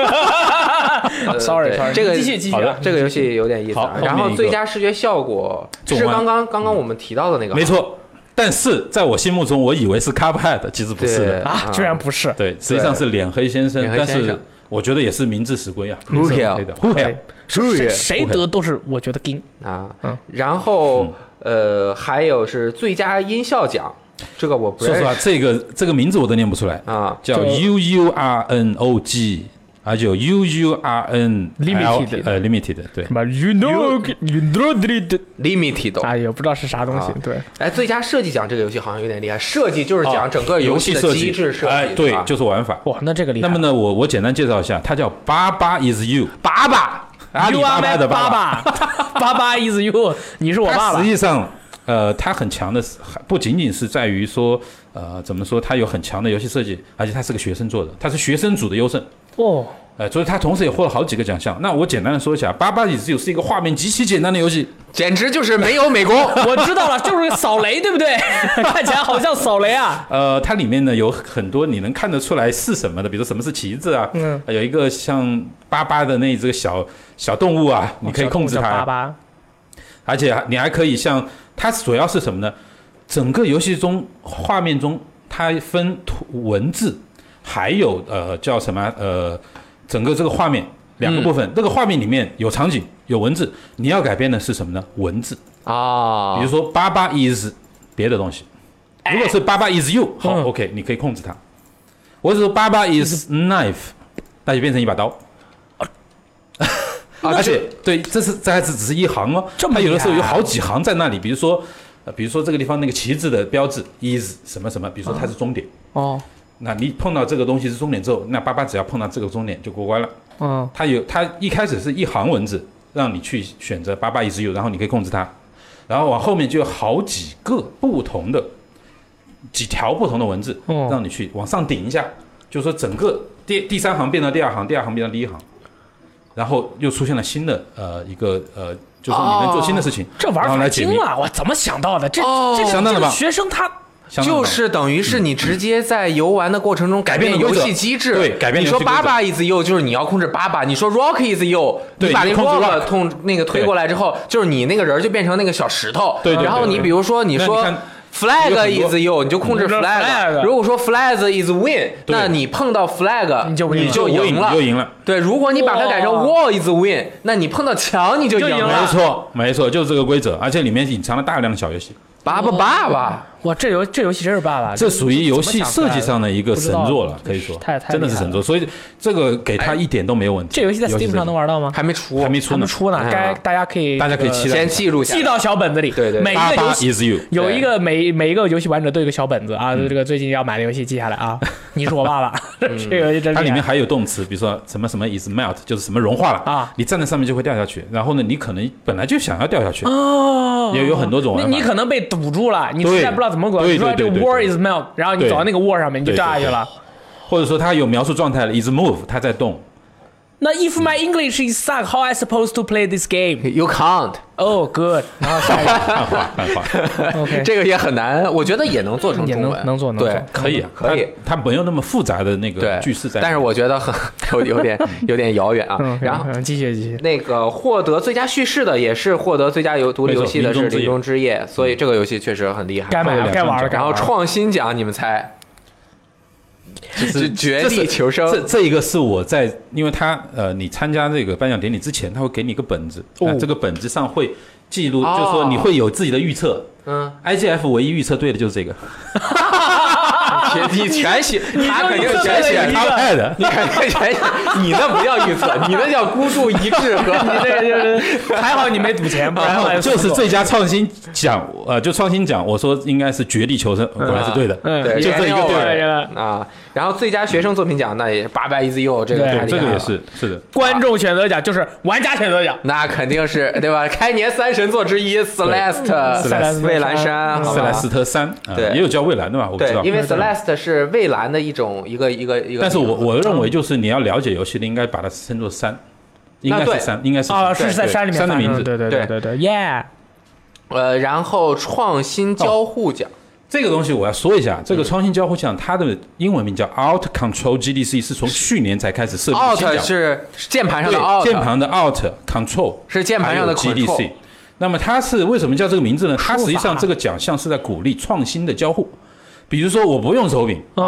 Speaker 2: 啊
Speaker 1: 呃
Speaker 2: sorry
Speaker 1: 对
Speaker 2: sorry，
Speaker 1: 这个
Speaker 2: 继续继续
Speaker 1: 好
Speaker 2: 啊
Speaker 1: 的，这个游戏有点意思
Speaker 3: 好
Speaker 1: 啊
Speaker 3: 后。面
Speaker 1: 然后
Speaker 3: 一个
Speaker 1: 最佳视觉效果
Speaker 3: 总
Speaker 1: 是
Speaker 3: 完
Speaker 1: 刚刚刚刚我们提到的那个，
Speaker 3: 没，错。但是在我心目中，我以为是 Cuphead，其实不是
Speaker 1: 对
Speaker 3: 的。
Speaker 2: 啊，居然不是，
Speaker 3: 对，实际上是脸黑先生
Speaker 1: 脸，黑
Speaker 3: 但
Speaker 1: 先
Speaker 3: 是
Speaker 1: 生
Speaker 3: 我觉得也是名至实归啊。
Speaker 1: Who
Speaker 3: 是
Speaker 1: care？
Speaker 3: 黑的，Who care？
Speaker 2: 谁谁得都是我觉得金。
Speaker 1: 啊
Speaker 2: 嗯，
Speaker 1: 然后呃，还有是最佳音效奖，这个我不
Speaker 3: 说
Speaker 1: 认
Speaker 3: 实话，
Speaker 1: 识
Speaker 3: 这个这个名字我都念不出来，
Speaker 1: 啊。
Speaker 3: 叫
Speaker 2: 就
Speaker 3: U U R N O G，而且有 U U R N
Speaker 2: Limited
Speaker 3: 呃 Limited，对
Speaker 2: 什，么 you know you know the
Speaker 1: Limited，
Speaker 2: 哎也不知道是啥东西
Speaker 1: 啊。
Speaker 2: 对，
Speaker 1: 哎，最佳设计奖这个游戏好像有点厉害，设计就是
Speaker 3: 哦
Speaker 1: 讲整个
Speaker 3: 游
Speaker 1: 戏
Speaker 3: 戏
Speaker 1: 的啊
Speaker 3: 设
Speaker 1: 机
Speaker 3: 计
Speaker 1: 制设计，
Speaker 3: 哎，对，就是玩法。
Speaker 2: 哇，那这个厉害。
Speaker 3: 那么呢，我我简单介绍一下，它叫爸爸 is you，爸爸，阿里
Speaker 2: You
Speaker 3: 巴
Speaker 2: are
Speaker 3: 巴
Speaker 2: my
Speaker 3: 的
Speaker 2: 爸
Speaker 3: 爸。
Speaker 2: 爸， 爸爸 is you，你是我爸
Speaker 3: 它
Speaker 2: 爸
Speaker 3: 实。际上，呃，它很强的是，还不仅仅是在于说，呃，怎么说，它有很强的游戏设计，而且它是个学生做的，它是学生组的优胜。
Speaker 2: 哦，
Speaker 3: 呃，所以它同时也获了好几个奖项。那我简单的说一下，《爸爸 is you》是一个画面极其简单的游戏，
Speaker 1: 简直就是没有 美工。
Speaker 3: 啊
Speaker 2: 我知道了，就是扫雷，对不对？ 看起来好像扫雷啊。
Speaker 3: 呃，它里面呢有很多你能看得出来是什么的，比如什么是旗子啊，
Speaker 2: 嗯
Speaker 3: 呃有一个像巴巴的那只小小动物啊，你可以控制它，
Speaker 2: 爸爸，
Speaker 3: 而且还你还可以像它主要是什么呢？整个游戏中画面中，它分图文字，还有呃叫什么呃，整个这个画面两个部分。这个画面里面有场景，有文字，你要改变的是什么呢？文字，
Speaker 1: 啊
Speaker 3: 比如说爸爸 is 别的东西，如果是爸爸 is you，好、
Speaker 2: 嗯
Speaker 3: OK，你可以控制它。我只说爸爸 is knife，那就变成一把刀。
Speaker 1: 啊
Speaker 3: 而且对，这是这还是只是一行哦，
Speaker 2: 这么
Speaker 3: 它有的时候
Speaker 2: 厉
Speaker 3: 有
Speaker 2: 害啊
Speaker 3: 好几行在那里，比如说，呃，比如说这个地方那个旗帜的标志 is 什么什么，比如说它是终点，
Speaker 2: 哦，
Speaker 3: 那你碰到这个东西是终点之后，那爸爸只要碰到这个终点就过关了。
Speaker 2: 嗯，
Speaker 3: 它有它一开始是一行文字，让你去选择八八一直有，然后你可以控制它，然后往后面就有好几个不同的几条不同的文字，
Speaker 2: 哦
Speaker 3: 让你去往上顶一下，就是说整个第第三行变到第二行，第二行变到第一行，然后又出现了新的呃一个呃，就是说你能做新的事情，
Speaker 2: 哦这玩
Speaker 3: 然后
Speaker 2: 法
Speaker 3: 来解
Speaker 2: 精
Speaker 3: 密，
Speaker 2: 啊！我怎么想到的？这
Speaker 1: 哦
Speaker 2: 这个
Speaker 3: 相当
Speaker 2: 这
Speaker 3: 的
Speaker 2: 个
Speaker 3: 棒
Speaker 2: 学生他
Speaker 3: 相当棒嗯
Speaker 1: 就是等于是你直接在游玩的过程中改
Speaker 3: 改变
Speaker 1: 游
Speaker 3: 了规则
Speaker 1: 戏机制，
Speaker 3: 对改变
Speaker 1: 你
Speaker 3: 游戏
Speaker 1: 说
Speaker 3: 规则
Speaker 1: 爸爸 is you 就是你要控制爸爸，你说 rock is you，
Speaker 3: 对
Speaker 1: 你把那
Speaker 3: 你控制
Speaker 1: rock
Speaker 3: rock
Speaker 1: 通那个推
Speaker 3: 对
Speaker 1: 过来之后，就是你那个人就变成那个小石头，
Speaker 3: 对对
Speaker 1: 然后
Speaker 3: 对
Speaker 1: 你
Speaker 3: 对
Speaker 1: 比如说你
Speaker 3: 那你
Speaker 1: 说
Speaker 3: 看。有
Speaker 1: Flag
Speaker 3: 很多
Speaker 1: is you，你就控制
Speaker 2: 你就
Speaker 1: flag。
Speaker 2: flag
Speaker 1: 如果说 flag is win，那你碰到 flag，
Speaker 2: 你就赢了
Speaker 1: 就赢
Speaker 3: 你
Speaker 1: 了
Speaker 3: 就。赢了。
Speaker 1: 对，如果你把它改成
Speaker 2: 哇
Speaker 1: wall is win，那你碰到墙你就
Speaker 2: 就
Speaker 1: 赢
Speaker 2: 赢
Speaker 3: 没
Speaker 1: 了
Speaker 2: 了。
Speaker 3: 错，没错，就是这个规则，而且里面隐藏了大量的小游戏，
Speaker 1: 爸爸爸爸，
Speaker 2: 哇，这游这游戏真是爸爸，
Speaker 3: 这属于游戏设计上的一个
Speaker 2: 不
Speaker 3: 神
Speaker 2: 知道
Speaker 3: 作了，可以说，
Speaker 2: 太太厉害
Speaker 3: 真的是神作，所以这个给他一点都没有问题。
Speaker 2: 这游戏在 Steam 上能玩到吗？
Speaker 1: 还没出，
Speaker 3: 还没
Speaker 2: 还
Speaker 3: 出
Speaker 2: 没
Speaker 3: 呢，
Speaker 2: 出呢
Speaker 1: 嗯，
Speaker 2: 该大家可以
Speaker 3: 哎大家可以期待
Speaker 1: 先记录下来。
Speaker 2: 记到小本子里。
Speaker 1: 对对对
Speaker 2: 每一
Speaker 3: 八
Speaker 2: 个游
Speaker 3: 八
Speaker 2: 戏
Speaker 3: is you，
Speaker 2: 有一
Speaker 1: 对
Speaker 2: 个每每一个游戏玩者都有一个小本子
Speaker 3: 嗯
Speaker 2: 啊，这个最近要买的游戏记下来 啊。你是我爸爸， 这个游戏真厉害
Speaker 3: 它里面还有动词，比如说什么什么 is melt，就是什么融化了
Speaker 2: 啊
Speaker 3: 你站在上面就会掉下去，然后呢，你可能本来就想要掉下去，
Speaker 1: 啊
Speaker 2: 哦，
Speaker 3: 也有很多种
Speaker 2: 那
Speaker 3: 玩法
Speaker 2: 你可能被堵住了，你实
Speaker 3: 对
Speaker 2: 在不知道怎么滚，
Speaker 3: 对
Speaker 2: 你说
Speaker 3: 对
Speaker 2: 这
Speaker 3: 对
Speaker 2: 个
Speaker 3: 对
Speaker 2: wall
Speaker 3: 对
Speaker 2: is melt，然后你
Speaker 3: 对
Speaker 2: 走到那个 wall 上面你就
Speaker 3: 对
Speaker 2: 掉下
Speaker 3: 对
Speaker 2: 去
Speaker 3: 对
Speaker 2: 了。
Speaker 3: 或者说它有描述状态了，is move，它在动，
Speaker 2: 那 if my English is suck, how I supposed to play this game?
Speaker 1: You can't。
Speaker 2: Oh, good。然后下一个
Speaker 3: 汉化汉 化，
Speaker 2: ，OK，
Speaker 1: 这个也很难，我觉得也能做成
Speaker 2: 也
Speaker 1: 中
Speaker 2: 能
Speaker 1: 文，
Speaker 2: 能做能
Speaker 1: 对
Speaker 2: 做
Speaker 3: 可以啊
Speaker 1: 可以，
Speaker 3: 它它没有那么复杂的那个
Speaker 1: 对
Speaker 3: 句式在里面，
Speaker 1: 但是我觉得很 有有点有点遥远啊
Speaker 2: 嗯，。
Speaker 1: 然后。
Speaker 2: 嗯继续继续。
Speaker 1: 那个获得最佳叙事的也是获得最佳游独立游戏的是
Speaker 3: 没
Speaker 1: 《
Speaker 3: 错
Speaker 1: 林
Speaker 3: 临
Speaker 1: 中
Speaker 3: 终
Speaker 1: 之夜》，所以这个游戏确实很厉害。
Speaker 2: 该买
Speaker 3: 了
Speaker 2: 了，该玩了，啊该
Speaker 1: 然后
Speaker 2: 玩
Speaker 3: 啊
Speaker 2: 了。
Speaker 1: 创新奖，你们猜？
Speaker 3: 是
Speaker 1: 绝地求生
Speaker 3: 这这一个是我在，因为他呃，你参加这个颁奖典礼之前，他会给你一个本子，
Speaker 2: 哦
Speaker 3: 那这个本子上会记录，
Speaker 1: 哦
Speaker 3: 就是说你会有自己的预测。
Speaker 1: 嗯，
Speaker 3: IGF 唯一预测对的就是这个，
Speaker 1: 全你全写， 他肯定
Speaker 2: 预测
Speaker 1: 全
Speaker 2: 对了
Speaker 1: 写
Speaker 2: 一个
Speaker 3: 他派的。
Speaker 1: 你肯定全写，你那不叫预测，你那叫孤注一掷和你
Speaker 2: 这个就是还好你没赌哎钱，不然
Speaker 3: 然
Speaker 2: 的话
Speaker 3: 后就是
Speaker 2: 死
Speaker 3: 最佳创新奖，呃，就创新奖，我说应该是绝地求生，果然是对的。
Speaker 2: 嗯
Speaker 1: 对，
Speaker 3: 就这一个
Speaker 1: 对
Speaker 3: 对
Speaker 2: 对了
Speaker 1: 啊。然后最佳学生作品奖那也八百 is you 这个
Speaker 2: 对
Speaker 1: 太
Speaker 3: 对，
Speaker 1: 厉
Speaker 3: 这
Speaker 1: 害
Speaker 3: 个
Speaker 1: 了
Speaker 3: 也，是是的。
Speaker 2: 观众选择奖就是玩家选择奖。
Speaker 1: 那肯定是对吧？开年三神作之一
Speaker 3: 嗯
Speaker 1: Celeste，
Speaker 2: 塞莱斯
Speaker 1: 蔚蓝山，
Speaker 2: 嗯
Speaker 1: 好
Speaker 3: 塞
Speaker 1: 吧
Speaker 3: 莱斯特三，呃
Speaker 1: 对
Speaker 3: 也有叫蔚蓝的嘛，我不知
Speaker 1: 对
Speaker 3: 道，。
Speaker 1: 因为 Celeste 是蔚蓝的一种一个一个一个名字。
Speaker 3: 但是我我认为就是你要了解游戏的，应该把它称作三，应该
Speaker 1: 对
Speaker 3: 是三，应该是
Speaker 2: 啊，
Speaker 3: 三
Speaker 2: 是在
Speaker 3: 对
Speaker 2: 山里面
Speaker 3: 山的
Speaker 2: 发生
Speaker 3: 名字
Speaker 2: 对对
Speaker 1: 对
Speaker 2: 对对，Yeah，
Speaker 1: 呃，然后创新交互奖，
Speaker 3: 这个东西我要说一下，
Speaker 2: 嗯
Speaker 3: 这个创新交互项它的英文名叫 Out Control GDC，是从去年才开始设计
Speaker 1: Alt
Speaker 3: 新奖
Speaker 1: 是键盘上的 Alt，
Speaker 3: 对键盘的 Out Control
Speaker 1: 是键盘上的
Speaker 3: 还有
Speaker 1: Control
Speaker 3: GDC。那么它是为什么叫这个名字呢？它
Speaker 2: 术法
Speaker 3: 实际上这个奖项是在鼓励创新的交互，比如说我不用手柄，
Speaker 2: 啊，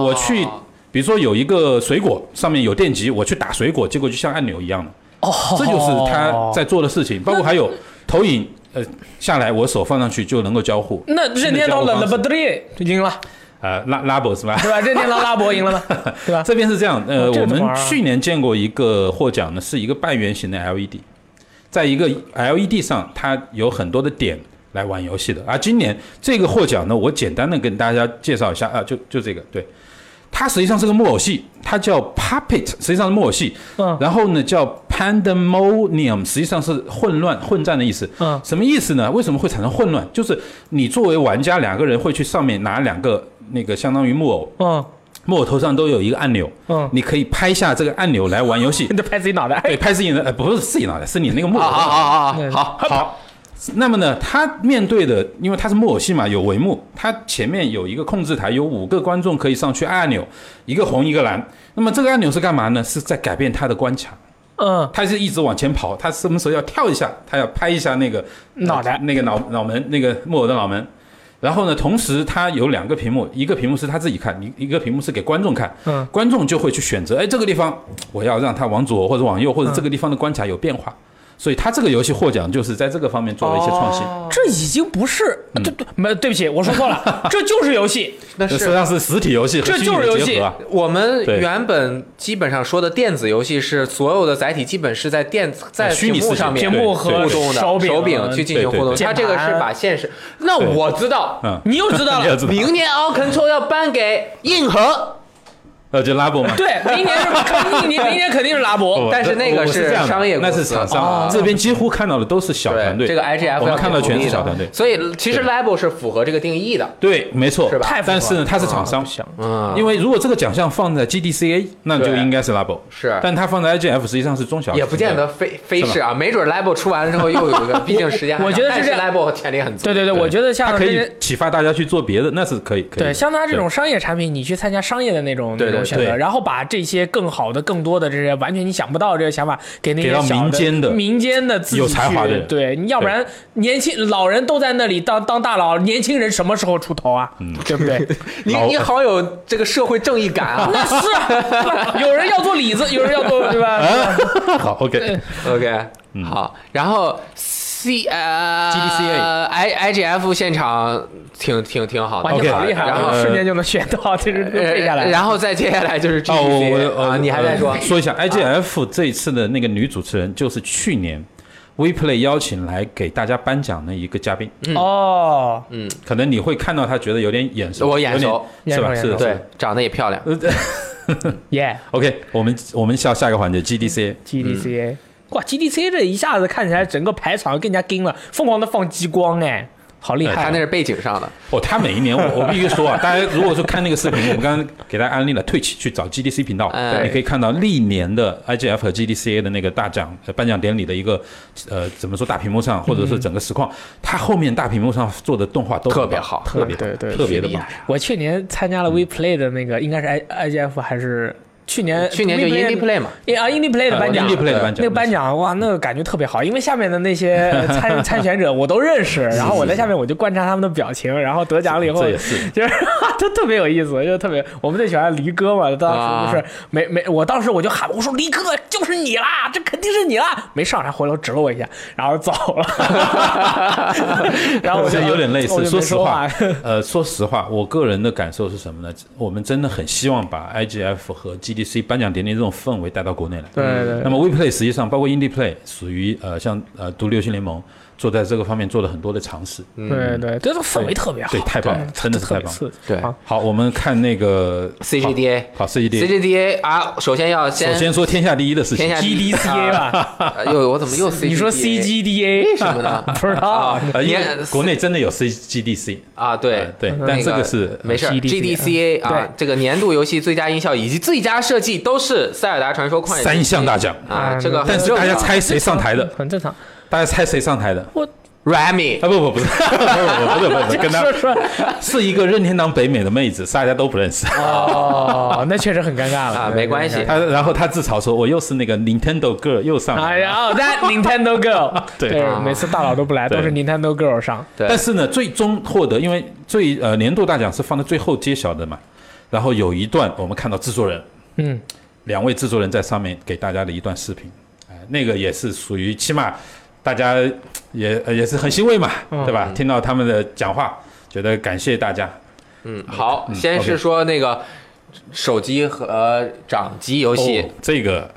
Speaker 1: 哦，
Speaker 3: 我去，比如说有一个水果上面有电极，我去打水果，结果就像按钮一样的。哦，这就是他在做的事情，包括还有投影，呃，下来我手放上去就能够交互。
Speaker 2: 那任天堂冷了不
Speaker 3: 不？
Speaker 2: 对，赢了，
Speaker 3: 呃，拉拉博是吧？
Speaker 2: 对吧？任天堂拉博赢 了吗？对吧？
Speaker 3: 这边是这样，呃，
Speaker 2: 哦这个
Speaker 3: 我
Speaker 2: 怎么
Speaker 3: 们
Speaker 2: 玩啊
Speaker 3: 去年见过一个获奖呢，是一个半圆形的 LED，在一个 LED 上，它有很多的点来玩游戏的。而今年这个获奖呢，我简单的跟大家介绍一下啊，就就这个，对，它实际上是个木偶戏，它叫 Puppet，实际上是木偶戏，
Speaker 2: 嗯
Speaker 3: 然后呢叫 Pandemonium，实际上是混乱、混战的意思。
Speaker 2: 嗯
Speaker 3: 什么意思呢？为什么会产生混乱？就是你作为玩家，两个人会去上面拿两个那个相当于木偶，
Speaker 2: 嗯
Speaker 3: 木偶头上都有一个按钮。
Speaker 2: 嗯，
Speaker 3: 你可以拍下这个按钮来玩游戏
Speaker 2: 你。就拍自己脑袋，
Speaker 3: 对，拍自己的，呃，不是自己脑袋，是你那个木
Speaker 1: 啊
Speaker 3: 偶。
Speaker 1: 啊啊啊，好，
Speaker 3: 好。那么呢，他面对的，因为他是木偶戏嘛，有帷幕，他前面有一个控制台，有五个观众可以上去按按钮，一个红一个蓝。那么这个按钮是干嘛呢？是在改变他的关卡，
Speaker 2: 嗯，
Speaker 3: 他是一直往前跑，他什么时候要跳一下，他要拍一下那个
Speaker 2: 脑袋
Speaker 3: 呃那个脑脑门，那个木偶的脑门。然后呢，同时他有两个屏幕，一个屏幕是他自己看，一一个屏幕是给观众看。
Speaker 2: 嗯，
Speaker 3: 观众就会去选择，哎，这个地方我要让他往左或者往右，或者这个地方的关卡有变化。所以他这个游戏获奖就是在这个方面做了一些创新。
Speaker 1: 哦
Speaker 2: 这已经不是，呃对对，没对不起，我说错了， 这就是游戏，
Speaker 1: 那
Speaker 3: 这实
Speaker 1: 是
Speaker 3: 际上是实体游戏和
Speaker 2: 这
Speaker 3: 虚拟
Speaker 2: 就是游
Speaker 3: 的
Speaker 2: 戏
Speaker 3: 结合啊。
Speaker 1: 我们
Speaker 3: 对
Speaker 1: 原本基本上说的电子游戏是所有的载体基本是在电子在
Speaker 3: 虚
Speaker 1: 屏
Speaker 3: 拟
Speaker 1: 幕
Speaker 3: 世界
Speaker 1: 上面
Speaker 2: 屏
Speaker 3: 对
Speaker 2: 幕和
Speaker 1: 互动的
Speaker 2: 手
Speaker 1: 手
Speaker 2: 柄
Speaker 1: 柄去进行互动，
Speaker 3: 对对对
Speaker 1: 它这个是把现实。那
Speaker 3: 对
Speaker 1: 我知道，
Speaker 3: 嗯，
Speaker 2: 你又知 道
Speaker 3: 你要
Speaker 2: 了
Speaker 3: 知，道
Speaker 1: 明年 All Control 要颁给硬核
Speaker 3: 呃，就 Labo 嘛，
Speaker 2: 对，明年是 明年明年肯定是拉
Speaker 3: 不
Speaker 2: 博，
Speaker 1: 但是那个
Speaker 3: 哦我我是这样的
Speaker 1: 商业公
Speaker 3: 那
Speaker 1: 司啊
Speaker 3: 是厂
Speaker 2: 哦
Speaker 3: 商，这边几乎看到的都是啊小团队，
Speaker 1: 对这个 IGF
Speaker 3: 我们看到全是
Speaker 1: 要
Speaker 3: 小
Speaker 1: 给
Speaker 3: 团
Speaker 1: 鼓励
Speaker 3: 队啊
Speaker 1: 的，所以其实 label 是符合这个定义的。
Speaker 3: 对，没错，
Speaker 1: 是吧太
Speaker 2: 复杂
Speaker 3: 但是呢，它是厂商，
Speaker 1: 嗯
Speaker 3: 因为如果这个奖项放在 GDCA，那就应该是 Labo，
Speaker 1: 是
Speaker 3: 但它放在 IGF 实际上是中小，
Speaker 1: 也不见得。非非是啊，没准 label 出完了之后又有一个，毕竟时间还长
Speaker 2: 我觉得
Speaker 1: 但
Speaker 2: 是
Speaker 1: 是
Speaker 2: 这样
Speaker 1: label 潜力很足。
Speaker 2: 对对对，
Speaker 3: 对
Speaker 2: 我觉得像
Speaker 3: 它可
Speaker 2: 这
Speaker 3: 以
Speaker 2: 些
Speaker 3: 启发大家去做别的，那是可以，可以。
Speaker 2: 对像它这种商业产品，你去参加商业的那种
Speaker 1: 对
Speaker 2: 那
Speaker 1: 对
Speaker 2: 种选择，
Speaker 3: 对
Speaker 2: 然后把这些更好的、更多的这些完全你想不到的这些想法给那
Speaker 3: 给
Speaker 2: 些
Speaker 3: 到
Speaker 2: 小
Speaker 3: 民间的
Speaker 2: 的民间的自己
Speaker 3: 有才华的
Speaker 2: 去
Speaker 3: 人
Speaker 2: 对，你要不然年轻老人都在那里当当大佬，年轻人什么时候出头啊？对不对？
Speaker 1: 你
Speaker 3: 老
Speaker 1: 你好有这个社会正义感 啊。
Speaker 2: 那是啊，有人要做李子，有人要做对 吧？
Speaker 3: 对好，OK，
Speaker 1: OK，好，然后 C 呃
Speaker 3: GDCA
Speaker 1: I IGF 现场挺挺挺好的，
Speaker 2: 哇，你好
Speaker 3: OK，
Speaker 2: 厉害啊，
Speaker 1: 然后
Speaker 3: 呃
Speaker 2: 瞬间就能学到，就是都背下来
Speaker 1: 呃
Speaker 2: 了。
Speaker 1: 然后再接下来就是
Speaker 3: 哦，我
Speaker 1: GDCA
Speaker 3: 我
Speaker 1: 啊，你还在说
Speaker 3: 呃？说一下 IGF 这一次的那个女主持人就是去年 WePlay 邀请来给大家颁奖的一个嘉宾，
Speaker 2: 哦，
Speaker 3: 可能你会看到她觉得有点眼熟，
Speaker 1: 我眼
Speaker 3: 有点
Speaker 1: 熟
Speaker 3: 是吧？
Speaker 2: 眼
Speaker 3: 是
Speaker 2: 熟
Speaker 3: 的
Speaker 2: 眼熟
Speaker 1: 对，长得也漂亮。
Speaker 2: 耶
Speaker 3: ，OK，我们我们下下一个环节 GDC。
Speaker 2: ，GDCA，哇，GDCA 嗯这一下子看起来整个排场更加硬了，疯狂的放激光，哎，好厉害
Speaker 1: 他
Speaker 2: 啊！
Speaker 1: 那是背景上的，
Speaker 3: 哦，他每一年我我必须说啊， 大家如果说看那个视频，我们刚刚给大家安利了 Twitch 去找 GDC 频道，
Speaker 1: 哎
Speaker 3: 你可以看到历年的 IGF 和 GDCA 的那个大奖呃颁奖典礼的一个呃怎么说大屏幕上或者是整个实况，它后面大屏幕上做的动画都很
Speaker 1: 嗯特别
Speaker 3: 棒
Speaker 1: 好
Speaker 3: 特别
Speaker 2: 对对对
Speaker 3: 特别的
Speaker 1: 厉
Speaker 3: 棒
Speaker 1: 害。
Speaker 2: 我去年参
Speaker 1: 嗯
Speaker 2: 加了 WePlay 的那个，应该是 I IGF 还是去年？
Speaker 1: 去年就
Speaker 2: WePlay
Speaker 1: Indie Play 嘛，
Speaker 2: 啊 Indie Play 的颁奖
Speaker 3: i。Play 哦的颁奖
Speaker 2: 那个颁奖哇，那个感觉特别好，因为下面的那些呃参参选者我都认 识，然后我在下面我就观察他们的表情，然后得奖了以后
Speaker 3: 这也是
Speaker 2: 就是都特别有意思，就特别我们最喜欢离哥嘛，当时不是、
Speaker 3: 啊
Speaker 2: 没没，我当时我就喊我说离哥就是你啦，这肯定是你啦，没上，他回头指了我一下，然后走 了，然后我就
Speaker 3: 有点类
Speaker 2: 我
Speaker 3: 似，
Speaker 2: 就没
Speaker 3: 说实话
Speaker 2: 话，
Speaker 3: 呃，说实话，我个人的感受是什么呢？我们真的很希望把 IGF 和 GDC 颁奖典礼这种氛围带到国内来。
Speaker 2: 对对
Speaker 3: 那么 WePlay 实际上包括 Indie Play 属于呃像呃独立游戏联盟做在这个方面做了很多的尝试，
Speaker 2: 对对，这个氛围特别好，
Speaker 3: 对，太棒了，真的是
Speaker 2: 嗯特
Speaker 3: 太
Speaker 2: 别
Speaker 3: 棒了。
Speaker 2: 刺激，
Speaker 1: 对
Speaker 2: 啊
Speaker 3: 好，我们看 那个
Speaker 1: CGDA
Speaker 3: 好好 CGDA，
Speaker 1: CGDA 啊，首先要先
Speaker 3: 首先说天下第一的事情
Speaker 1: 天下，第一
Speaker 2: GDCA 吧，
Speaker 1: 啊又我怎么又 CGDA？
Speaker 2: 你说 CGDA
Speaker 1: 什么呢
Speaker 2: 不知道
Speaker 1: 啊，
Speaker 3: 呃，因为
Speaker 1: 年
Speaker 3: 国内真的有 CGDC，
Speaker 1: 啊，对
Speaker 3: 呃对但这个是呃
Speaker 1: 没事儿
Speaker 2: GDCA
Speaker 1: ，GDCA 啊
Speaker 2: 对，
Speaker 1: 这个年度游戏最佳音效以及最佳设计都是《塞尔达传说：旷野之息
Speaker 3: 三项大奖，嗯
Speaker 1: 啊，嗯这个很
Speaker 3: 但是
Speaker 1: 重
Speaker 3: 大家
Speaker 1: 要
Speaker 3: 猜谁上台的？
Speaker 2: 很正常。
Speaker 3: 大家猜谁上台的？
Speaker 1: Remy
Speaker 3: 啊不不不是不是不是不是，跟他
Speaker 2: 说说
Speaker 3: 是一个任天堂北美的妹子，大家都不认识。
Speaker 2: 哦，那确实很尴尬了
Speaker 1: 啊，没关。系，
Speaker 3: 他然后他自嘲说：“我又是那个 Nintendo girl 又上
Speaker 2: 哎
Speaker 3: 来了。
Speaker 2: 呀哦，That Nintendo Girl，
Speaker 3: 对
Speaker 1: 啊
Speaker 2: 每次大佬都不来，
Speaker 3: 对
Speaker 2: 都是 Nintendo Girl 上。啊
Speaker 1: 对
Speaker 3: 但是呢，最终获得，因为最呃年度大奖是放在最后揭晓的嘛。然后有一段我们看到制作人，
Speaker 2: 嗯，
Speaker 3: 两位制作人在上面给大家的一段视频，哎、那个也是属于起码大家呃也呃也是很欣慰嘛，对吧？听到他们的讲话，觉得感谢大家。
Speaker 1: 嗯，好，
Speaker 3: 嗯
Speaker 1: 先是
Speaker 3: OK
Speaker 1: 说那个手机和掌机游
Speaker 3: 哦
Speaker 1: 戏，
Speaker 3: 这个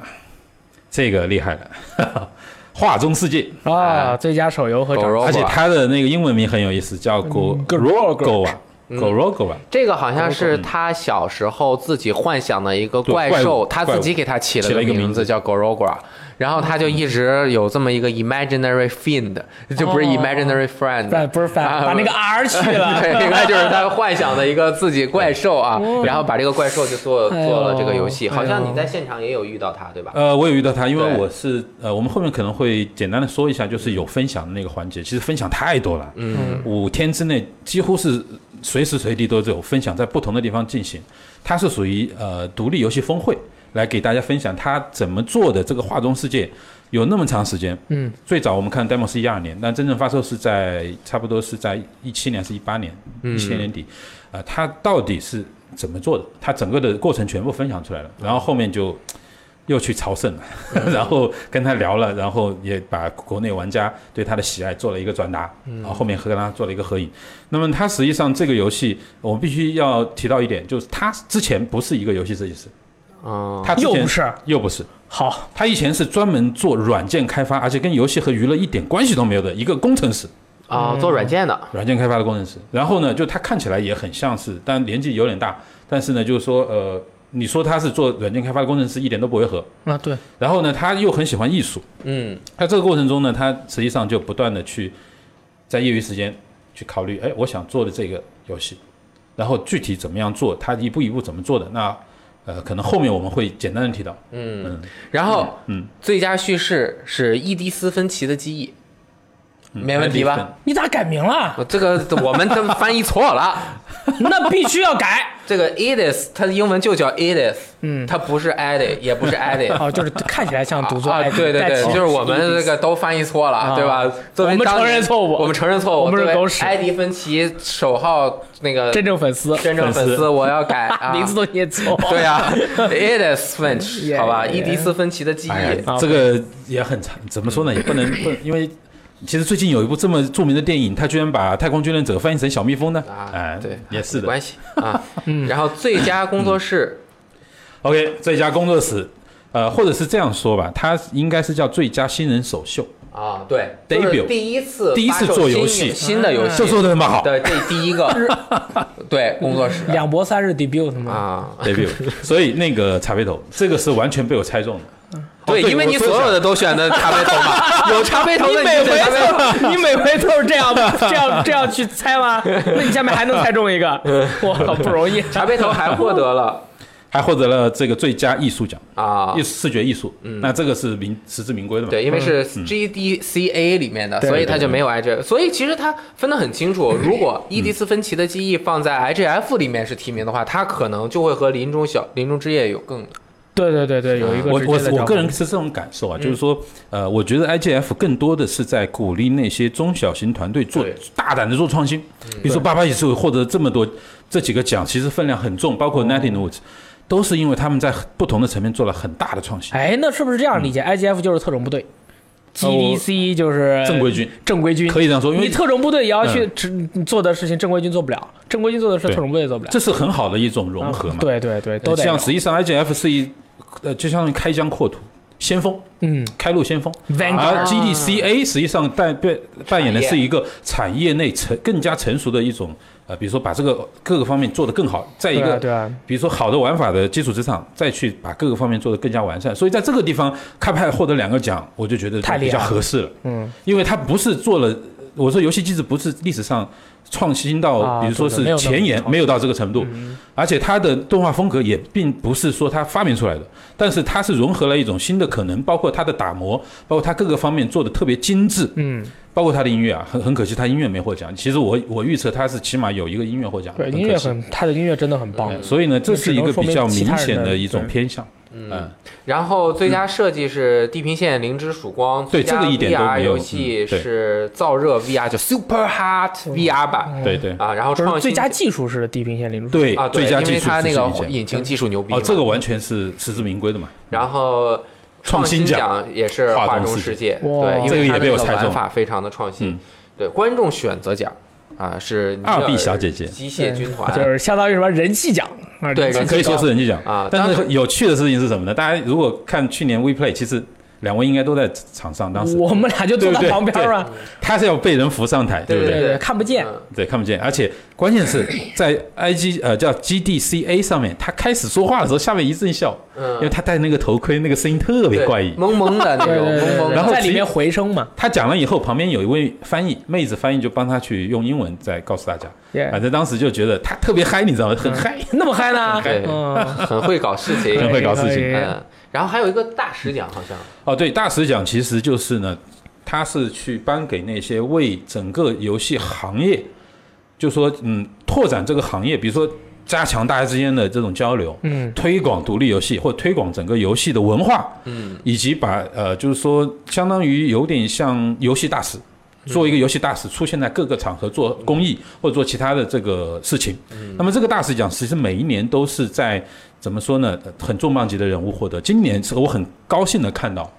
Speaker 3: 这个厉害了， 画中世界。哎
Speaker 2: 啊，最佳手游和
Speaker 1: 狗肉
Speaker 3: 而且它的那个英文名很有意思，叫 Go Gorogo 啊，Gorogo 啊，
Speaker 1: 这个好像是他小时候自己幻想的一个
Speaker 3: 对
Speaker 1: 怪
Speaker 3: 怪物
Speaker 1: 兽，
Speaker 3: 怪物
Speaker 1: 他自己给他起了
Speaker 3: 起了一个
Speaker 1: 名
Speaker 3: 名字
Speaker 1: 字叫 Gorogora，然后他就一直有这么一个 imaginary friend，就不是
Speaker 2: 哦
Speaker 1: imaginary friend，
Speaker 2: 不是不是
Speaker 1: 啊
Speaker 2: 反把那个 R 去
Speaker 1: 对，
Speaker 2: 了。
Speaker 1: 应该就是他幻想的一个自己怪兽啊，然后把这个怪兽就做
Speaker 2: 哦哎呦
Speaker 1: 做了这个游戏，
Speaker 2: 哎呦
Speaker 1: 好像你在现场也有遇到他，对吧？
Speaker 3: 呃，我有遇到他，因为
Speaker 1: 对
Speaker 3: 我是呃，我们后面可能会简单的说一下，就是有分享的那个环节，其实分享太多了，嗯，五天之内几乎是随时随地都有分享，在不同的地方进行，它是属于呃独立游戏峰会，来给大家分享他怎么做的这个画中世界。有那么长时间，嗯，最早我们看 demo 是一二年，但真正发售是在差不多是在一七年，是一八年，一七年底，啊、它到底是怎么做的？它整个的过程全部分享出来了，然后后面就又去朝圣了， 然后跟他聊了，然后也把国内玩家对他的喜爱做了一个转达，
Speaker 2: 嗯
Speaker 3: 然后后面和跟他做了一个合影。那么他实际上这个游戏，我们必须要提到一点，就是他之前不是一个游戏设计师，
Speaker 1: 嗯，
Speaker 3: 他之前
Speaker 2: 啊又不是
Speaker 3: 又不是，
Speaker 2: 好，
Speaker 3: 他以前是专门做软件开发，而且跟游戏和娱乐一点关系都没有的一个工程师。
Speaker 2: 哦
Speaker 1: 啊，做软件的，
Speaker 3: 软件开发的工程师。然后呢，就他看起来也很像是，但年纪有点大，但是呢，就是说呃，你说他是做软件开发的工程师，一点都不违和。
Speaker 2: 啊，对，
Speaker 3: 然后呢，他又很喜欢艺术，
Speaker 1: 嗯，
Speaker 3: 在这个过程中呢，他实际上就不断的去在业余时间去考虑，哎，我想做的这个游戏，然后具体怎么样做，他一步一步怎么做的，那呃，可能后面我们会简单的提到。
Speaker 1: 然后
Speaker 3: 嗯，
Speaker 1: 最佳叙事是伊迪丝·芬奇的记忆，
Speaker 3: 嗯
Speaker 1: 没问题吧？
Speaker 2: 你咋改名了？
Speaker 1: 我这个我们这么翻译错了，
Speaker 2: 那必须要改。
Speaker 1: 这个 Edith 它的英文就叫 Edith，嗯，它不是 Edith，也不是 Edith，
Speaker 2: 哦，就是看起来像读作，
Speaker 1: 啊，
Speaker 2: 哎
Speaker 1: 对对
Speaker 2: 但
Speaker 1: 对，
Speaker 2: 其
Speaker 1: 就
Speaker 2: 实
Speaker 1: 是我们
Speaker 2: 是
Speaker 1: 这个都翻译错了，
Speaker 2: 啊
Speaker 1: 对吧？作为
Speaker 2: 我们
Speaker 1: 当年
Speaker 2: 承认错误
Speaker 1: 我们承认错误，
Speaker 2: 我们是
Speaker 1: 作为
Speaker 2: 狗屎
Speaker 1: 埃迪芬奇首号那个
Speaker 2: 真正粉丝，
Speaker 1: 真正粉
Speaker 3: 粉
Speaker 1: 丝，
Speaker 3: 丝
Speaker 1: 我要 改啊
Speaker 2: 名字都念错。
Speaker 1: 对啊，Edith Finch，
Speaker 2: Yeah，
Speaker 1: 好吧，
Speaker 2: yeah
Speaker 1: 伊迪丝·芬奇的记
Speaker 3: 哎
Speaker 1: 忆
Speaker 3: 呀，这个也很长，怎么说呢？也不能不 能，因为其实最近有一部这么著名的电影，他居然把《太空军人者》翻译成小蜜蜂呢。
Speaker 1: 啊
Speaker 3: 哎，，
Speaker 1: 对，
Speaker 3: 也是
Speaker 1: 没
Speaker 3: 的。
Speaker 1: 关系啊。然后最佳工作室
Speaker 3: OK，最佳工作室，呃，或者是这样说吧，它应该是叫最佳新人首秀，
Speaker 1: 啊，对
Speaker 3: 嗯 Debut
Speaker 1: 就是第一次
Speaker 3: 第一次
Speaker 1: 发售
Speaker 3: 做游
Speaker 1: 新
Speaker 3: 戏嗯
Speaker 1: 新的游戏
Speaker 3: 这说的他妈好。
Speaker 1: 的这第一个 对工作室
Speaker 2: 两博三日 debut 嘛，
Speaker 1: 啊，
Speaker 3: debut，所以那个茶杯头，这个是完全被我猜中的。
Speaker 1: 对，
Speaker 3: 哦
Speaker 1: 因为你所有的都选的茶杯头嘛，有茶杯头的
Speaker 2: 你
Speaker 1: 你
Speaker 2: 每
Speaker 1: 就选
Speaker 2: 回
Speaker 1: 茶杯头。
Speaker 2: 都 你每回都是这样这样这样去猜吗？那你下面还能猜中一个，哇，好不容易。
Speaker 1: 茶杯头还获得了
Speaker 3: 还获得了这个最佳艺术奖，
Speaker 1: 啊嗯
Speaker 3: 艺，术视觉艺术，那这个是名实至名归的嘛？
Speaker 1: 对，因为是
Speaker 3: 嗯
Speaker 1: GDCA 里面的，
Speaker 2: 对
Speaker 1: 所以它就没有 IGF，所以其实它分得很清 楚。如果
Speaker 3: 嗯
Speaker 1: E 伊迪丝·芬奇的记忆放在 IGF 里面是提名的话，它可能就会和林中小林中之夜有更
Speaker 2: 对对对对，有一个
Speaker 3: 我
Speaker 2: 直接
Speaker 3: 我
Speaker 2: 的嗯
Speaker 3: 我
Speaker 2: 交
Speaker 3: 个人
Speaker 2: 锋
Speaker 3: 是这种感受啊，就是说，呃，我觉得 IGF 更多的是在鼓励那些中小型团队做
Speaker 1: 对
Speaker 3: 大胆的做创新，
Speaker 2: 嗯
Speaker 3: 比如说爸爸也是获得这么多这几个奖，其实分量很重，包
Speaker 2: 嗯
Speaker 3: 括 Nineteen Woods，都是因为他们在不同的层面做了很大的创新。
Speaker 2: 哎，那是不是这样理解？IGF 就是特种部队，GDC 就是
Speaker 3: 正规军
Speaker 2: 正规军
Speaker 3: 可以这样说，因
Speaker 2: 你
Speaker 3: 为
Speaker 2: 特种部队也要去只做的事情，正规军做不了，正规军做的事，
Speaker 3: 对
Speaker 2: 特种部队做不了，
Speaker 3: 这是很好的一种融合嘛。
Speaker 2: 嗯对对对，都得有
Speaker 3: 像实际上 IGF 是一，呃，就相当于开疆扩土。先锋，
Speaker 2: 嗯
Speaker 3: 开路先锋，
Speaker 2: ，Vanguard
Speaker 3: 而 GDCA 实际上扮扮扮演的是一个产业内成更加成熟的一种，呃，比如说把这个各个方面做得更好，在一
Speaker 2: 对啊
Speaker 3: 个
Speaker 2: 对啊，
Speaker 3: 比如说好的玩法的基础之上，再去把各个方面做得更加完善。所以在这个地方，开派获得两个奖，我就觉得
Speaker 2: 太厉
Speaker 3: 比
Speaker 2: 害
Speaker 3: 较
Speaker 2: 了
Speaker 3: 合适了，
Speaker 2: 嗯，
Speaker 3: 因为它不是做了。我说游戏机制不是历史上创新
Speaker 2: 啊
Speaker 3: 到，比如说
Speaker 2: 对的没有
Speaker 3: 是
Speaker 2: 那么
Speaker 3: 前沿
Speaker 2: 创，新
Speaker 3: 没有到这个程度，
Speaker 2: 嗯
Speaker 3: 而且它的动画风格也并不是说它发明出来的，但是它是融合了一种新的可能，包括它的打磨，包括它各个方面做的特别精致，
Speaker 2: 嗯，
Speaker 3: 包括它的音乐啊，很很可惜它音乐没获奖。其实我我预测它是起码有一个音乐获奖，
Speaker 2: 对，
Speaker 3: 很
Speaker 2: 音
Speaker 3: 可
Speaker 2: 乐
Speaker 3: 惜
Speaker 2: 很，他的音乐真的很棒，
Speaker 3: 嗯所以呢，这是一个比较明显的一
Speaker 2: 那只能说明其他人的
Speaker 3: 种偏向。
Speaker 1: 嗯，然后最佳设计是《地平线：零之曙光》，
Speaker 3: 嗯对
Speaker 1: 最佳
Speaker 3: 这个一点都
Speaker 1: VR
Speaker 3: 没有
Speaker 1: 游戏
Speaker 3: 嗯对
Speaker 1: 是燥热 VR，叫 Super Hot VR 版
Speaker 3: 对对
Speaker 1: 啊。然后
Speaker 2: 就
Speaker 1: 创
Speaker 2: 是
Speaker 1: 新
Speaker 2: 最佳技术是地平线领主，
Speaker 3: 对
Speaker 1: 啊，对
Speaker 3: 最佳技
Speaker 1: 因为
Speaker 3: 术
Speaker 1: 它那
Speaker 3: 是
Speaker 1: 个
Speaker 3: 最
Speaker 1: 引擎技术牛逼嘛
Speaker 3: 哦，这个完全是实至名归的嘛。
Speaker 1: 然后创
Speaker 3: 创
Speaker 1: 新
Speaker 3: 新
Speaker 1: 奖也是
Speaker 3: 画
Speaker 1: 画
Speaker 3: 中
Speaker 1: 中
Speaker 3: 世
Speaker 1: 世界，
Speaker 2: 哇
Speaker 1: 对，因
Speaker 3: 这
Speaker 1: 为
Speaker 3: 个
Speaker 1: 它
Speaker 3: 也被
Speaker 1: 那
Speaker 3: 我猜中
Speaker 1: 玩法非常的创新
Speaker 3: 嗯。
Speaker 1: 对，观众选择奖啊是尼
Speaker 3: 二 B
Speaker 1: 尔
Speaker 3: 小姐姐
Speaker 1: 机械军团，
Speaker 2: 就是相当于什么人气奖啊，
Speaker 1: 对
Speaker 2: 人气
Speaker 1: 人
Speaker 2: 奖
Speaker 1: 气
Speaker 3: 可以说是人气奖
Speaker 1: 啊
Speaker 3: 但
Speaker 1: 当
Speaker 3: 是有趣的事情是什么呢？大家如果看去年 WePlay，其实两位应该都在场上，当时
Speaker 2: 我们俩就坐在
Speaker 3: 对对
Speaker 2: 旁边啊，
Speaker 3: 他是要被人扶上台，对不
Speaker 1: 对
Speaker 3: 对？
Speaker 2: 对看不见
Speaker 1: 嗯
Speaker 3: 对，看不见，而且关键是在 I G 呃叫 G D C A 上面，他开始说话的时候，下面一阵笑，
Speaker 1: 嗯
Speaker 3: 因为他戴那个头盔，那个声音特别
Speaker 1: 对
Speaker 3: 怪异。
Speaker 1: 萌萌的那
Speaker 2: 对
Speaker 1: 种萌
Speaker 2: 对对
Speaker 1: 萌
Speaker 2: 对，
Speaker 1: 的，
Speaker 3: 然后
Speaker 2: 在
Speaker 3: 其
Speaker 2: 里面回声嘛，
Speaker 3: 他讲了以后，旁边有一位翻译妹子翻译就帮他去用英文再告诉大家，
Speaker 2: 耶
Speaker 3: 反正当时就觉得他特别嗨，你知道吗？很嗨，
Speaker 2: 那么嗨 呢，
Speaker 1: 对
Speaker 2: 嗯，
Speaker 1: 很会搞事情，
Speaker 3: 很会搞事情
Speaker 2: 可以
Speaker 1: 嗯，然后还有一个大使奖好像，
Speaker 3: 哦，对，大使奖其实就是呢，他是去颁给那些为整个游戏行业，就说嗯，拓展这个行业，比如说加强大家之间的这种交流，
Speaker 2: 嗯，
Speaker 3: 推广独立游戏或推广整个游戏的文化，
Speaker 1: 嗯，
Speaker 3: 以及把呃，就是说相当于有点像游戏大使。做一个游戏大使，出现在各个场合做公益或者做其他的这个事情。那么这个大使奖，其实每一年都是在怎么说呢，呃很重磅级的人物获得。今年是我很高兴的看到，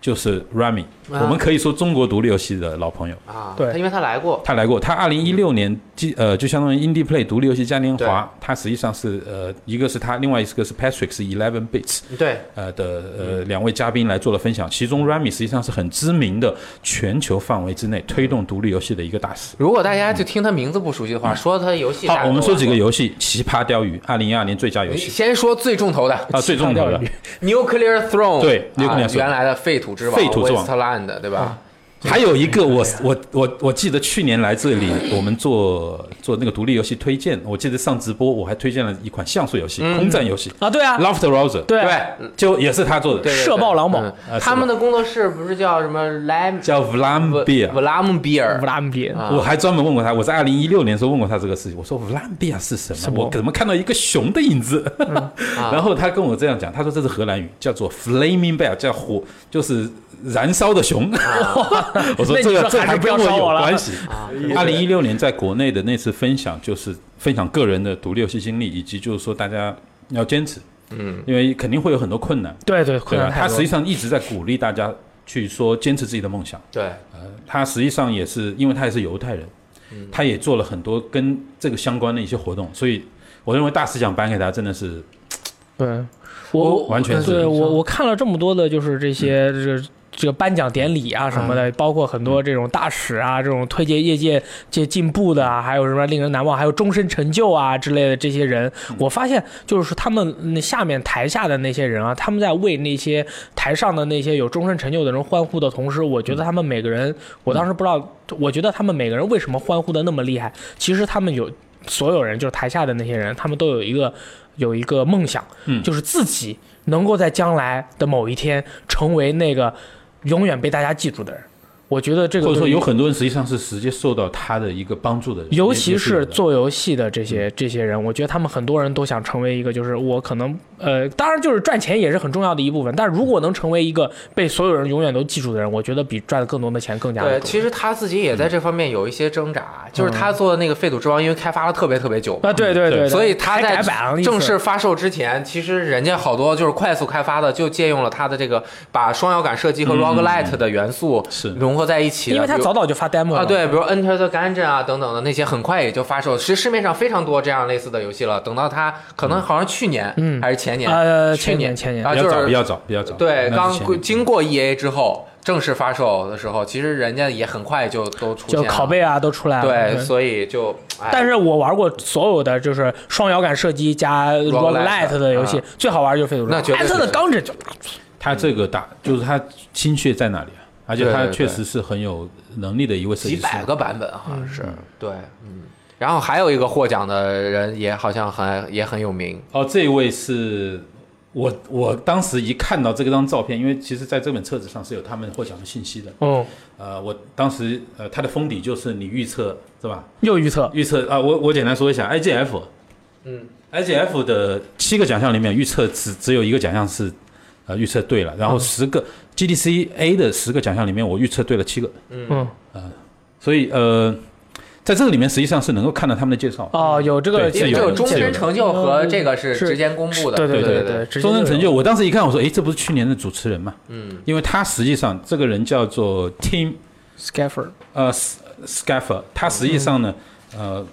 Speaker 3: 就是 Rami，、我们可以说中国独立游戏的老朋友。
Speaker 1: 啊，
Speaker 2: 对
Speaker 1: 他因为他来过，
Speaker 3: 他来过，他二零一六年基呃，就相当于 Indie Play 独立游戏嘉年华，他实际上是呃，一个是他，另外一个是 Patrick 是 Eleven Bits
Speaker 1: 对，
Speaker 3: 呃的呃两位嘉宾来做了分享，其中 Rami 实际上是很知名的全球范围之内推动独立游戏的一个大使。
Speaker 1: 如果大家就听他名字不熟悉的话，说他游戏大概
Speaker 3: 嗯
Speaker 1: 多
Speaker 3: 好，我
Speaker 1: 少
Speaker 3: 们说几个游戏，《奇葩钓鱼》二零一二年最佳游
Speaker 1: 你
Speaker 3: 戏
Speaker 1: 先说最重头的
Speaker 3: 啊，最重头的
Speaker 1: Nuclear Throne，
Speaker 3: 对
Speaker 1: 啊
Speaker 3: Nuclear Throne
Speaker 1: 原来的废土之王
Speaker 3: 废土之王
Speaker 1: Westland，对
Speaker 2: 啊
Speaker 1: 吧？
Speaker 3: 还有一个我我我我记得去年来这里，我们做做那个独立游戏推荐，我记得上直播我还推荐了一款像素游戏，空战游戏
Speaker 2: 啊，对啊，
Speaker 3: ，Loft Rouser，
Speaker 2: 对啊，
Speaker 1: 对，
Speaker 3: 就也是他做的
Speaker 1: 对，
Speaker 2: 射爆狼堡
Speaker 1: 嗯
Speaker 3: 啊
Speaker 1: 他们的工作室不是叫什么莱
Speaker 3: 叫 Vlambia。
Speaker 1: Vlambeer
Speaker 2: 乌拉姆比，
Speaker 1: 啊
Speaker 3: 我还专门问过他，我在二零一六年的时候问过他这个事情，我说 Vlambia 是什么？
Speaker 2: 什么嗯啊
Speaker 3: 我怎么看到一个熊的影子？ 然后他跟我这样讲，他说这是荷兰语，叫做 Flaming Bear，叫火，就是燃烧的熊。 我说
Speaker 2: 啊那
Speaker 3: 这
Speaker 2: 你说
Speaker 3: 个这
Speaker 2: 还是
Speaker 3: 还
Speaker 2: 不
Speaker 3: 跟
Speaker 2: 要烧
Speaker 3: 有
Speaker 2: 我了啊
Speaker 3: 关系。啊二零一六年在国内的那次分享，就是分享个人的独立游戏经历，以及就是说大家要坚持，嗯，因为肯定会有很多困难，
Speaker 2: 对对，
Speaker 3: 对啊
Speaker 2: 困
Speaker 3: 吧
Speaker 2: 难？太
Speaker 3: 他
Speaker 2: 多
Speaker 3: 实际上一直在鼓励大家去说坚持自己的梦想。
Speaker 1: 对，
Speaker 3: 他实际上也是因为他也是犹太人，
Speaker 1: 嗯
Speaker 3: 他也做了很多跟这个相关的一些活动，所以我认为大思想颁给他真的是
Speaker 2: 对，我
Speaker 3: 完全是嗯
Speaker 2: 对我我看了这么多的，就是这些这。这个颁奖典礼啊什么的，包括很多这种大使啊，这种推介业界界进步的啊，还有什么令人难忘，还有终身成就啊之类的这些人，
Speaker 3: 嗯
Speaker 2: 我发现就是他们那下面台下的那些人啊，他们在为那些台上的那些有终身成就的人欢呼的同时，我觉
Speaker 3: 嗯
Speaker 2: 得他们每个人，我当时不知道，我觉得他们每个人为什么欢呼的那么厉害，其实他们有所有人，就是台下的那些人，他们都有一个有一个梦想，
Speaker 3: 嗯
Speaker 2: 就是自己能够在将来的某一天成为那个永远被大家记住的人。我觉得这个
Speaker 3: 或者说
Speaker 2: 对于
Speaker 3: 有很多人实际上是直接受到他的一个帮助的人，
Speaker 2: 尤其
Speaker 3: 也有
Speaker 2: 是
Speaker 3: 的
Speaker 2: 做游戏的这些这些人，我觉得他们很多人都想成为一个，就是我可能呃，当然就是赚钱也是很重要的一部分，但如果能成为一个被所有人永远都记住的人，我觉得比赚更多的钱更加的
Speaker 1: 对，
Speaker 2: 重
Speaker 1: 其实他自己也在这方面有一些挣扎，就是他做的那个《废土之王》，因为开发了特别特别久
Speaker 2: 要。啊，对对
Speaker 3: 对
Speaker 2: 对，
Speaker 1: 所以他
Speaker 2: 还
Speaker 1: 在
Speaker 2: 改版了一次
Speaker 1: 正式发售之前，其实人家好多就是快速开发的，就借用了他的这个把双摇杆射击和 roguelite 的元素
Speaker 3: 是
Speaker 1: 融合在一起的，
Speaker 2: 因为他
Speaker 1: 比如
Speaker 2: 早早就发 demo 了
Speaker 1: 啊，对，比如 Enter the Gungeon 啊等等的那些，很快也就发售。其实市面上非常多这样类似的游戏了。等到它可能好像去年、
Speaker 2: 嗯
Speaker 1: 还是前年，
Speaker 2: 呃
Speaker 1: 去
Speaker 2: 前年前年
Speaker 1: 啊，
Speaker 3: 比较
Speaker 1: 就
Speaker 3: 早，比
Speaker 1: 是
Speaker 3: 较早，比较早，
Speaker 1: 对
Speaker 3: 那之
Speaker 1: 刚
Speaker 3: 前
Speaker 1: 经过 EA 之后正式发售的时候，其实人家也很快就都出现
Speaker 2: 就
Speaker 1: 了。
Speaker 2: 拷贝啊都出来了，
Speaker 1: 对，所以就哎
Speaker 2: 但是我玩过所有的就是双摇杆射击加
Speaker 1: roguelite
Speaker 2: roguelite 的游戏
Speaker 1: 啊，
Speaker 2: 最好玩就是《废土之
Speaker 1: 那
Speaker 2: 王
Speaker 1: 绝》，对
Speaker 2: 哎，
Speaker 1: 是
Speaker 2: 他的钢制就
Speaker 3: 他这个大就是他心血在哪里啊？而且他
Speaker 1: 对对对
Speaker 3: 确实是很有能力的一位设
Speaker 1: 几
Speaker 3: 计师，
Speaker 1: 百个版本好像是、对，嗯。然后还有一个获奖的人也好像很也很有名，
Speaker 3: 哦，这一位是我，我当时一看到这张照片，因为其实在这本册子上是有他们获奖的信息的。
Speaker 2: 嗯，
Speaker 3: 呃，我当时呃，它的封底就是你预测是吧？
Speaker 2: 又预测
Speaker 3: 预测啊、我我简单说一下 IGF，嗯，IGF 的七个奖项里面预测只只有一个奖项是呃预测对了，然后十个、GDC A 的十个奖项里面我预测对了七个，
Speaker 2: 嗯
Speaker 3: 所以呃，在这个里面实际上是能够看到他们的介绍。
Speaker 2: 哦有这个
Speaker 3: 对是
Speaker 1: 这
Speaker 3: 有
Speaker 1: 个
Speaker 3: 的
Speaker 1: 终
Speaker 3: 是有
Speaker 1: 身
Speaker 3: 的
Speaker 1: 成就和这个是
Speaker 2: 是
Speaker 1: 直接公布的，
Speaker 2: 对
Speaker 1: 对
Speaker 2: 对
Speaker 1: 对
Speaker 2: 对，直接
Speaker 3: 终身
Speaker 2: 就
Speaker 3: 成
Speaker 2: 有
Speaker 3: 就，我当时一看，我说，诶，这不是去年的主持人嘛？
Speaker 1: 嗯，
Speaker 3: 因为他实际上这个人叫做 Tim
Speaker 2: Scaffold
Speaker 3: 呃 s c a f f e r 他实际上呢，呃，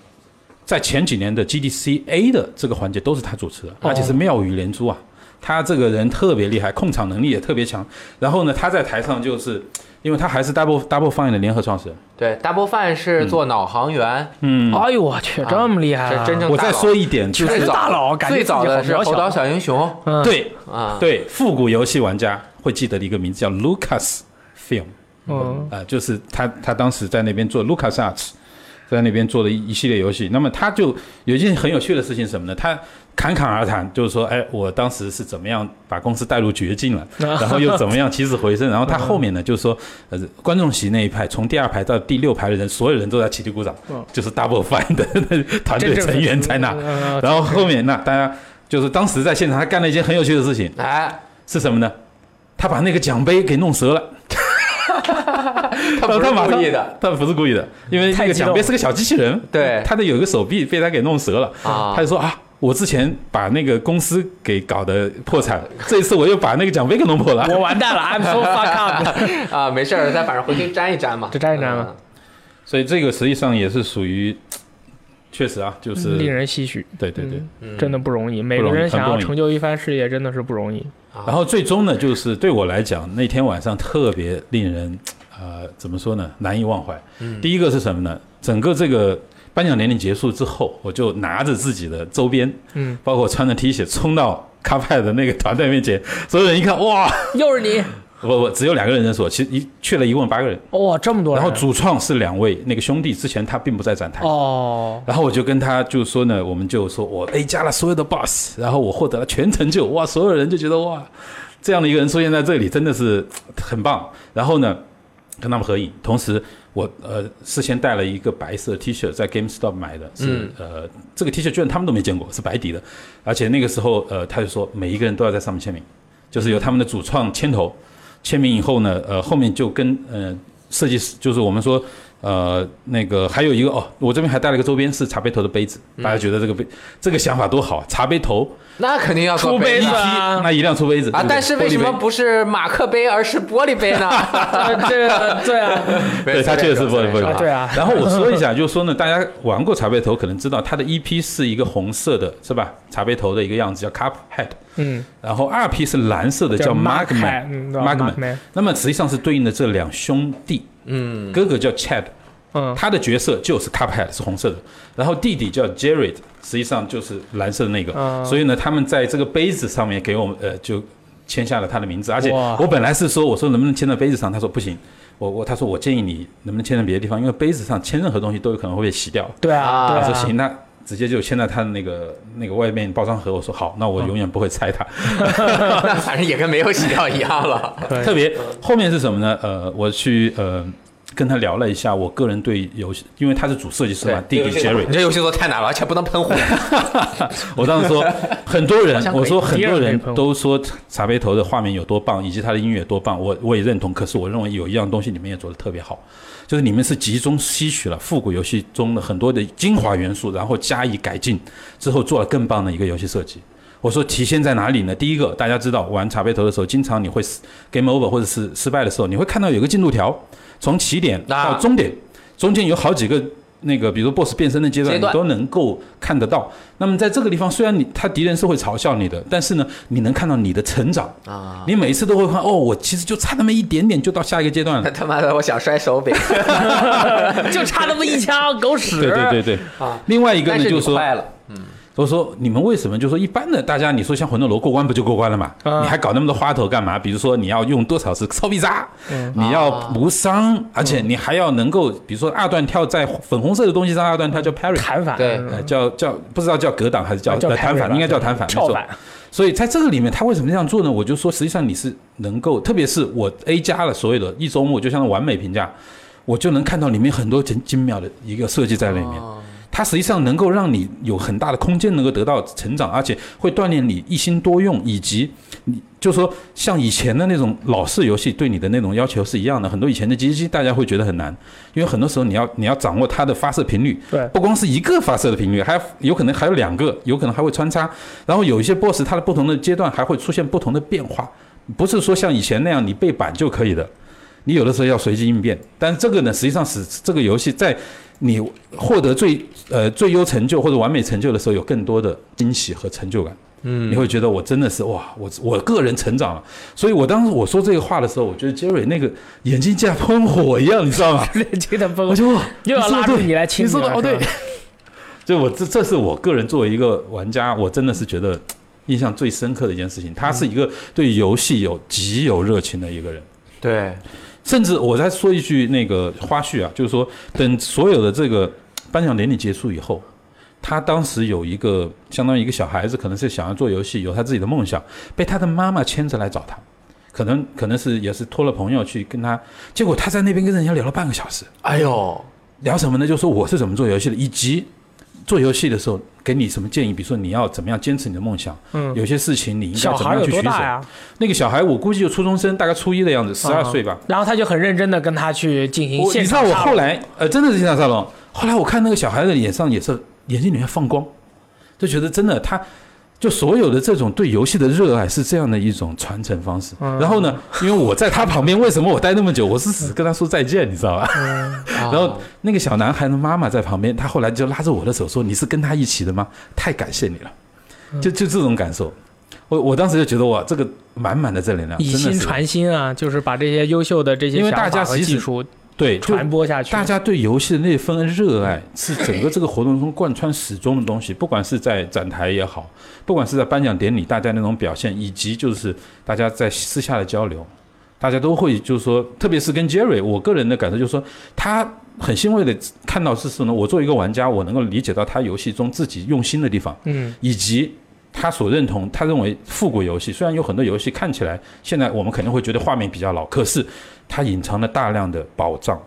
Speaker 3: 在前几年的 GDC A 的这个环节都是他主持的，而且是妙语连珠啊。他这个人特别厉害，控场能力也特别强。然后呢，他在台上就是，因为他还是 Double Double Fine 的联合创始人。
Speaker 1: 对，Double Fine 是做脑航员，
Speaker 3: 嗯，
Speaker 2: 哎呦我去，这么厉害啊！
Speaker 1: 是真正
Speaker 3: 我再说一点，就
Speaker 1: 最
Speaker 3: 是
Speaker 1: 早
Speaker 2: 嗯大佬感觉
Speaker 1: 最早的
Speaker 2: 自己
Speaker 1: 是
Speaker 2: 好渺小
Speaker 1: 猴岛小英雄
Speaker 2: 嗯
Speaker 3: 对
Speaker 1: 啊，
Speaker 3: 对复古游戏玩家会记得的一个名字叫 Lucas Film。
Speaker 2: 嗯
Speaker 3: 呃，就是他他当时在那边做 LucasArts，在那边做的一一系列游戏。那么他就有一件很有趣的事情是什么呢？他侃侃而谈，就是说，哎，我当时是怎么样把公司带入绝境了，然后又怎么样起死回生。然后他后面呢，就是说，呃，观众席那一排，从第二排到第六排的人，所有人都在起立鼓掌，就是 Double Fine 的团队成员在那。
Speaker 2: 嗯
Speaker 3: 然后后面那大家就是当时在现场，他干了一件很有趣的事情，
Speaker 1: 哎，
Speaker 3: 是什么呢？他把那个奖杯给弄折了。呃
Speaker 1: 他不是
Speaker 3: 他马上
Speaker 1: 故意的，，
Speaker 3: 他不是故意的，因为那
Speaker 2: 太
Speaker 3: 个
Speaker 2: 激动嗯
Speaker 3: 奖杯是个小机器人，
Speaker 1: 对
Speaker 3: 他的有一个手臂被他给弄折了，
Speaker 1: 啊
Speaker 3: 他就说啊，我之前把那个公司给搞得破产，
Speaker 1: 啊
Speaker 3: 这一次我又把那个奖杯给弄破了。
Speaker 2: 我完蛋了，I'm so fuck up。
Speaker 1: 啊，没事儿，再反正回去粘一粘嘛，
Speaker 2: 就粘一粘嘛
Speaker 3: 所以这个实际上也是属于，确实啊， 就是
Speaker 2: 令嗯人唏嘘，
Speaker 3: 对对对。
Speaker 1: 嗯，
Speaker 2: 真的不容易。每个
Speaker 3: 不容易
Speaker 2: 人
Speaker 3: 很
Speaker 2: 想
Speaker 3: 不
Speaker 2: 要
Speaker 3: 容易
Speaker 2: 成就一番事业，真的是不容易。
Speaker 1: 嗯。
Speaker 3: 然后最终呢，就是对我来讲，那天晚上特别令人呃怎么说呢，难以忘怀。
Speaker 1: 嗯
Speaker 3: 第一个是什么呢？整个这个颁奖典礼结束之后，我就拿着自己的周边，
Speaker 2: 嗯，
Speaker 3: 包括穿着 T 恤冲到卡派的那个团队面前， 所有人一看，哇，
Speaker 2: 又是你，
Speaker 3: 不不，只有两个人认识我，其实一去了一共八个人。
Speaker 2: 哇，这么多
Speaker 3: 然
Speaker 2: 人，
Speaker 3: 后主创是两位那个兄弟，之前他并不在展台。
Speaker 2: 哦，
Speaker 3: 然后我就跟他就说呢，我们就说我 A 加了所有的 boss，然后我获得了全成就，哇，所有人就觉得哇，这样的一个人出现在这里真的是嘖很棒。然后呢，跟他们合影，同时我呃事先带了一个白色 T 恤，在 GameStop 买的，是、呃这个 T 恤居然他们都没见过，是白底的，而且那个时候呃他就说每一个人都要在上面签名，就是由他们的主创牵头。签名以后呢，呃，后面就跟呃设计师，就是我们说，呃，那个还有一个哦，我这边还带了一个周边是茶杯头的杯子，
Speaker 1: 嗯
Speaker 3: 大家觉得这个杯、这个想法多好，茶杯头
Speaker 1: 那肯定要做
Speaker 2: 出杯
Speaker 1: 杯
Speaker 2: 子
Speaker 1: 子
Speaker 2: 啊
Speaker 3: 那一定要出杯子
Speaker 1: 啊！
Speaker 3: 对不对
Speaker 1: 但是为什么
Speaker 3: 玻璃杯
Speaker 1: 不是马克杯，而是玻璃杯 呢？
Speaker 2: 这个对啊，
Speaker 3: 对他确实是玻璃杯
Speaker 2: 啊对啊，
Speaker 3: 然后我说一下，就是说呢，大家玩过茶杯头可能知道，它的一 P 是一个红色的，是吧？茶杯头的一个样子叫 cup head，
Speaker 2: 嗯，
Speaker 3: 然后二 P 是蓝色的叫
Speaker 2: Mark
Speaker 3: mugman，
Speaker 2: 嗯
Speaker 3: Markman
Speaker 2: ，Markman，
Speaker 3: 那么实际上是对应的这两兄弟，
Speaker 1: 嗯，
Speaker 3: 哥哥叫 Chad，
Speaker 2: 嗯，
Speaker 3: 他的角色就是 Cuphead 是红色的，然后弟弟叫 Jared，实际上就是蓝色的那个，
Speaker 2: 嗯
Speaker 3: 所以呢，他们在这个杯子上面给我们呃就签下了他的名字，而且
Speaker 2: 哇
Speaker 3: 我本来是说我说能不能签到杯子上，他说不行，我我他说我建议你能不能签在别的地方，因为杯子上签任何东西都有可能会被洗掉。
Speaker 2: 对啊，
Speaker 1: 啊
Speaker 2: 对
Speaker 3: 我
Speaker 2: 啊
Speaker 3: 说行，那直接就签在他的那个那个外面包装盒，我说好，那我永远不会拆它。
Speaker 2: 啊
Speaker 1: 那反正也跟没有洗掉一样了。
Speaker 2: 对
Speaker 3: 特别后面是什么呢？呃，我去呃。跟他聊了一下，我个人对游戏，因为他是主设计师嘛，弟弟 Jerry，
Speaker 1: 你这游戏做太难了，而且不能喷火。
Speaker 3: 我当时说，很多人
Speaker 1: 好像，可以
Speaker 3: 我说很多
Speaker 2: 第二个
Speaker 3: 人
Speaker 2: 可以喷
Speaker 3: 都说茶杯头的画面有多棒，以及他的音乐有多棒，我我也认同。可是我认为有一样东西你们也做得特别好，就是你们是集中吸取了复古游戏中的很多的精华元素，然后加以改进，之后做了更棒的一个游戏设计。我说体现在哪里呢？第一个，大家知道玩茶杯头的时候，经常你会失 game over 或者是失败的时候，你会看到有个进度条，从起点
Speaker 1: 啊
Speaker 3: 到终点，中间有好几个那个，比如 boss 变身的阶段，
Speaker 1: 阶段
Speaker 3: 你都能够看得到。那么在这个地方，虽然你他敌人是会嘲笑你的，但是呢，你能看到你的成长
Speaker 1: 啊。
Speaker 3: 你每一次都会看，哦，我其实就差那么一点点就到下一个阶段了。
Speaker 1: 他妈的，我想摔 手柄。
Speaker 2: 就差那么一枪狗屎，
Speaker 3: 对对对对。
Speaker 1: 啊
Speaker 3: 另外一个
Speaker 1: 但
Speaker 3: 呢，
Speaker 1: 是
Speaker 3: 就
Speaker 1: 你啊
Speaker 3: 是说，
Speaker 1: 坏了，
Speaker 3: 我说你们为什么就说一般的大家，你说像魂斗罗过关不就过关了嘛？
Speaker 2: 啊
Speaker 3: 你还搞那么多花头干嘛？比如说你要用多少次超必杀，
Speaker 2: 嗯
Speaker 3: 你要无伤，而且你还要能够，比如说二段跳在粉红色的东西上，二段跳叫 parry，
Speaker 2: 弹反，
Speaker 1: 对
Speaker 2: 嗯
Speaker 3: 呃，叫叫不知道叫格挡还是叫
Speaker 2: 叫
Speaker 3: 呃弹
Speaker 2: parry
Speaker 3: 反，
Speaker 2: 吧
Speaker 3: 应该叫弹反，没
Speaker 2: 跳
Speaker 3: 错。
Speaker 2: 反，
Speaker 3: 所以在这个里面，他为什么这样做呢？我就说，实际上你是能够，特别是我 A 加了所有的一周目，就像完美评价，我就能看到里面很多精精妙的一个设计在里面。它实际上能够让你有很大的空间，能够得到成长，而且会锻炼你一心多用，以及你就说像以前的那种老式游戏对你的那种要求是一样的。很多以前的机器大家会觉得很难，因为很多时候你要你要掌握它的发射频率，
Speaker 2: 对
Speaker 3: 不光是一个发射的频率，还有可能还有两个，有可能还会穿插。然后有一些 BOSS 它的不同的阶段还会出现不同的变化，不是说像以前那样你背板就可以的，你有的时候要随机应变。但这个呢，实际上使这个游戏在你获得最呃最优成就或者完美成就的时候，有更多的惊喜和成就感。嗯，你会觉得我真的是哇，我我个人成长了。所以我当时我说这个话的时候，我觉得 Jerry 那个眼睛像喷火一样，你知道吗？
Speaker 2: 这个崩
Speaker 3: 我，就哇
Speaker 2: 又要
Speaker 3: 你说
Speaker 2: 拉
Speaker 3: 得
Speaker 2: 住
Speaker 3: 对
Speaker 2: 你来亲
Speaker 3: 你说的
Speaker 2: 了
Speaker 3: 哦，
Speaker 2: 是
Speaker 3: 对
Speaker 2: 吧，
Speaker 3: 就我这这是我个人作为一个玩家，我真的是觉得印象最深刻的一件事情。他是一个对游戏有极有热情的一个人，
Speaker 1: 对，
Speaker 3: 甚至我再说一句那个花絮啊，就是说等所有的这个颁奖典礼结束以后。他当时有一个相当于一个小孩子，可能是想要做游戏，有他自己的梦想，被他的妈妈牵着来找他，可能可能是也是托了朋友去跟他，结果他在那边跟人家聊了半个小时，
Speaker 1: 哎呦，
Speaker 3: 聊什么呢？就说我是怎么做游戏的，以及做游戏的时候给你什么建议，比如说你要怎么样坚持你的梦想，
Speaker 2: 嗯，
Speaker 3: 有些事情你应该
Speaker 2: 小
Speaker 3: 怎
Speaker 2: 孩
Speaker 3: 么样
Speaker 2: 有
Speaker 3: 去取
Speaker 2: 多
Speaker 3: 舍
Speaker 2: 大。呀？
Speaker 3: 那个小孩我估计就初中生，大概初一的样子，十二
Speaker 2: 嗯
Speaker 3: 岁吧。
Speaker 2: 然后他就很认真的跟他去进行
Speaker 3: 我你
Speaker 2: 现
Speaker 3: 知道
Speaker 2: 场
Speaker 3: 我
Speaker 2: 杀戮
Speaker 3: 后来呃，真的是现场沙龙。后来我看那个小孩的脸上也是眼睛里面放光，就觉得真的他。就所有的这种对游戏的热爱是这样的一种传承方式。
Speaker 2: 嗯
Speaker 3: 然后呢，因为我在他旁边，为什么我待那么久？我是只跟他说再见，你知道吧？
Speaker 2: 嗯啊
Speaker 1: 然
Speaker 3: 然后那个小男孩的妈妈在旁边，她后来就拉着我的手说：“你是跟他一起的吗？太感谢你了。”
Speaker 2: 嗯
Speaker 3: 就就这种感受，我我当时就觉得哇，这个满满的正能量，真
Speaker 2: 以
Speaker 3: 的
Speaker 2: 心
Speaker 3: 是
Speaker 2: 传心啊，就是把这些优秀的这些
Speaker 3: 因为
Speaker 2: 想
Speaker 3: 大家
Speaker 2: 法和
Speaker 3: 其实
Speaker 2: 技术
Speaker 3: 对就
Speaker 2: 传播下去。
Speaker 3: 大家对游戏的那份热爱，是整个这个活动中贯穿始终的东西。不管是在展台也好，不管是在颁奖典礼大家那种表现，以及就是大家在私下的交流，大家都会就是说，特别是跟 Jerry，我个人的感受就是说，他很欣慰的看到是什么呢？我作为一个玩家，我能够理解到他游戏中自己用心的地方。
Speaker 2: 嗯
Speaker 3: 以及他所认同，他认为复古游戏虽然有很多游戏看起来现在我们肯定会觉得画面比较老，可是它隐藏了大量的宝藏，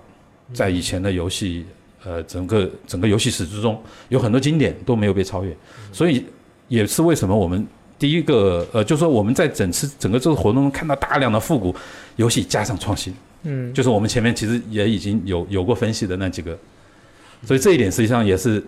Speaker 3: 在以前的游戏呃整个整个游戏史之中，有很多经典都没有被超越，所以也是为什么我们。第一个，呃，就是说我们在整次整个这个活动中看到大量的复古游戏加上创新，
Speaker 2: 嗯，
Speaker 3: 就是我们前面其实也已经有有过分析的那几个，所以这一点实际上也是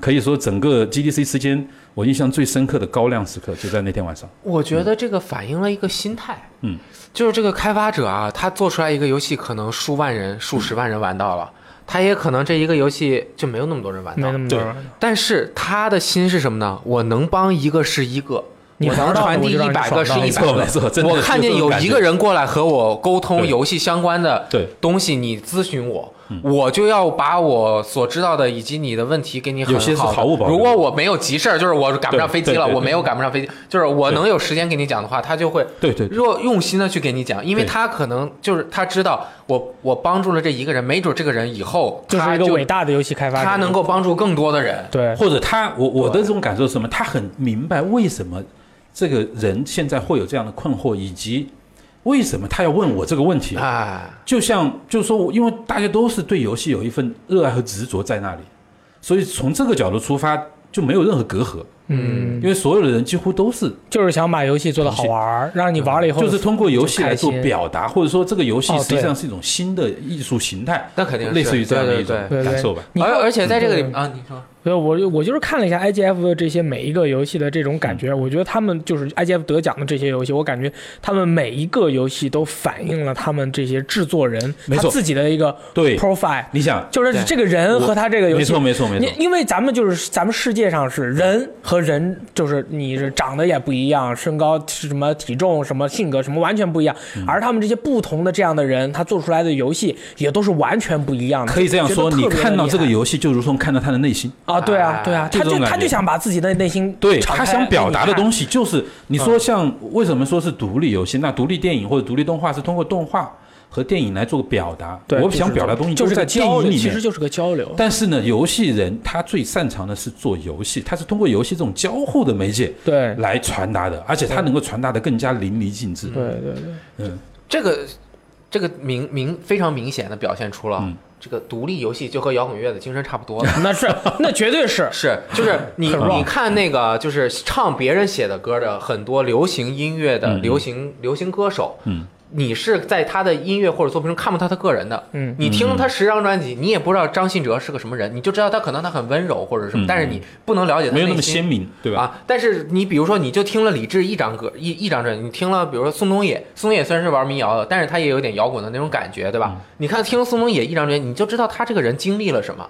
Speaker 3: 可以说整个 GDC 期间我印象最深刻的高亮时刻就在那天晚上。
Speaker 1: 我觉得这个反映了一个心态，
Speaker 3: 嗯，
Speaker 1: 就是这个开发者啊，他做出来一个游戏，可能数万人、数十万人玩到了，他也可能这一个游戏就没有那么多人玩
Speaker 2: 没
Speaker 1: 到
Speaker 2: 那，么多
Speaker 3: 对
Speaker 2: 人。
Speaker 1: 但是他的心是什么呢？我能帮一个是一个。
Speaker 2: 你
Speaker 1: 我
Speaker 2: 玩
Speaker 1: 能
Speaker 2: 到了
Speaker 1: 传递
Speaker 2: 我就让
Speaker 1: 一
Speaker 2: 你
Speaker 1: 百
Speaker 2: 爽
Speaker 1: 个
Speaker 2: 到
Speaker 1: 是
Speaker 2: 了
Speaker 1: 一百
Speaker 3: 没错没
Speaker 1: 个
Speaker 3: 错，真的
Speaker 1: 我
Speaker 3: 是
Speaker 1: 看见
Speaker 3: 这
Speaker 1: 有
Speaker 3: 种感
Speaker 1: 一
Speaker 3: 觉
Speaker 1: 个人过来和我沟通
Speaker 3: 对
Speaker 1: 游戏相关的
Speaker 3: 对
Speaker 1: 东西，你咨询我，
Speaker 3: 嗯
Speaker 1: 我就要把我所知道的以及你的问题给你很
Speaker 3: 有些是
Speaker 1: 好的
Speaker 3: 毫无保留
Speaker 1: 如果我没有急事儿，就是我赶不上
Speaker 3: 对
Speaker 1: 飞机
Speaker 3: 对
Speaker 1: 了，
Speaker 3: 对
Speaker 1: 我
Speaker 3: 对
Speaker 1: 没有赶不上飞机，就是我
Speaker 3: 对
Speaker 1: 能有时间给你讲的话，他就会
Speaker 3: 对对对
Speaker 1: 若用心的去给你讲，因为
Speaker 3: 对
Speaker 1: 他可能就是他知道我我帮助了这一个人，没准这个人以后
Speaker 2: 就
Speaker 1: 他
Speaker 2: 是一
Speaker 1: 就
Speaker 2: 个伟大的游戏开发者，
Speaker 1: 他能够帮助更多的人。
Speaker 2: 对，
Speaker 3: 或者他，我我的这种感受是什么？他很明白为什么这个人现在会有这样的困惑，以及为什么他要问我这个问题。
Speaker 1: 哎，
Speaker 3: 就像就是说我，因为大家都是对游戏有一份热爱和执着在那里，所以从这个角度出发就没有任何隔阂，
Speaker 2: 嗯，
Speaker 3: 因为所有的人几乎都是
Speaker 2: 就是想把游戏做得好玩儿，让你玩了以后
Speaker 3: 就是通过游戏来做
Speaker 2: 就开心
Speaker 3: 表达，或者说这个游戏
Speaker 2: 哦
Speaker 3: 实际上是一种新的艺术形态，
Speaker 1: 那肯定是
Speaker 3: 类似于这样的一种
Speaker 1: 对对
Speaker 2: 对对
Speaker 3: 感受吧。
Speaker 2: 你
Speaker 1: 而
Speaker 2: 看
Speaker 1: 而且在这个里
Speaker 2: 嗯
Speaker 1: 啊，你说
Speaker 2: 所以我我就是看了一下 IGF 的这些每一个游戏的这种感
Speaker 3: 嗯
Speaker 2: 觉，我觉得他们就是 IGF 得奖的这些游戏，我感觉他们每一个游戏都反映了他们这些制作人
Speaker 3: 没
Speaker 2: 他
Speaker 3: 错
Speaker 2: 自己的一个
Speaker 3: 对，
Speaker 2: profile，
Speaker 3: 你想，
Speaker 2: 就是这个人和他这个游
Speaker 3: 没
Speaker 2: 戏
Speaker 3: 错，没错，没
Speaker 2: 你
Speaker 3: 错，
Speaker 2: 因为咱们就是咱们世界上是人和人，就是你是长得也不一样，身高是什么体重什么性格什么完全不一样，
Speaker 3: 嗯
Speaker 2: 而他们这些不同的这样的人，他做出来的游戏也都是完全不一样的。
Speaker 3: 可以这样说，
Speaker 2: 觉得
Speaker 3: 你
Speaker 2: 特别
Speaker 3: 看到这个
Speaker 2: 厉害
Speaker 3: 游戏，就如同看到他的内心。
Speaker 2: 啊，对啊，对啊，
Speaker 1: 就
Speaker 2: 他
Speaker 3: 哎这
Speaker 2: 就
Speaker 3: 种感觉
Speaker 2: 他就想把自己的内心
Speaker 3: 对
Speaker 2: 敞
Speaker 3: 他
Speaker 2: 开
Speaker 3: 想表达的东
Speaker 2: 西，
Speaker 3: 西，就是你说像为什么说是独立游戏？那独立电影或者独立动画是通过动画和电影来做表达。
Speaker 2: 对，
Speaker 3: 我
Speaker 2: 就是
Speaker 3: 想表达的东西
Speaker 2: 就是
Speaker 3: 都在
Speaker 2: 个
Speaker 3: 电
Speaker 2: 交
Speaker 3: 影
Speaker 2: 流，
Speaker 3: 里
Speaker 2: 其实
Speaker 3: 面。
Speaker 2: 就是个交流。
Speaker 3: 但是呢，游戏人他最擅长的是做游戏，他是通过游戏这种交互的媒介
Speaker 2: 对
Speaker 3: 来传达的，而且它能够传达的更加淋漓尽致。
Speaker 2: 对对对，
Speaker 3: 嗯，
Speaker 1: 这个这个明明非常明显的表现出了、
Speaker 3: 嗯
Speaker 1: 这个独立游戏就和摇滚乐的精神差不 多了。
Speaker 2: 那是那绝对是
Speaker 1: 是，就是你
Speaker 2: 很 wrong
Speaker 1: 你看那个，就是唱别人写的歌的很多流行音乐的
Speaker 3: 嗯
Speaker 1: 流行、流行歌手，
Speaker 3: 嗯，
Speaker 1: 你是在他的音乐或者作品中看不到他个人的，
Speaker 2: 嗯
Speaker 1: 你听了他十张专辑，你也不知道张信哲是个什么人，你就知道他可能他很温柔或者什么，
Speaker 3: 嗯
Speaker 1: 但是你不能了解他
Speaker 3: 没有那
Speaker 1: 内
Speaker 3: 么
Speaker 1: 心
Speaker 3: 鲜明，对吧？
Speaker 1: 啊，但是你比如说，你就听了李志一张歌一一张专辑，你听了比如说宋冬野，宋冬野虽然是玩民谣的，但是他也有点摇滚的那种感觉，对吧？
Speaker 3: 嗯
Speaker 1: 你看听宋冬野一张专辑，你就知道他这个人经历了什么。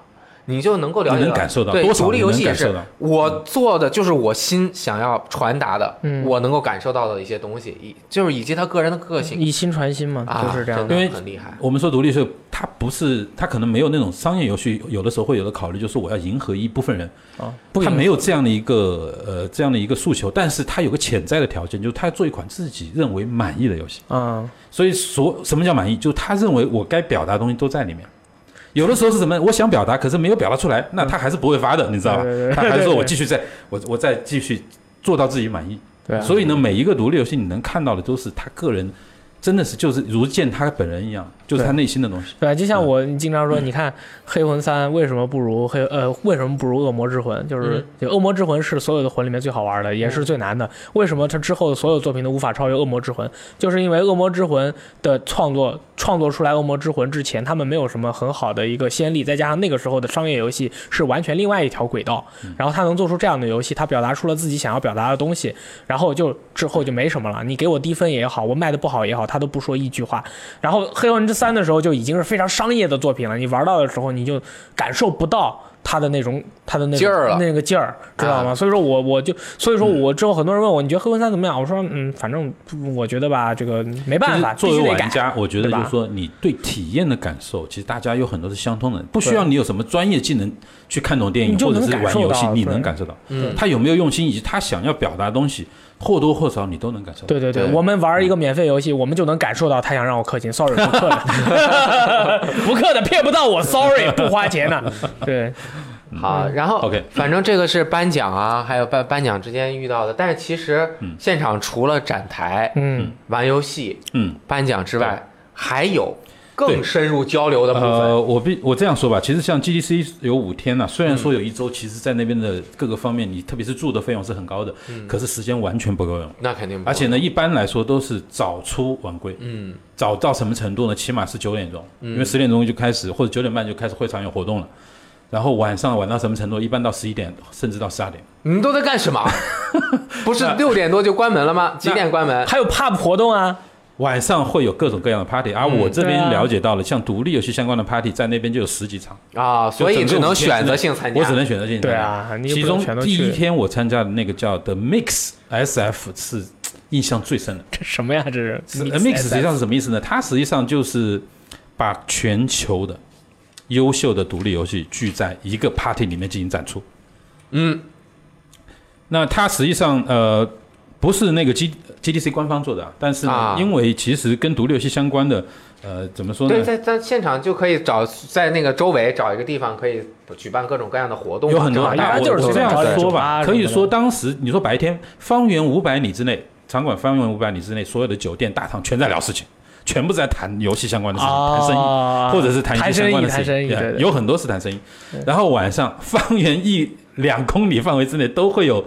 Speaker 1: 你就能够了解
Speaker 3: 你能感受到
Speaker 1: 对
Speaker 3: 多少
Speaker 1: 独立游戏
Speaker 3: 你能
Speaker 1: 也
Speaker 3: 感受
Speaker 1: 是
Speaker 3: 到，
Speaker 1: 我做的就是我心想要传达的，
Speaker 2: 嗯
Speaker 1: 我能够感受到的一些东西，以就是以及他个人的个性
Speaker 3: 嗯
Speaker 2: 以心传心嘛，
Speaker 1: 啊，
Speaker 2: 就是这样
Speaker 1: 真
Speaker 2: 的
Speaker 1: 的
Speaker 3: 因为
Speaker 1: 很厉害。
Speaker 3: 我们说独立是，它不是，它可能没有那种商业游戏，有的时候会有的考虑，就是我要迎合一部分人，
Speaker 2: 啊，不
Speaker 3: 他
Speaker 2: 影
Speaker 3: 没有这样的一个呃这样的一个诉求，但是他有个潜在的条件，就是他要做一款自己认为满意的游戏。
Speaker 2: 啊，
Speaker 3: 所以所什么叫满意？就是他认为我该表达的东西都在里面。有的时候是什么？我想表达，可是没有表达出来，那他还是不会发的，你知道吧
Speaker 2: 对对？对
Speaker 3: 他还是说
Speaker 2: 对对
Speaker 3: 我继续在，我我再继续做到自己满意。
Speaker 2: 对啊
Speaker 3: 所以呢，每一个独立游戏你能看到的都是他个人，真的是就是如见他本人一样，就是他内心的东西。
Speaker 2: 对啊吧，就像我经常说，你看《黑魂三》为什么不如黑呃为什么不如《恶魔之魂》？就是
Speaker 1: 嗯
Speaker 2: 就《恶魔之魂》是所有的魂里面最好玩的，也是最难的。为什么它之后的所有作品都无法超越《恶魔之魂》？就是因为《恶魔之魂》的创作创作出来《恶魔之魂》之前，他们没有什么很好的一个先例，再加上那个时候的商业游戏是完全另外一条轨道，
Speaker 1: 嗯
Speaker 2: 然后他能做出这样的游戏，他表达出了自己想要表达的东西，然后就之后就没什么了。你给我低分也好，我卖的不好也好，他都不说一句话。然后《黑魂之三》的时候就已经是非常商业的作品了，你玩到的时候你就感受不到他的那种他的那种
Speaker 1: 劲儿了啊
Speaker 2: 那个劲儿，知道吗？所以说我我就所以说
Speaker 3: 嗯
Speaker 2: 我之后很多人问我，你觉得《黑魂三》怎么样？我说嗯，反正我觉得吧，这个没办法，
Speaker 3: 就是
Speaker 2: 必
Speaker 3: 作
Speaker 2: 须
Speaker 3: 为
Speaker 2: 得改
Speaker 3: 玩。家，我觉得
Speaker 2: 对吧
Speaker 3: 就是说，你对体验的感受，其实大家有很多是相通的，不需要你有什么专业技能去看懂电影
Speaker 2: 你就
Speaker 3: 或者
Speaker 2: 能
Speaker 3: 是
Speaker 2: 感
Speaker 3: 玩
Speaker 2: 受
Speaker 3: 游戏，
Speaker 2: 到
Speaker 3: 你
Speaker 2: 对
Speaker 3: 能感受到，
Speaker 1: 嗯
Speaker 3: 他有没有用心以及他想要表达的东西，或多或少你都能感受到。
Speaker 2: 对对对，
Speaker 1: 对
Speaker 2: 我们玩一个免费游
Speaker 3: 嗯
Speaker 2: 戏，我们就能感受到他想让我氪金，sorry 不氪 了，不氪的骗不到我，sorry 不花钱呢。对，
Speaker 1: 好，
Speaker 2: 嗯
Speaker 1: 然后
Speaker 3: 嗯 OK
Speaker 1: 反正这个是颁奖啊，还有颁颁奖之间遇到的。但是其实
Speaker 3: 嗯
Speaker 1: 现场除了展台、
Speaker 2: 嗯，
Speaker 1: 玩游戏、
Speaker 3: 嗯，
Speaker 1: 颁奖之外，还有
Speaker 3: 对
Speaker 1: 更深入交流的部分。
Speaker 3: 呃，我必我这样说吧，其实像 GDC 有五天呐、虽然
Speaker 2: 嗯
Speaker 3: 说有一周，其实在那边的各个方面，你特别是住的费用是很高的，
Speaker 2: 嗯
Speaker 3: 可是时间完全不够用。
Speaker 1: 那肯定不，
Speaker 3: 而且呢，一般来说都是早出晚归，
Speaker 1: 嗯，
Speaker 3: 早到什么程度呢？起码是九点钟，因为十点钟就开始或者九点半就开始会场有活动了，然后晚上晚到什么程度？一般到十一点甚至到十二点。
Speaker 1: 你们都在干什 么？不是六点多就关门了吗？几点关门？
Speaker 2: 还有 pub 活动啊，
Speaker 3: 晚上会有各种各样的 party，而
Speaker 1: 嗯
Speaker 3: 我这
Speaker 1: 啊
Speaker 3: 边了解到了，像独立游戏相关的 party 在那边就有十几场，
Speaker 1: 啊，所以
Speaker 3: 就整个
Speaker 1: 只能
Speaker 3: 五天
Speaker 1: 选
Speaker 3: 之内
Speaker 1: 择性参加。
Speaker 3: 我只能选择性参加
Speaker 2: 对啊你也
Speaker 3: 其
Speaker 2: 不能
Speaker 3: 中
Speaker 2: 全都
Speaker 3: 第一
Speaker 2: 去
Speaker 3: 天我参加的那个叫 The Mix SF 是印象最深的。
Speaker 2: 这什么呀？这是
Speaker 3: 是呃 mix 实际上是什么意思呢？它实际上就是把全球的优秀的独立游戏聚在一个 party 里面进行展出。
Speaker 1: 嗯，
Speaker 3: 那它实际上呃不是那个 G GDC 官方做的啊，但是呢，
Speaker 1: 啊
Speaker 3: 因为其实跟独立游戏相关的呃怎么说
Speaker 1: 对，
Speaker 3: 呢？
Speaker 1: 在在现场就可以找在那个周围找一个地方，可以举办各种各样的活动嘛，
Speaker 3: 有很多
Speaker 1: 正好
Speaker 2: 大
Speaker 1: 大家
Speaker 2: 家
Speaker 3: 我
Speaker 2: 就是
Speaker 3: 我
Speaker 2: 随
Speaker 3: 这
Speaker 2: 便
Speaker 3: 样
Speaker 2: 找点
Speaker 3: 说
Speaker 2: 酒吧
Speaker 3: 吧，
Speaker 2: 什么
Speaker 3: 可以
Speaker 2: 的
Speaker 3: 说当时你说白天方圆五百里之内，场馆方圆五百里之内，所有的酒店大堂全在聊事情，全部在谈游戏相关的事情，谈生意。
Speaker 2: 啊，
Speaker 3: 或者是谈一
Speaker 2: 谈
Speaker 3: 些
Speaker 2: 生
Speaker 3: 相关
Speaker 2: 意，
Speaker 3: 的
Speaker 2: 谈
Speaker 3: 事
Speaker 2: 生
Speaker 3: 情，
Speaker 2: 意，对对
Speaker 3: 有很多是谈生意。然后晚上方圆一两公里范围之内都会有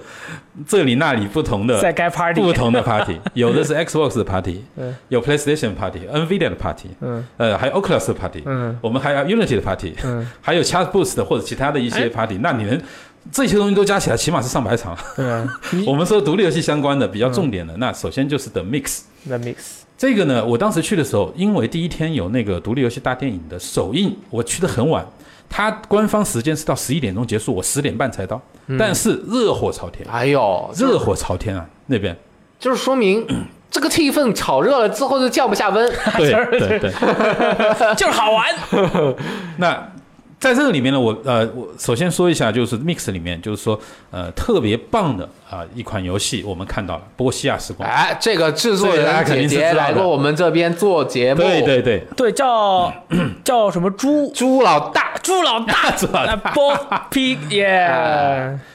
Speaker 3: 这里那里不同的
Speaker 2: 在该 party
Speaker 3: 不同的 party，有的是 Xbox 的 party，
Speaker 2: 嗯
Speaker 3: 有 PlayStation party，NVIDIA 的 party，
Speaker 2: 嗯
Speaker 3: 呃，还有 Oculus 的 party，
Speaker 2: 嗯
Speaker 3: 我们还有 Unity 的 party，
Speaker 2: 嗯，
Speaker 3: 还有 Chatboost 的或者其他的一些
Speaker 2: 哎
Speaker 3: party，那你能这些东西都加起来，起码是上百场。
Speaker 2: 嗯，
Speaker 3: 我们说独立游戏相关的比较重点的，那首先就是 The Mix。
Speaker 2: 那 mix
Speaker 3: 这个呢，我当时去的时候，因为第一天有那个独立游戏大电影的首映，我去的很晚，它官方时间是到十一点钟结束，我十点半才到，但是热火朝天，
Speaker 1: 哎呦，就是
Speaker 3: 热火朝天啊，那边，
Speaker 1: 就是说 明这个气氛炒热了之后就降不下温。
Speaker 3: 对对对，
Speaker 2: 就是好玩，
Speaker 3: 那。在这个里面呢，我呃，我首先说一下，就是 Mix 里面，就是说，呃，特别棒的啊、一款游戏，我们看到了《波西亚时光》
Speaker 1: 哎，这个制作
Speaker 3: 这个大家
Speaker 1: 人
Speaker 3: 肯
Speaker 1: 姐
Speaker 3: 定是
Speaker 1: 姐
Speaker 3: 知道的
Speaker 1: 来过我们这边做节目，
Speaker 3: 对，对对，
Speaker 2: 对，叫叫什么猪
Speaker 1: 朱老大，
Speaker 2: 猪老大呃
Speaker 3: 朱老大啊
Speaker 2: ，boss pig 耶，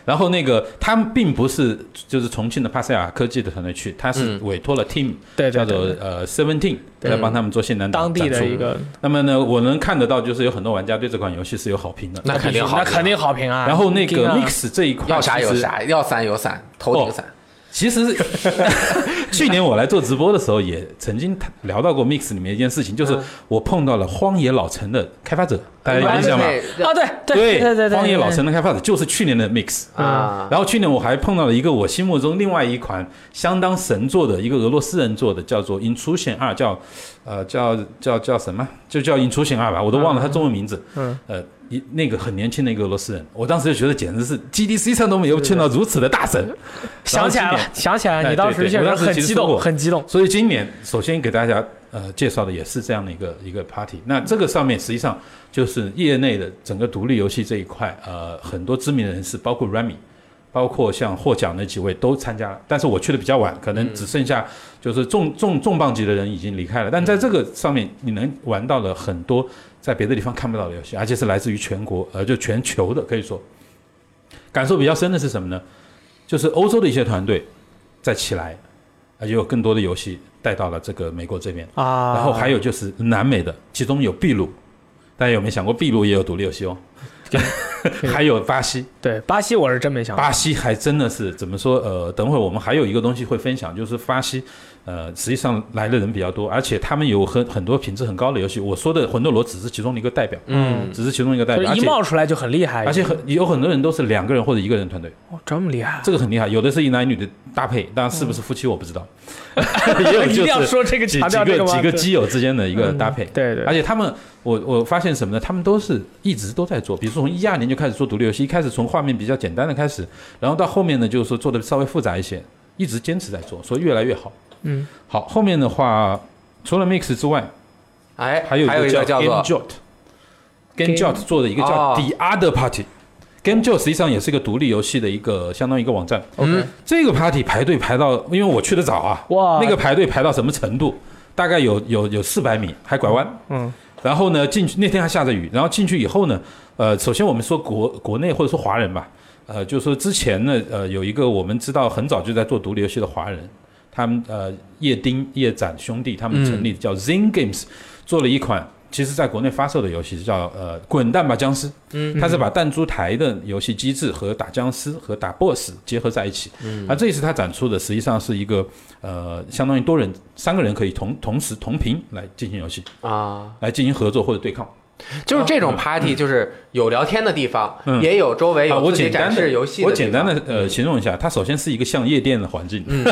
Speaker 3: 然后那个他们并不是就是重庆的帕塞尔科技的团队去，他
Speaker 1: 嗯
Speaker 3: 是委托了 team，、
Speaker 2: 对对
Speaker 3: 叫做
Speaker 2: 对
Speaker 3: 呃 Seventeen 来帮他们做现南
Speaker 2: 当地的一。个，
Speaker 3: 那么呢，我能看得到，就是有很多玩家对这款游戏是有好评的。
Speaker 1: 那肯定好，
Speaker 2: 那肯定好评啊。
Speaker 3: 然后那个
Speaker 2: 肯定啊
Speaker 3: Mix 这一块
Speaker 1: 要啥有
Speaker 3: 其实，哦
Speaker 1: 啥，要伞有伞，头顶伞。
Speaker 3: 其实 去年我来做直播的时候，也曾经聊到过 Mix 里面一件事情，就是
Speaker 1: 嗯
Speaker 3: 我碰到了《荒野老城》的开发者，大家有印象吗？
Speaker 2: 啊，
Speaker 1: 对
Speaker 2: 对对对对对，
Speaker 3: 荒野老
Speaker 2: 对
Speaker 3: 城》的开发者就是去年的 Mix。嗯
Speaker 1: 啊，
Speaker 3: 然后去年我还碰到了一个我心目中另外一款相当神作的一个俄罗斯人做的，叫做《Intrusion 二》，叫呃叫叫叫什么？就叫《Intrusion 二》吧，我都忘了它中文名字。
Speaker 2: 嗯，
Speaker 3: 呃，一那个很年轻的一个俄罗斯人，我当时就觉得简直是 GDC 上都没有见到如此的大神。
Speaker 2: 想起来了
Speaker 3: 然后今，年
Speaker 2: 想起来了，
Speaker 3: 哎
Speaker 2: 你当时
Speaker 3: 对对
Speaker 2: 确
Speaker 3: 我
Speaker 2: 实
Speaker 3: 当时
Speaker 2: 很
Speaker 3: 其实
Speaker 2: 激
Speaker 3: 说
Speaker 2: 动，
Speaker 3: 过
Speaker 2: 很激动。
Speaker 3: 所以今年首先给大家呃介绍的也是这样的一个一个 party。那这个上面实际上就是业内的整个独立游戏这一块，呃，很多知名的人士，包括 Remy，包括像获奖的几位都参加了。但是我去的比较晚，可能只剩下就是重重重磅级的人已经离开了。但在这个上面，你能玩到了很多在别的地方看不到的游戏，而且是来自于全国呃就全球的，可以说感受比较深的是什么呢？就是欧洲的一些团队在起来，啊，也有更多的游戏带到了这个美国这边。
Speaker 2: 啊，
Speaker 3: 然后还有就是南美的，其中有秘鲁，大家有没有想过秘鲁也有独立游戏哦？ 还有巴西，
Speaker 2: 对巴西，我是真没想到
Speaker 3: 巴西还真的是怎么说？呃，等会儿我们还有一个东西会分享，就是巴西呃，实际上来的人比较多，而且他们有很很多品质很高的游戏。我说的《魂斗罗》只是其中的一个代表，
Speaker 1: 嗯，
Speaker 3: 只是其中一个代
Speaker 2: 就是
Speaker 3: 表，而
Speaker 2: 一
Speaker 3: 且
Speaker 2: 冒出来就很厉害，
Speaker 3: 而且很有很多人都是两个人或者一个人团队，
Speaker 2: 哦这么厉害，
Speaker 3: 这个很厉害。有的是一男一女的搭配，当然是不是夫妻我不 知道，也有
Speaker 2: 嗯一
Speaker 3: 就
Speaker 2: 定要
Speaker 3: 是
Speaker 2: 说这个
Speaker 3: 几
Speaker 2: 强
Speaker 3: 几
Speaker 2: 调这
Speaker 3: 个
Speaker 2: 吗？
Speaker 3: 几个
Speaker 2: 对
Speaker 3: 基友之间的一个搭配
Speaker 2: 嗯。对对，
Speaker 3: 而且他们，我我发现什么呢？他们都是一直都在做，比如说从一二年就开始做独立游戏，一开始从画面比较简单的开始，然后到后面呢，就是说做的稍微复杂一些，一直坚持在做，所以越来越好。
Speaker 2: 嗯，
Speaker 3: 好，后面的话，除了 Mix 之外，
Speaker 1: 哎，
Speaker 3: 还有
Speaker 1: 还有
Speaker 3: 一
Speaker 1: 一
Speaker 3: 个
Speaker 1: 个叫
Speaker 3: Game
Speaker 1: 做
Speaker 3: Jot。Game
Speaker 2: Game-
Speaker 3: Jot 做的一个
Speaker 1: 哦
Speaker 3: 叫 The Other Party。Game Jot 实际上也是一个独立游戏的一个相当于一个网站。
Speaker 1: 嗯
Speaker 3: 这个 party 排队排到，因为我去的早啊，
Speaker 2: 哇
Speaker 3: 那个排队排到什么程度？大概有有有四百米，还拐弯。
Speaker 2: 嗯，
Speaker 3: 然后呢，进去那天还下着雨，然后进去以后呢，呃，首先我们说国国内或者说华人吧，呃，就是说之前呢，呃，有一个我们知道很早就在做独立游戏的华人，他们呃叶丁叶展兄弟他们成
Speaker 1: 嗯
Speaker 3: 立的叫 Zing Games，、做了一款。其实，在国内发售的游戏叫呃《滚蛋吧僵尸》，
Speaker 1: 嗯，
Speaker 3: 它是把弹珠台的游戏机制和打僵尸和打 BOSS 结合在一起。嗯，而这一次它展出的实际上是一个呃，相当于多人三个人可以同同时同屏来进行游戏。
Speaker 1: 啊，
Speaker 3: 来进行合作或者对抗。
Speaker 1: 就是这种 party，就是有聊天的地方，
Speaker 3: 嗯
Speaker 1: 也有周围
Speaker 3: 啊，
Speaker 1: 有
Speaker 3: 我
Speaker 1: 自己
Speaker 3: 简
Speaker 1: 展
Speaker 3: 单
Speaker 1: 示
Speaker 3: 的
Speaker 1: 游戏
Speaker 3: 我
Speaker 1: 的地
Speaker 3: 简
Speaker 1: 方
Speaker 3: 单的呃形容一下，它首先是一个像夜店的环境，
Speaker 1: 嗯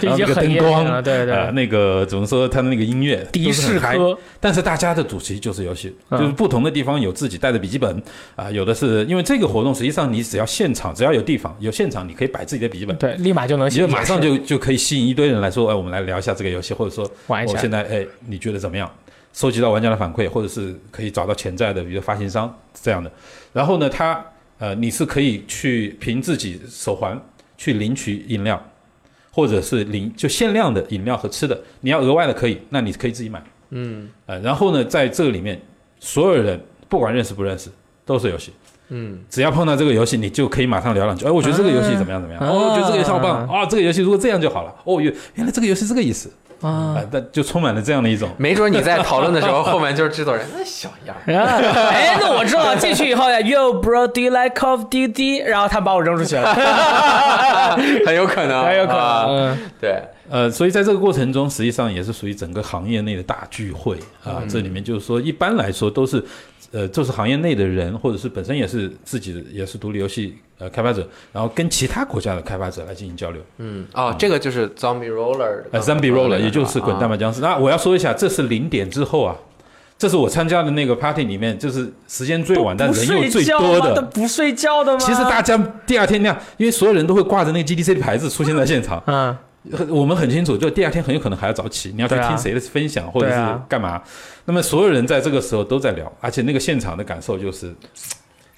Speaker 2: 这已
Speaker 3: 然后那
Speaker 2: 经
Speaker 3: 个
Speaker 2: 很
Speaker 3: 灯
Speaker 2: 厉害了，
Speaker 3: 光，
Speaker 2: 对
Speaker 3: 呃，
Speaker 2: 对，
Speaker 3: 那个怎么说，它的那个音乐
Speaker 2: 迪士
Speaker 3: 科，
Speaker 2: 科，
Speaker 3: 但是大家的主题就是游戏，
Speaker 2: 嗯
Speaker 3: 就是不同的地方有自己带的笔记本啊，有的是因为这个活动实际上你只要现场，只要有地方有现场，你可以摆自己的笔记本。
Speaker 2: 对，立马就能
Speaker 3: 你就马上就就可以吸引一堆人来说，哎，我们来聊一下这个游戏，或者说
Speaker 2: 玩一
Speaker 3: 我
Speaker 2: 下
Speaker 3: 现，在哎，你觉得怎么样？收集到玩家的反馈，或者是可以找到潜在的，比如发行商这样的。然后呢，他呃，你是可以去凭自己手环去领取饮料，或者是领就限量的饮料和吃的，你要额外的可以，那你可以自己买。
Speaker 1: 嗯
Speaker 3: 呃，然后呢，在这个里面，所有人不管认识不认识，都是游戏。
Speaker 1: 嗯，
Speaker 3: 只要碰到这个游戏，你就可以马上聊两句。哎，我觉得这个游戏怎么样怎么样？
Speaker 2: 啊
Speaker 3: 哦，我觉得这个游戏好棒啊、哦！这个游戏如果这样就好了。哦，原原来这个游戏这个意思啊
Speaker 2: 啊，
Speaker 3: 但、就充满了这样的一种
Speaker 1: 没准你在讨论的时候， 后面就是制作人，那小样儿。
Speaker 2: 哎，那我知道了 进去以后呀，Yo bro, do you like Call of Duty？然后他把我扔出去了，
Speaker 1: 很有可能，
Speaker 2: 很有可
Speaker 1: 啊
Speaker 2: 能。嗯
Speaker 1: 对，
Speaker 3: 呃，所以在这个过程中，实际上也是属于整个行业内的大聚会啊。这里面就是说，一般来说都是，呃，就是行业内的人，或者是本身也是自己的也是独立游戏呃开发者，然后跟其他国家的开发者来进行交流。
Speaker 1: 嗯，哦，这个就是 Zombie Roller，
Speaker 3: 呃，Zombie Roller 也就是滚蛋
Speaker 1: 吧。啊
Speaker 3: 吧僵尸。那我要说一下，这是零点之后啊，这是我参加的那个 party 里面，就是时间最 晚但
Speaker 2: 不
Speaker 3: 人又
Speaker 2: 睡
Speaker 3: 最
Speaker 2: 觉
Speaker 3: 多
Speaker 2: 吗？他
Speaker 3: 的。
Speaker 2: 不睡觉的吗？
Speaker 3: 其实大家第二天那样，因为所有人都会挂着那个 GDC 的牌子出现在现场，
Speaker 2: 嗯，
Speaker 3: 很我们很清楚，就第二天很有可能还要早起，你要去
Speaker 2: 对啊
Speaker 3: 听谁的分享、或者
Speaker 2: 对
Speaker 3: 是
Speaker 2: 啊
Speaker 3: 干嘛、那么所有人在这个时候都在聊，而且那个现场的感受就是，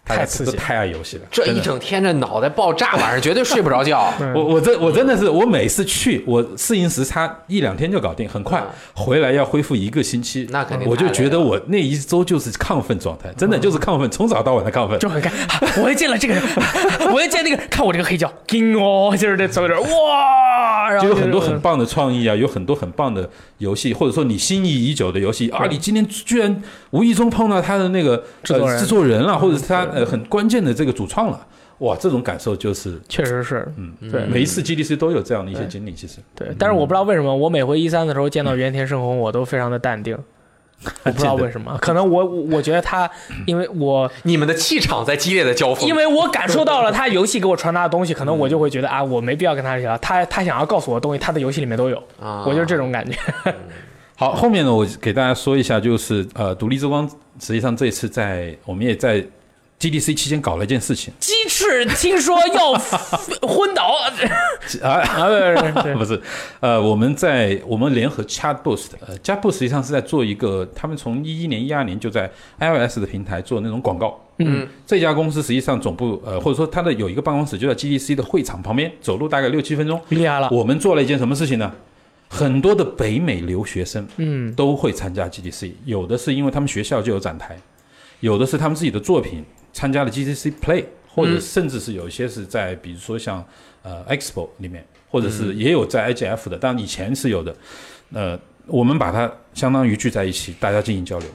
Speaker 3: 大家
Speaker 2: 太刺激
Speaker 3: 都太爱游戏了。
Speaker 1: 这
Speaker 3: 真
Speaker 1: 一
Speaker 3: 的，
Speaker 1: 整天这脑袋爆炸，晚上绝对睡不着 觉。
Speaker 3: 我我真我真的是，我每次去我适应时差一两天就搞定，很快、
Speaker 1: 嗯
Speaker 3: 回来要恢复一个星期，
Speaker 1: 那肯定
Speaker 3: 我就
Speaker 1: 太累
Speaker 3: 觉得我那一周就是亢奋状态，真的就是亢奋，从早到晚的亢奋。
Speaker 2: 就很看，啊 我又见了这个人，啊我又见那个人，看我这个黑胶，叮哦，就是这所有人，哇，然后
Speaker 3: 就有
Speaker 2: 是嗯
Speaker 3: 很多很棒的创意啊，有很多很棒的游戏，或者说你心仪已久的游戏啊，
Speaker 2: 对
Speaker 3: 你今天居然无意中碰到他的那个
Speaker 2: 制作
Speaker 3: 呃、
Speaker 2: 人嗯
Speaker 3: 制作人了，或者是他呃很关键的这个主创了，哇，这种感受就是
Speaker 2: 确实是
Speaker 3: 嗯，
Speaker 2: 对
Speaker 3: 每一次 GDC 都有这样的一些经历，其实
Speaker 2: 对，但是我不知道为什么，我每回一三的时候见到原田胜宏，我都非常的淡定。我不知道为什么，可能我我我觉得他，因为我
Speaker 1: 你们的气场在激烈的交锋，
Speaker 2: 因为我感受到了他游戏给我传达的东西，可能我就会觉得啊，我没必要跟他聊，他他想要告诉我的东西，他的游戏里面都有，
Speaker 1: 啊
Speaker 2: 我就是这种感觉。
Speaker 3: 好，后面呢，我给大家说一下，就是呃，独立之光实际上这次在我们也在 GDC 期间搞了一件事情
Speaker 2: 鸡翅听说要 昏倒
Speaker 3: 啊。
Speaker 2: 啊，不 是
Speaker 3: 不是，呃，我们在我们联合 Chat Boost，呃，Chat Boost 实际上是在做一个，他们从一一年、一二年就在 iOS 的平台做那种广告。
Speaker 1: 嗯，
Speaker 3: 这家公司实际上总部，呃，或者说它的有一个办公室就在 GDC 的会场旁边，走路大概六七分钟。
Speaker 2: 厉害了，
Speaker 3: 我们做了一件什么事情呢？很多的北美留学生
Speaker 2: 嗯，
Speaker 3: 都会参加 GDC，有的是因为他们学校就有展台，有的是他们自己的作品参加了 GDC Play，或者
Speaker 1: 嗯
Speaker 3: 甚至是有一些是在比如说像呃 Expo 里面，或者
Speaker 2: 嗯
Speaker 3: 是也有在 IGF 的，但以前是有的。呃，我们把它相当于聚在一起，大家进行交流。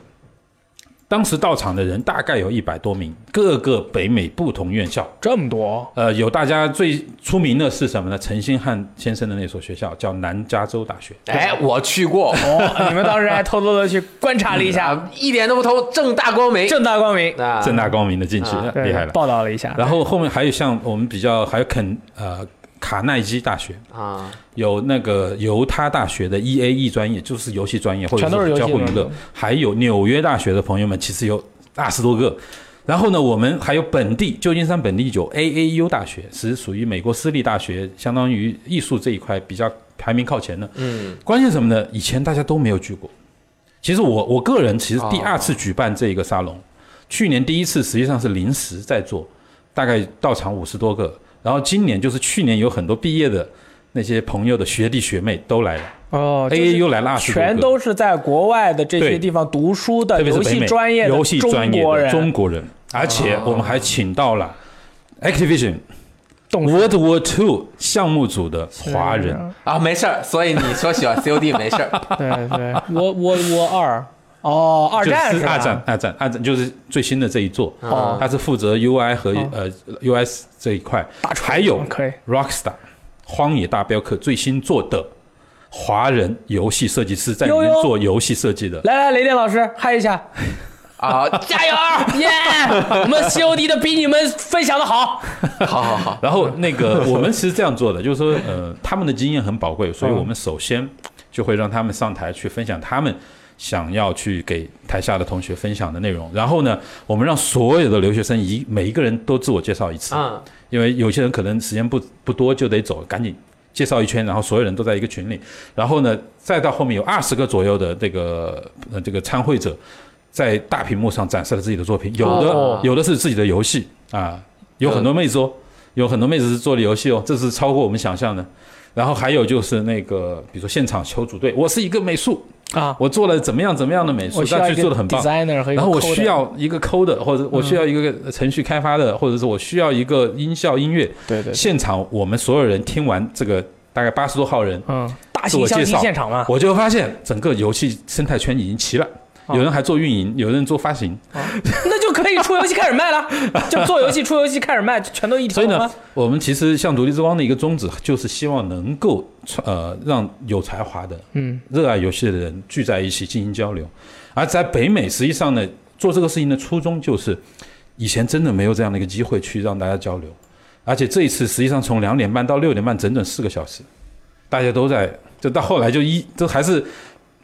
Speaker 3: 当时到场的人大概有一百多名，各个北美不同院校。
Speaker 2: 这么多，
Speaker 3: 呃，有大家最出名的是什么呢？陈星汉先生的那所学校叫南加州大学。
Speaker 1: 哎，我去过，
Speaker 2: 哦，你们当时还偷偷的去观察了一下，
Speaker 1: 啊一点都不偷，正大光明，
Speaker 2: 正大光明，
Speaker 1: 啊
Speaker 3: 正大光明的进去，
Speaker 1: 啊
Speaker 2: 对
Speaker 3: 厉害了。
Speaker 2: 报道了一下，
Speaker 3: 然后后面还有像我们比较，还有肯呃卡耐基大学，
Speaker 1: 啊，
Speaker 3: 有那个犹他大学的 E A E 专业，就是游戏专业，或者
Speaker 2: 全都是游戏
Speaker 3: 交互娱
Speaker 2: 专
Speaker 3: 乐
Speaker 2: 业，
Speaker 3: 还有纽约大学的朋友们，其实有二十多个。然后呢，我们还有本地旧金山本地有 A A U 大学，是属于美国私立大学，相当于艺术这一块比较排名靠前的。
Speaker 1: 嗯，
Speaker 3: 关键是什么呢？以前大家都没有聚过。其实我我个人其
Speaker 2: 啊
Speaker 3: 实第
Speaker 1: 哦
Speaker 3: 二次举办这一个沙龙，去年第一次实际上是临时在做，大概到场五十多个，然后今年就是去年有很多毕业的那些朋友的学弟学妹都来了、
Speaker 2: 哦
Speaker 3: a a u 来了二十多个，
Speaker 2: 全都是在国外的这些
Speaker 3: 对
Speaker 2: 地方读书的
Speaker 3: 特别是
Speaker 2: 游
Speaker 3: 北
Speaker 2: 戏
Speaker 3: 美
Speaker 2: 专业的
Speaker 3: 游戏专业
Speaker 2: 中国
Speaker 3: 的
Speaker 2: 人，啊
Speaker 3: 中国人，而且我们还请到了 Activision
Speaker 2: 动
Speaker 3: World War Two 项目组的华人。
Speaker 2: 嗯
Speaker 1: 啊，没事儿，所以你说喜欢 COD 没 事儿，
Speaker 2: 对 对，我我我二哦，二战
Speaker 3: 就是是
Speaker 2: 吧
Speaker 3: 二战，二战，二战就是最新的这一座，
Speaker 2: 哦
Speaker 3: 他是负责 UI 和
Speaker 2: 哦
Speaker 3: 呃 US 这一块，还有
Speaker 2: 可以
Speaker 3: Rockstar《荒野大镖客》最新做的华人游戏设计师在里
Speaker 2: 哟
Speaker 3: 面
Speaker 2: 哟
Speaker 3: 做游戏设计的，
Speaker 2: 来来，雷电老师嗨一下，
Speaker 1: 啊，
Speaker 2: 加 油，耶！我们 COD 的比你们分享的好，
Speaker 1: 好好好，
Speaker 3: 然后那个 我们是这样做的，就是说，呃，他们的经验很宝贵，所以我们首先就会让他们上台去分享他们想要去给台下的同学分享的内容。然后呢，我们让所有的留学生一每一个人都自我介绍一次，
Speaker 1: 嗯，
Speaker 3: 因为有些人可能时间不不多就得走，赶紧介绍一圈，然后所有人都在一个群里，然后呢，再到后面有二十个左右的这个呃这个参会者，在大屏幕上展示了自己的作品，有的、
Speaker 1: 哦
Speaker 3: 有的是自己的游戏啊，有很多妹子哦，有很多妹子是做的游戏哦，这是超过我们想象的。然后还有就是那个，比如说现场求组队，我是一个美术，
Speaker 2: 啊，
Speaker 3: 我做了怎么样怎么样的美术
Speaker 2: 我，需要
Speaker 3: 但
Speaker 2: 一
Speaker 3: 是
Speaker 2: 个
Speaker 3: 做的很棒。
Speaker 2: designer 和一个
Speaker 3: 然后我
Speaker 2: coder
Speaker 3: 需要一个 code，或者我需要一个程序开发的，或者是我需要一个音效音乐。
Speaker 2: 对对，对
Speaker 3: 现场我们所有人听完这个大概八十多号人，
Speaker 2: 嗯，大
Speaker 3: 自
Speaker 2: 型
Speaker 3: 我介
Speaker 2: 相亲
Speaker 3: 绍
Speaker 2: 现场嘛，
Speaker 3: 我就发现整个游戏生态圈已经齐了。
Speaker 2: 哦
Speaker 3: 有人还做运营，有人做发行，
Speaker 2: 那就可以出游戏开始卖了，就做游戏出游戏开始卖，全都一条
Speaker 3: 所以
Speaker 2: 龙
Speaker 3: 呢
Speaker 2: 啊，，
Speaker 3: 我们其实像独立之光的一个宗旨，就是希望能够呃让有才华的、
Speaker 2: 嗯，
Speaker 3: 热爱游戏的人聚在一起进行交流。而在北美，实际上呢，做这个事情的初衷就是，以前真的没有这样的一个机会去让大家交流，而且这一次实际上从两点半到六点半，整整四个小时，大家都在，就到后来就一都还是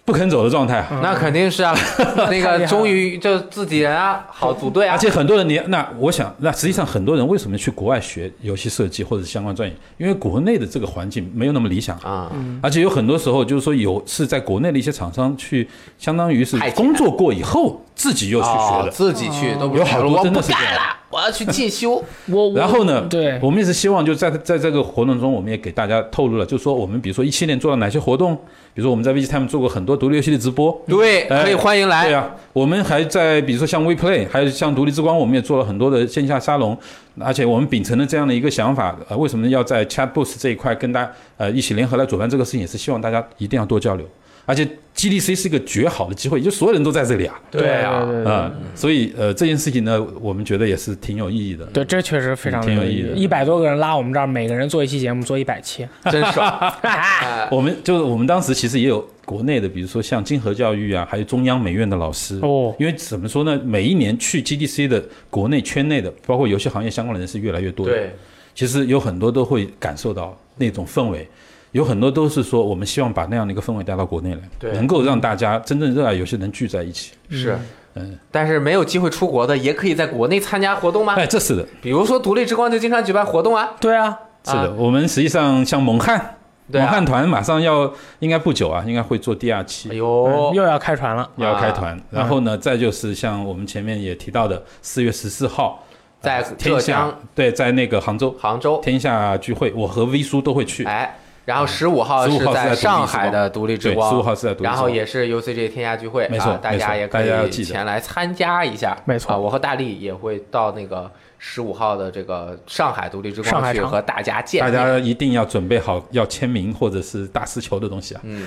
Speaker 3: 不肯走的状态啊。
Speaker 1: 那肯定 是啊，那
Speaker 2: 太厉害
Speaker 1: 个
Speaker 2: 了
Speaker 1: 终于就自己人啊，好组队啊，
Speaker 3: 而且很多人你那我想，那实际上很多人为什么去国外学游戏设计或者相关专业？因为国内的这个环境没有那么理想，
Speaker 1: 啊，
Speaker 3: 而且有很多时候就是说有是在国内的一些厂商去，相当于是
Speaker 1: 派遣
Speaker 3: 工作过以后自己又去学
Speaker 1: 哦
Speaker 3: 的。
Speaker 1: 自己去都不
Speaker 3: 有
Speaker 1: 是
Speaker 3: 好多
Speaker 1: 我
Speaker 3: 真的
Speaker 1: 不
Speaker 3: 是这
Speaker 1: 干
Speaker 3: 样
Speaker 1: 了，我要去进修，
Speaker 2: 我
Speaker 3: 然后呢，
Speaker 2: 嗯对
Speaker 3: 我们也是希望就在在这个活动中，我们也给大家透露了，就是说我们比如说一七年做了哪些活动，比如说我们在 VGTime 做过很多独立游戏的直播，
Speaker 1: 对，
Speaker 3: 哎
Speaker 1: 可以欢迎
Speaker 3: 对
Speaker 1: 来，
Speaker 3: 啊，我们还在比如说像 WePlay，还有像独立之光，我们也做了很多的线下沙龙，而且我们秉承了这样的一个想法，呃，为什么要在 Chatboost 这一块跟大家呃一起联合来主办这个事情，也是希望大家一定要多交流，而且 GDC 是一个绝好的机会，就所有人都在这里啊，
Speaker 1: 对啊
Speaker 2: 对对对
Speaker 3: 啊、所以呃这件事情呢，我们觉得也是挺有意义的。
Speaker 2: 对，这确实非常
Speaker 3: 嗯挺有意义的
Speaker 2: 一百多个人拉我们这儿，每个人做一期节目，做一百期，
Speaker 1: 真爽， 哎
Speaker 3: 我们就是我们当时其实也有国内的，比如说像金河教育啊，还有中央美院的老师
Speaker 2: 哦
Speaker 3: 因为怎么说呢，每一年去 GDC 的国内圈内的，包括游戏行业相关的人是越来越多的。，
Speaker 1: 对，
Speaker 3: 其实有很多都会感受到那种氛围，有很多都是说我们希望把那样的一个氛围带到国内来，
Speaker 1: 对
Speaker 3: 能够让大家真正热爱游戏能聚在一起。
Speaker 1: 是。
Speaker 3: 嗯，
Speaker 1: 但是没有机会出国的，也可以在国内参加活动吗？
Speaker 3: 哎，这是的，
Speaker 1: 比如说独立之光就经常举办活动啊，
Speaker 2: 对啊，
Speaker 3: 是的，
Speaker 1: 啊
Speaker 3: 我们实际上像猛汉，
Speaker 1: 对啊
Speaker 3: 猛汉团马上要应该不久啊，应该会做第二期。
Speaker 1: 哎
Speaker 2: 嗯
Speaker 1: 呦，
Speaker 2: 又要开船了，
Speaker 3: 要开
Speaker 1: 啊
Speaker 3: 团，然后呢，再就是像我们前面也提到的，四月十四号
Speaker 1: 在
Speaker 3: 呃
Speaker 1: 浙
Speaker 3: 天下
Speaker 1: 江，
Speaker 3: 对，在那个杭州
Speaker 1: 杭州，
Speaker 3: 天下聚会，我和 V 叔都会去。
Speaker 1: 哎，然后十五号
Speaker 3: 15
Speaker 1: 是
Speaker 3: 号
Speaker 1: 在
Speaker 3: 是在独立之光
Speaker 1: 上海的独立之光，
Speaker 3: 对15号是在独立之光
Speaker 1: 然后也是 UCG 天下聚会，
Speaker 3: 没错
Speaker 1: 啊大
Speaker 3: 没错
Speaker 1: 家也可
Speaker 3: 大家要
Speaker 1: 以
Speaker 3: 记得
Speaker 1: 前来参加一下，
Speaker 2: 没错
Speaker 1: 啊我和大力也会到那个十五号的这个上海独立之
Speaker 2: 上
Speaker 1: 光
Speaker 2: 海
Speaker 1: 去
Speaker 2: 场
Speaker 1: 和大家见
Speaker 3: 大
Speaker 1: 面。
Speaker 3: 家一定要准备好要签名或者是打丝球的东西啊，
Speaker 1: 嗯，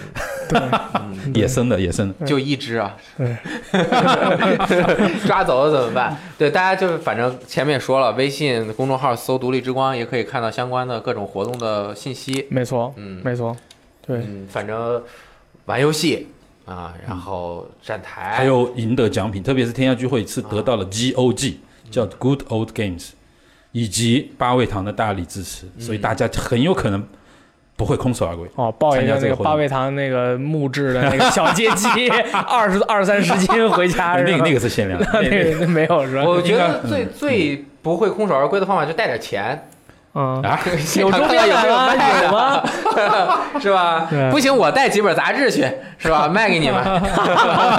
Speaker 3: 野生的野生的。
Speaker 1: 就一只啊
Speaker 2: 嗯，
Speaker 1: 抓走了怎么办？对，大家就是反正前面说了，微信公众号搜“独立之光”也可以看到相关的各种活动的信息。
Speaker 2: 没错，
Speaker 1: 嗯
Speaker 2: 没错，对，
Speaker 1: 嗯，反正玩游戏啊，然后站台，
Speaker 3: 嗯还有赢得奖品，特别是天下聚会一次得到
Speaker 1: 啊
Speaker 3: 了 GOG，、叫
Speaker 1: 嗯
Speaker 3: Good Old Games，以及八味堂的大力支持，所以
Speaker 1: 嗯
Speaker 3: 大家很有可能不会空手而归。
Speaker 2: 哦，抱一
Speaker 3: 参加
Speaker 2: 个
Speaker 3: 这
Speaker 2: 那
Speaker 3: 个
Speaker 2: 个
Speaker 3: 活动
Speaker 2: 八味堂那个木质的那个小街机，二十二三十斤回家是吧
Speaker 3: 那个那个是限量，
Speaker 2: 那个那没有是 吧？
Speaker 1: 我觉得
Speaker 3: 应该嗯
Speaker 1: 最最不会空手而归的方法就带点钱，
Speaker 2: 嗯，
Speaker 3: 啊
Speaker 2: 有周
Speaker 1: 看看
Speaker 2: 边
Speaker 1: 有没有
Speaker 2: 吗？
Speaker 1: 卖的，
Speaker 2: 有吗？
Speaker 1: 是吧
Speaker 2: 对？
Speaker 1: 不行，我带几本杂志去，是吧？卖给 你们，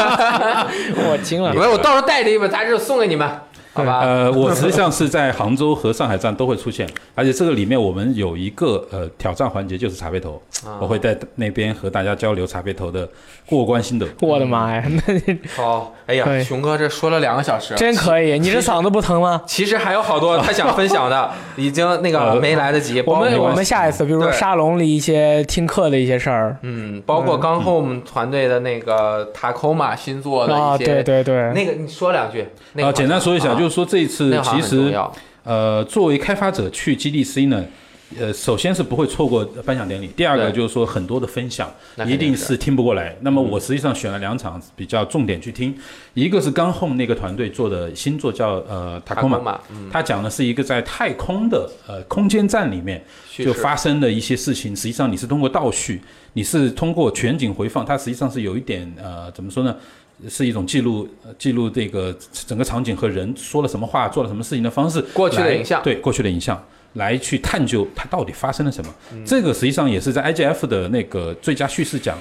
Speaker 2: 我惊了
Speaker 1: 我，我到时候带着一本杂志送给你们，好吧？嗯
Speaker 3: 呃，我实际上是在杭州和上海站都会出现，而且这个里面我们有一个呃挑战环节，就是茶杯头，
Speaker 1: 啊
Speaker 3: 呃我会在那边和大家交流茶杯头的过关心得。
Speaker 2: 我的妈呀，那
Speaker 1: 好，哎呀
Speaker 2: 可，以
Speaker 1: 熊哥这说了两个小时，
Speaker 2: 真可以！你这嗓子不 疼吗？
Speaker 1: 其实还有好多他想分享 的，已经那个
Speaker 3: 呃
Speaker 1: 没来得及。
Speaker 2: 我
Speaker 1: 包
Speaker 2: 们
Speaker 1: 括
Speaker 2: 我们下一次，比如说
Speaker 1: 对
Speaker 2: 沙龙里一些听课的一些事儿
Speaker 1: 嗯，包括刚 home 团队的那个 Tacoma 新做的
Speaker 2: 啊，
Speaker 1: 一些
Speaker 2: 对，对对，
Speaker 1: 那个你说两句。那个好
Speaker 3: 呃，
Speaker 1: 像
Speaker 3: 简单说一下，
Speaker 1: 啊
Speaker 3: 就是说这一
Speaker 1: 那
Speaker 3: 次
Speaker 1: 个好像
Speaker 3: 其
Speaker 1: 很重
Speaker 3: 实
Speaker 1: 要
Speaker 3: 呃，作为开发者去 GDC 呢，呃，首先是不会错过颁奖典礼，第二个
Speaker 1: 对
Speaker 3: 就是说很多的分享
Speaker 1: 那
Speaker 3: 一
Speaker 1: 肯定
Speaker 3: 定
Speaker 1: 是嗯
Speaker 3: 是听不过来。那么我实际上选了两场比较重点去听，一个是刚 home 那个团队做的新作叫呃 Tacoma，
Speaker 1: Tacoma，嗯，
Speaker 3: 它讲的是一个在太空的呃空间站里面
Speaker 1: 叙
Speaker 3: 就
Speaker 1: 事
Speaker 3: 发生的一些事情，实际上你是通过倒叙，你是通过全景回放，它实际上是有一点呃怎么说呢？是一种记录呃记录这个整个场景和人说了什么话、做了什么事情的方式，
Speaker 1: 过去的
Speaker 3: 来
Speaker 1: 影像
Speaker 3: 对过去的影像来去探究它到底发生了什么。
Speaker 1: 嗯
Speaker 3: 这个实际上也是在 IGF 的那个最佳叙事奖。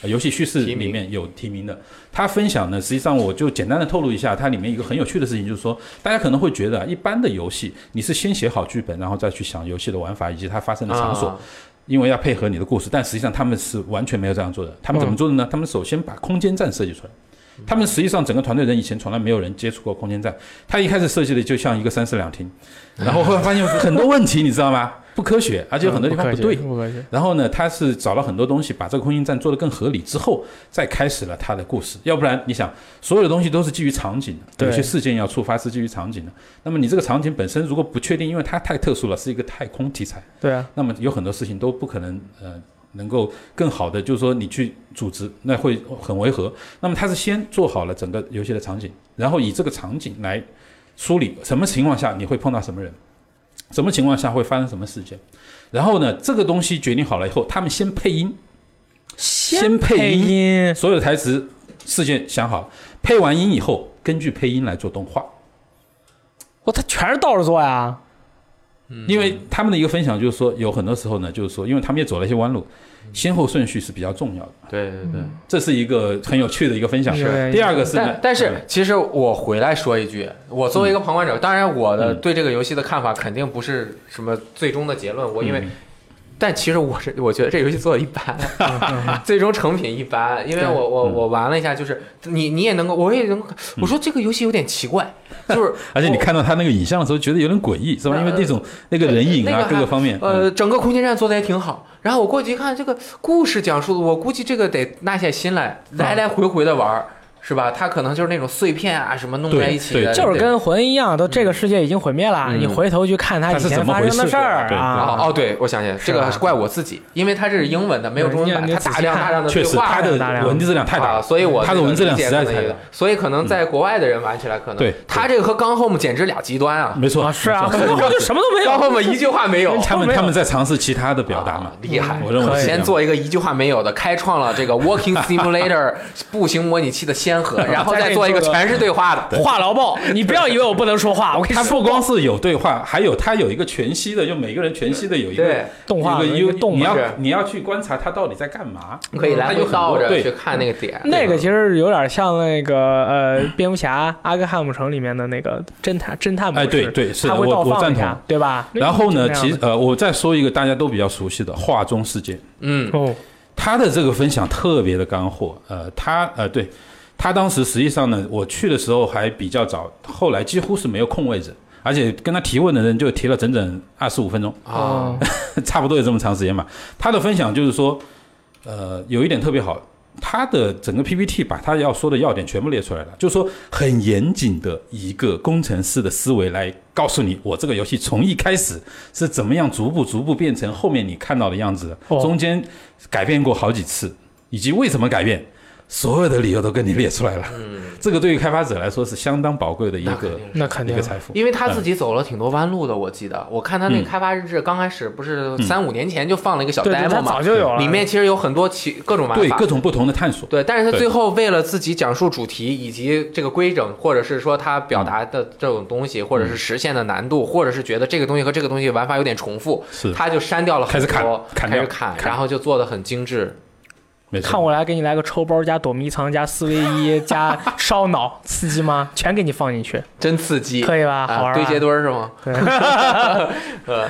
Speaker 3: 呃游戏叙事
Speaker 1: 提名
Speaker 3: 里面有提名的，他分享呢，实际上我就简单的透露一下，它里面一个很有趣的事情，就是说，大家可能会觉得啊，一般的游戏你是先写好剧本，然后再去想游戏的玩法以及它发生的场所，
Speaker 1: 啊
Speaker 3: 因为要配合你的故事，但实际上他们是完全没有这样做的。他们怎么做的呢？他们首先把空间站设计出来。他们实际上整个团队人以前从来没有人接触过空间站，他一开始设计的就像一个三室两厅，然后后来发现很多问题，你知道吗？ 不科学，而且很多地方
Speaker 2: 不
Speaker 3: 不
Speaker 2: 客气
Speaker 3: 对。
Speaker 2: 嗯不客气。
Speaker 3: 然后呢，他是找了很多东西，把这个空间站做得更合理之后，再开始了他的故事。要不然，你想，所有的东西都是基于场景的，
Speaker 2: 对
Speaker 3: 有些事件要触发是基于场景的。那么你这个场景本身如果不确定，因为它太特殊了，是一个太空题材，
Speaker 2: 对啊，
Speaker 3: 那么有很多事情都不可能呃能够更好的，就是说你去组织，那会很违和。那么他是先做好了整个游戏的场景，然后以这个场景来梳理什么情况下你会碰到什么人，什么情况下会发生什么事件。然后呢，这个东西决定好了以后，他们先配音，先配
Speaker 2: 配
Speaker 3: 音，
Speaker 2: 音
Speaker 3: 所有的台词事件想好，配完音以后，根据配音来做动画。
Speaker 2: 哇，他全是倒着做呀！
Speaker 3: 因为他们的一个分享就是说，有很多时候呢，就是说，因为他们也走了一些弯路，先后顺序是比较重要的。
Speaker 1: 嗯对对对。
Speaker 3: 这是一个很有趣的一个分享。
Speaker 2: 是
Speaker 3: 第嗯二个是呢
Speaker 1: 但，但是其实我回来说一句，我作为一个旁观者，当然我的
Speaker 3: 嗯
Speaker 1: 对这个游戏的看法肯定不是什么最终的结论，我因为
Speaker 3: 嗯
Speaker 1: 但其实我是我觉得这游戏做的一般， 最终成品一般，因为我我
Speaker 3: 嗯
Speaker 1: 我玩了一下，就是你你也能够，我也能，我说这个游戏有点奇怪，就是
Speaker 3: 而且你看到他那个影像的时候，觉得有点诡异，是吧？
Speaker 1: 呃
Speaker 3: 因为那种那个人影
Speaker 1: 那个
Speaker 3: 啊
Speaker 1: 还，
Speaker 3: 各个方面，
Speaker 1: 呃，整个空间站做的也挺好。然后我过去一看，这个故事讲述的，我估计这个得耐下心
Speaker 3: 啊
Speaker 1: 来，来来回回的玩儿，是吧？它可能就是那种碎片啊什么弄在一起的，
Speaker 3: 哎对对
Speaker 2: 就是跟魂一样，都这个世界已经毁灭了，
Speaker 1: 嗯
Speaker 2: 你回头去看他以
Speaker 3: 它是
Speaker 2: 前
Speaker 3: 怎么
Speaker 2: 发
Speaker 3: 回
Speaker 2: 生的
Speaker 3: 事
Speaker 2: 事儿
Speaker 3: 对
Speaker 1: 哦
Speaker 2: 啊。
Speaker 1: 哦，对，我想起来，这个
Speaker 2: 吧
Speaker 1: 是怪我自己，因为它这是英文的，没有中文版，
Speaker 2: 你你
Speaker 1: 它
Speaker 2: 仔细
Speaker 1: 大量
Speaker 2: 看
Speaker 1: 大量的
Speaker 3: 确
Speaker 1: 对
Speaker 3: 实
Speaker 1: 话
Speaker 3: 他
Speaker 1: 呀。
Speaker 3: 的
Speaker 2: 大量
Speaker 3: 文字量太大
Speaker 1: 啊，
Speaker 3: 了。
Speaker 1: 所以我
Speaker 3: 它的
Speaker 1: 这个
Speaker 3: 文字量
Speaker 1: 理解
Speaker 3: 实在是
Speaker 1: 可能
Speaker 3: 太
Speaker 1: 也
Speaker 3: 大嗯
Speaker 1: 所以可能在国外的人玩起来可能
Speaker 3: 对
Speaker 1: 他这个和刚 home 简直俩极端啊！
Speaker 3: 没错，
Speaker 2: 啊，是 啊，
Speaker 3: 没错
Speaker 2: 我就什么都没
Speaker 1: 刚
Speaker 2: 有。
Speaker 1: home 一句话没 有，
Speaker 3: 他们
Speaker 2: 没有
Speaker 3: 他们在尝试其他的表达嘛嗯
Speaker 1: 啊，厉害！
Speaker 3: 我认为
Speaker 2: 可以
Speaker 3: 是这样
Speaker 1: 先做一个一句话没有的，开创了这 个 Walking Simulator 步行模拟器的先 河，然后再做一个全是对话的。
Speaker 2: 话痨爆！你不要以为我不能说话，我跟你
Speaker 3: 它
Speaker 2: 说
Speaker 3: 不光是有对话，还有它有一个全息的，就每个人全息的有一个
Speaker 1: 对
Speaker 2: 动画
Speaker 3: 有
Speaker 2: 有
Speaker 3: 一
Speaker 2: 一
Speaker 3: 个
Speaker 2: 个动
Speaker 3: 你
Speaker 2: 嘛
Speaker 3: 要
Speaker 1: 是
Speaker 3: 你要去观察它到底在干嘛，
Speaker 1: 可
Speaker 2: 嗯
Speaker 1: 以来
Speaker 3: 它有
Speaker 1: 回
Speaker 3: 很
Speaker 1: 倒
Speaker 3: 多
Speaker 1: 着去
Speaker 3: 对。
Speaker 1: 看那个点。
Speaker 2: 那个其实有点像那个呃，蝙蝠侠阿克汉姆城里面的那个侦探侦探模
Speaker 3: 哎，
Speaker 2: 式，
Speaker 3: 对，对，是
Speaker 2: 他
Speaker 3: 的，
Speaker 2: 会倒
Speaker 3: 我我
Speaker 2: 放
Speaker 3: 赞
Speaker 2: 一
Speaker 3: 同
Speaker 2: 下。，对吧？
Speaker 3: 然后呢，
Speaker 2: 那
Speaker 3: 其实呃，我再说一个大家都比较熟悉的画中世界，
Speaker 1: 嗯，
Speaker 2: 哦，
Speaker 3: 他的这个分享特别的干货，呃，他呃对，他当时实际上呢，我去的时候还比较早，后来几乎是没有空位置。而且跟他提问的人就提了整整二十五分
Speaker 2: 嗯
Speaker 3: 钟，
Speaker 1: 啊，
Speaker 3: 差不多有这么长时间嘛。他的分享就是说，呃，有一点特别好，他的整个 PPT 把他要说的要点全部列出来了，就是说很严谨的一个工程师的思维来告诉你，我这个游戏从一开始是怎么样逐步逐步变成后面你看到的样子的，
Speaker 2: 哦
Speaker 3: 中间改变过好几次，以及为什么改变。所有的理由都跟你列出来了，这个对于开发者来说是相当宝贵的一
Speaker 1: 那肯
Speaker 3: 个
Speaker 1: 定是
Speaker 2: 嗯那肯
Speaker 3: 一
Speaker 2: 定
Speaker 3: 个财富。
Speaker 1: 因为他自己走了挺多弯路的，我记得我看他那
Speaker 3: 嗯
Speaker 1: 个开发日志，刚开始不是三五年前就放了一个小
Speaker 2: 对对，
Speaker 1: demo
Speaker 2: 他
Speaker 1: 嘛
Speaker 2: 早，就有了
Speaker 1: 里面其实有很多其各种玩
Speaker 3: 对
Speaker 1: 法
Speaker 3: 各。种不同的探索，
Speaker 1: 对，但是他
Speaker 3: 对
Speaker 1: 最后为了自己讲述主题以及这个规整，或者是说他表达的这种东西，或者
Speaker 3: 嗯
Speaker 1: 是实现的难度，或者是觉得这个东西和这个东西玩法有点重复，
Speaker 3: 是
Speaker 1: 他就删掉了很
Speaker 3: 开始
Speaker 1: 多，
Speaker 3: 砍砍
Speaker 1: 开始
Speaker 3: 掉
Speaker 1: 砍，
Speaker 3: 砍
Speaker 1: 然后就做的很精致。
Speaker 3: 没错
Speaker 2: 看我来给你来个抽包加躲迷藏加四 v 一加烧脑，刺激吗？全给你放进去，
Speaker 1: 真刺激，
Speaker 2: 可以吧？好
Speaker 1: 啊，
Speaker 2: 玩
Speaker 1: 堆接
Speaker 2: 吧？
Speaker 1: 堆儿是吗？
Speaker 2: 对
Speaker 1: 呃，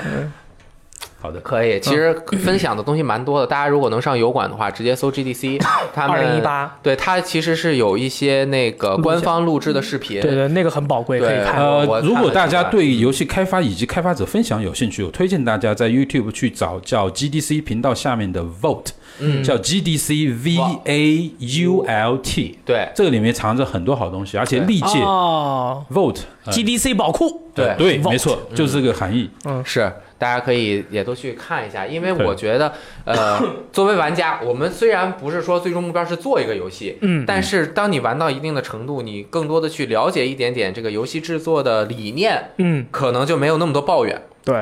Speaker 3: 好的，
Speaker 1: 可以，其实分享的东西蛮多的。大家如果能上油管的话，直接搜 GDC，他
Speaker 2: 二
Speaker 1: 们
Speaker 2: 零一八，
Speaker 1: 对它其实是有一些那个官方录制的视频，
Speaker 2: 对对，那个很宝贵，
Speaker 1: 对
Speaker 2: 可以看。
Speaker 1: 我我
Speaker 3: 呃，
Speaker 1: 看
Speaker 3: 如果
Speaker 1: 了
Speaker 3: 大
Speaker 1: 这
Speaker 3: 家
Speaker 1: 个
Speaker 3: 对游戏开发以及开发者分享有兴趣，我推荐大家在 YouTube 去找叫 GDC 频道下面的 Vote，
Speaker 1: 嗯
Speaker 3: 叫 GDC V A U L T，
Speaker 1: 对
Speaker 3: 这个里面藏着很多好东西，而且历届
Speaker 2: 哦
Speaker 3: Vote
Speaker 1: 哎
Speaker 3: 呃
Speaker 2: GDC 宝库，
Speaker 1: 对
Speaker 3: 对，
Speaker 2: Vote
Speaker 3: 没错，
Speaker 1: 嗯
Speaker 3: 就是这个含义。
Speaker 1: 是，大家可以也都去看一下，因为
Speaker 3: 对
Speaker 1: 我觉得，呃，作为玩家，我们虽然不是说最终目标是做一个游戏，
Speaker 2: 嗯
Speaker 1: 但是当你玩到一定的程度，你更多的去了解一点点这个游戏制作的理念，
Speaker 2: 嗯，
Speaker 1: 可能就没有那么多抱怨，
Speaker 2: 对，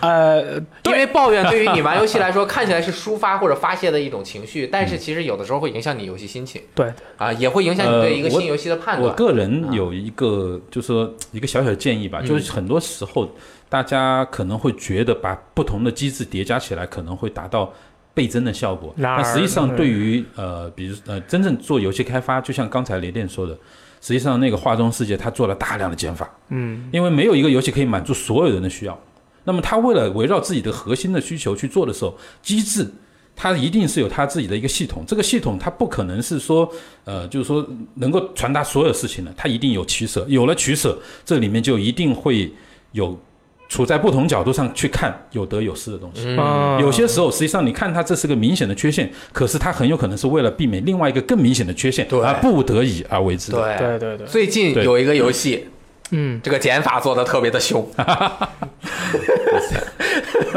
Speaker 2: 呃，
Speaker 1: 因为抱怨对于你玩游戏来说，看起来是抒发或者发泄的一种情绪，但是其实有的时候会影响你游戏心情
Speaker 2: 对，
Speaker 1: 啊，也会影响你
Speaker 3: 呃
Speaker 1: 对一个
Speaker 3: 我
Speaker 1: 新游戏的判
Speaker 3: 我
Speaker 1: 断。
Speaker 3: 个人有一个，就是说一个小小的建议吧，
Speaker 1: 嗯
Speaker 3: 就是很多时候大家可能会觉得把不同的机制叠加起来，可能会达到倍增的效果。
Speaker 2: 然而
Speaker 3: 但实际上，
Speaker 2: 嗯
Speaker 3: 对于呃，比如呃，真正做游戏开发，就像刚才雷电说的，实际上那个画中世界它做了大量的减法，
Speaker 2: 嗯，
Speaker 3: 因为没有一个游戏可以满足所有人的需要。那么他为了围绕自己的核心的需求去做的时候，机制它一定是有它自己的一个系统，这个系统它不可能是说，呃，就是说能够传达所有事情的，它一定有取舍，有了取舍，这里面就一定会有处在不同角度上去看有得有失的东西。
Speaker 2: 啊
Speaker 1: 嗯，
Speaker 3: 有些时候，实际上你看它这是个明显的缺陷，可是它很有可能是为了避免另外一个更明显的缺陷
Speaker 1: 对
Speaker 3: 而不得已而为之的。
Speaker 1: 对。
Speaker 2: 对对对，
Speaker 1: 最近
Speaker 3: 对
Speaker 1: 有一个游戏，
Speaker 2: 嗯，
Speaker 1: 这个减法做的特别的凶，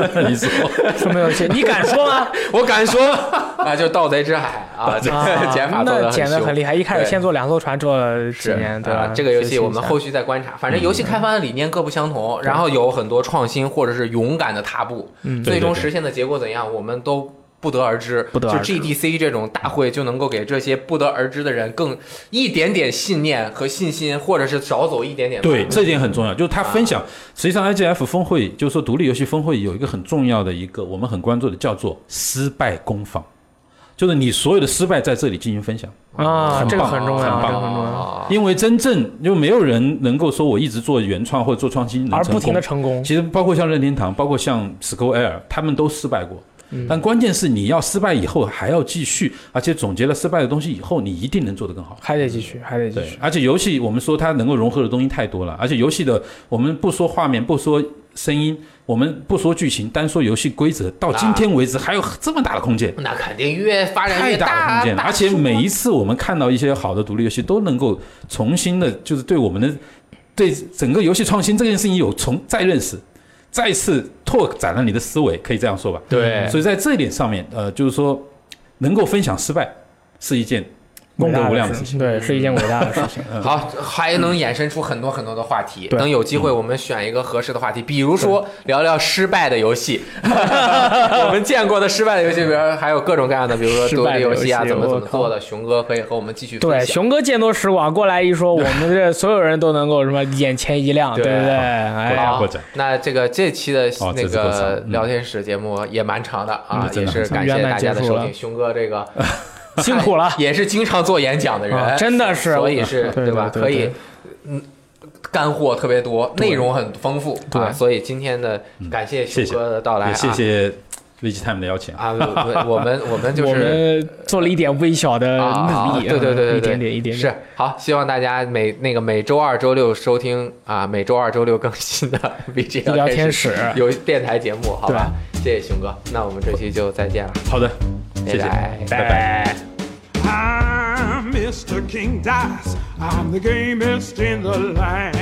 Speaker 3: 你说，
Speaker 2: 什么游戏？你敢说吗？
Speaker 1: 我敢 说啊，就是《盗贼之海》啊，这个
Speaker 2: 啊
Speaker 1: 减法做
Speaker 2: 那
Speaker 1: 的
Speaker 2: 减的很
Speaker 1: 凶。
Speaker 2: 厉害，一开始
Speaker 1: 对
Speaker 2: 先做两艘船，这几
Speaker 1: 是
Speaker 2: 年对
Speaker 1: 啊
Speaker 2: 吧？
Speaker 1: 这个游戏我们后
Speaker 2: 续
Speaker 1: 续再观察。
Speaker 2: 嗯
Speaker 1: 反正游戏开发的理念各不相同，然后有很多创新或者是勇敢的踏步，
Speaker 2: 嗯
Speaker 1: 最终
Speaker 3: 对对对
Speaker 1: 实现的结果怎样，我们都不得而知。
Speaker 2: 不得而知
Speaker 1: 就 GDC 这种大会就能够给这些不得而知的人更一点点信念和信心，或者是少走一点点。
Speaker 3: 对，，这点很重要，就是他分
Speaker 1: 啊
Speaker 3: 享。实际上，IGF 峰会就是说独立游戏峰会有一个很重要的一个我们很关注的，叫做失败攻防，就是你所有的失败在这里进行分享。
Speaker 2: 啊，
Speaker 3: 很
Speaker 2: 这个
Speaker 3: 棒
Speaker 2: 很重要，
Speaker 3: 很
Speaker 2: 这
Speaker 3: 棒
Speaker 2: 个很重要，
Speaker 1: 啊
Speaker 3: 因为真正就没有人能够说我一直做原创或者做创新能
Speaker 2: 而
Speaker 3: 成
Speaker 2: 不停的
Speaker 3: 功。
Speaker 2: 成功，
Speaker 3: 其实包括像任天堂，包括像 Square Air，他们都失败过。但关键是你要失败以后还要继续，而且总结了失败的东西以后，你一定能做得更好。
Speaker 2: 还得继续，还得继
Speaker 3: 对
Speaker 2: 续，，
Speaker 3: 而且游戏我们说它能够融合的东西太多了，而且游戏的我们不说画面，不说声音，我们不说剧情，单说游戏规则，到今天为止还有这么大的空间，
Speaker 1: 那肯定越发展
Speaker 3: 太
Speaker 1: 越
Speaker 3: 大的空间了。
Speaker 1: 大
Speaker 3: 而且每一次我们看到一些好的独立游戏，都能够重新的，就是对我们的对整个游戏创新这件事情有重再认识，再次拓展了你的思维，可以这样说吧。
Speaker 1: 对
Speaker 3: 所以在这一点上面，呃，就是说能够分享失败是一件功
Speaker 2: 伟大
Speaker 3: 德
Speaker 2: 的
Speaker 3: 无量的
Speaker 2: 事
Speaker 3: 事情。
Speaker 2: 情，对，是一件伟大的事 情。
Speaker 1: 好，还能衍生出很多很多的话题。
Speaker 2: 对嗯
Speaker 1: 等有机会，我们选一个合适的话题，比如说聊聊失败的游戏， 我们见过的失败的游戏，比如说还有各种各样的，比如说
Speaker 2: 失
Speaker 1: 独
Speaker 2: 败
Speaker 1: 立
Speaker 2: 的游戏
Speaker 1: 戏啊，怎么怎
Speaker 2: 我
Speaker 1: 么
Speaker 2: 靠
Speaker 1: 做的。熊哥可以和我们继续分
Speaker 2: 对，
Speaker 1: 享。
Speaker 2: 熊哥见多识广，过来一说，我们这所有人都能够什么眼前一亮，
Speaker 1: 对啊
Speaker 2: 对不对？哎呀，
Speaker 1: 好
Speaker 3: 或者
Speaker 1: 那这个这期的
Speaker 3: 哦
Speaker 1: 那
Speaker 3: 这次够长
Speaker 1: 个
Speaker 3: 嗯
Speaker 1: 聊天室节目也蛮长的啊，
Speaker 3: 真
Speaker 1: 也
Speaker 3: 的
Speaker 1: 是感谢
Speaker 2: 圆满
Speaker 1: 大家的
Speaker 2: 结束
Speaker 1: 收
Speaker 2: 了
Speaker 1: 听。熊哥这个，
Speaker 2: 辛苦了
Speaker 1: 哎也是经常做演讲的
Speaker 2: 啊
Speaker 1: 人，
Speaker 2: 真的是，
Speaker 1: 所以是
Speaker 2: 对
Speaker 1: 吧？
Speaker 2: 对
Speaker 1: 可
Speaker 2: 对
Speaker 1: 以
Speaker 2: 对，
Speaker 1: 嗯，干货特别多，
Speaker 2: 对
Speaker 1: 内容很丰富
Speaker 2: 对
Speaker 1: 啊。所以今天的感谢熊
Speaker 3: 谢谢
Speaker 1: 哥的到来啊，
Speaker 3: 也谢谢 Vg Time 的邀请。
Speaker 1: 啊，我我们我 们就
Speaker 2: 我
Speaker 1: 是
Speaker 2: 们做了一点微小的
Speaker 1: 啊，
Speaker 2: 努力，
Speaker 1: 对对对对对，
Speaker 2: 一点点一点点
Speaker 1: 是好，希望大家每那个每周二、周六收听啊，每周二、周六更新的 BG
Speaker 2: 医疗天使
Speaker 1: 有电台节目，好吧？谢谢熊哥，那我们这期就再见了，
Speaker 3: 好的，谢谢，
Speaker 1: 拜拜
Speaker 3: 拜拜
Speaker 5: I'm Mr. King Dice. I'm the gamest in the land.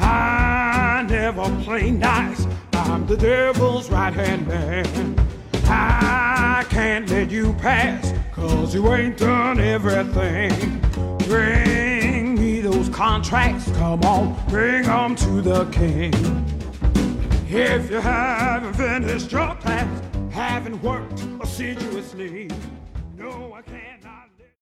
Speaker 5: I never play nice. I'm the devil's right hand man. I can't let you pass, cause you ain't done everything. Bring me those contracts, come on, bring 'em to the king. If you haven't finished your task, haven't worked assiduously, no, I can't.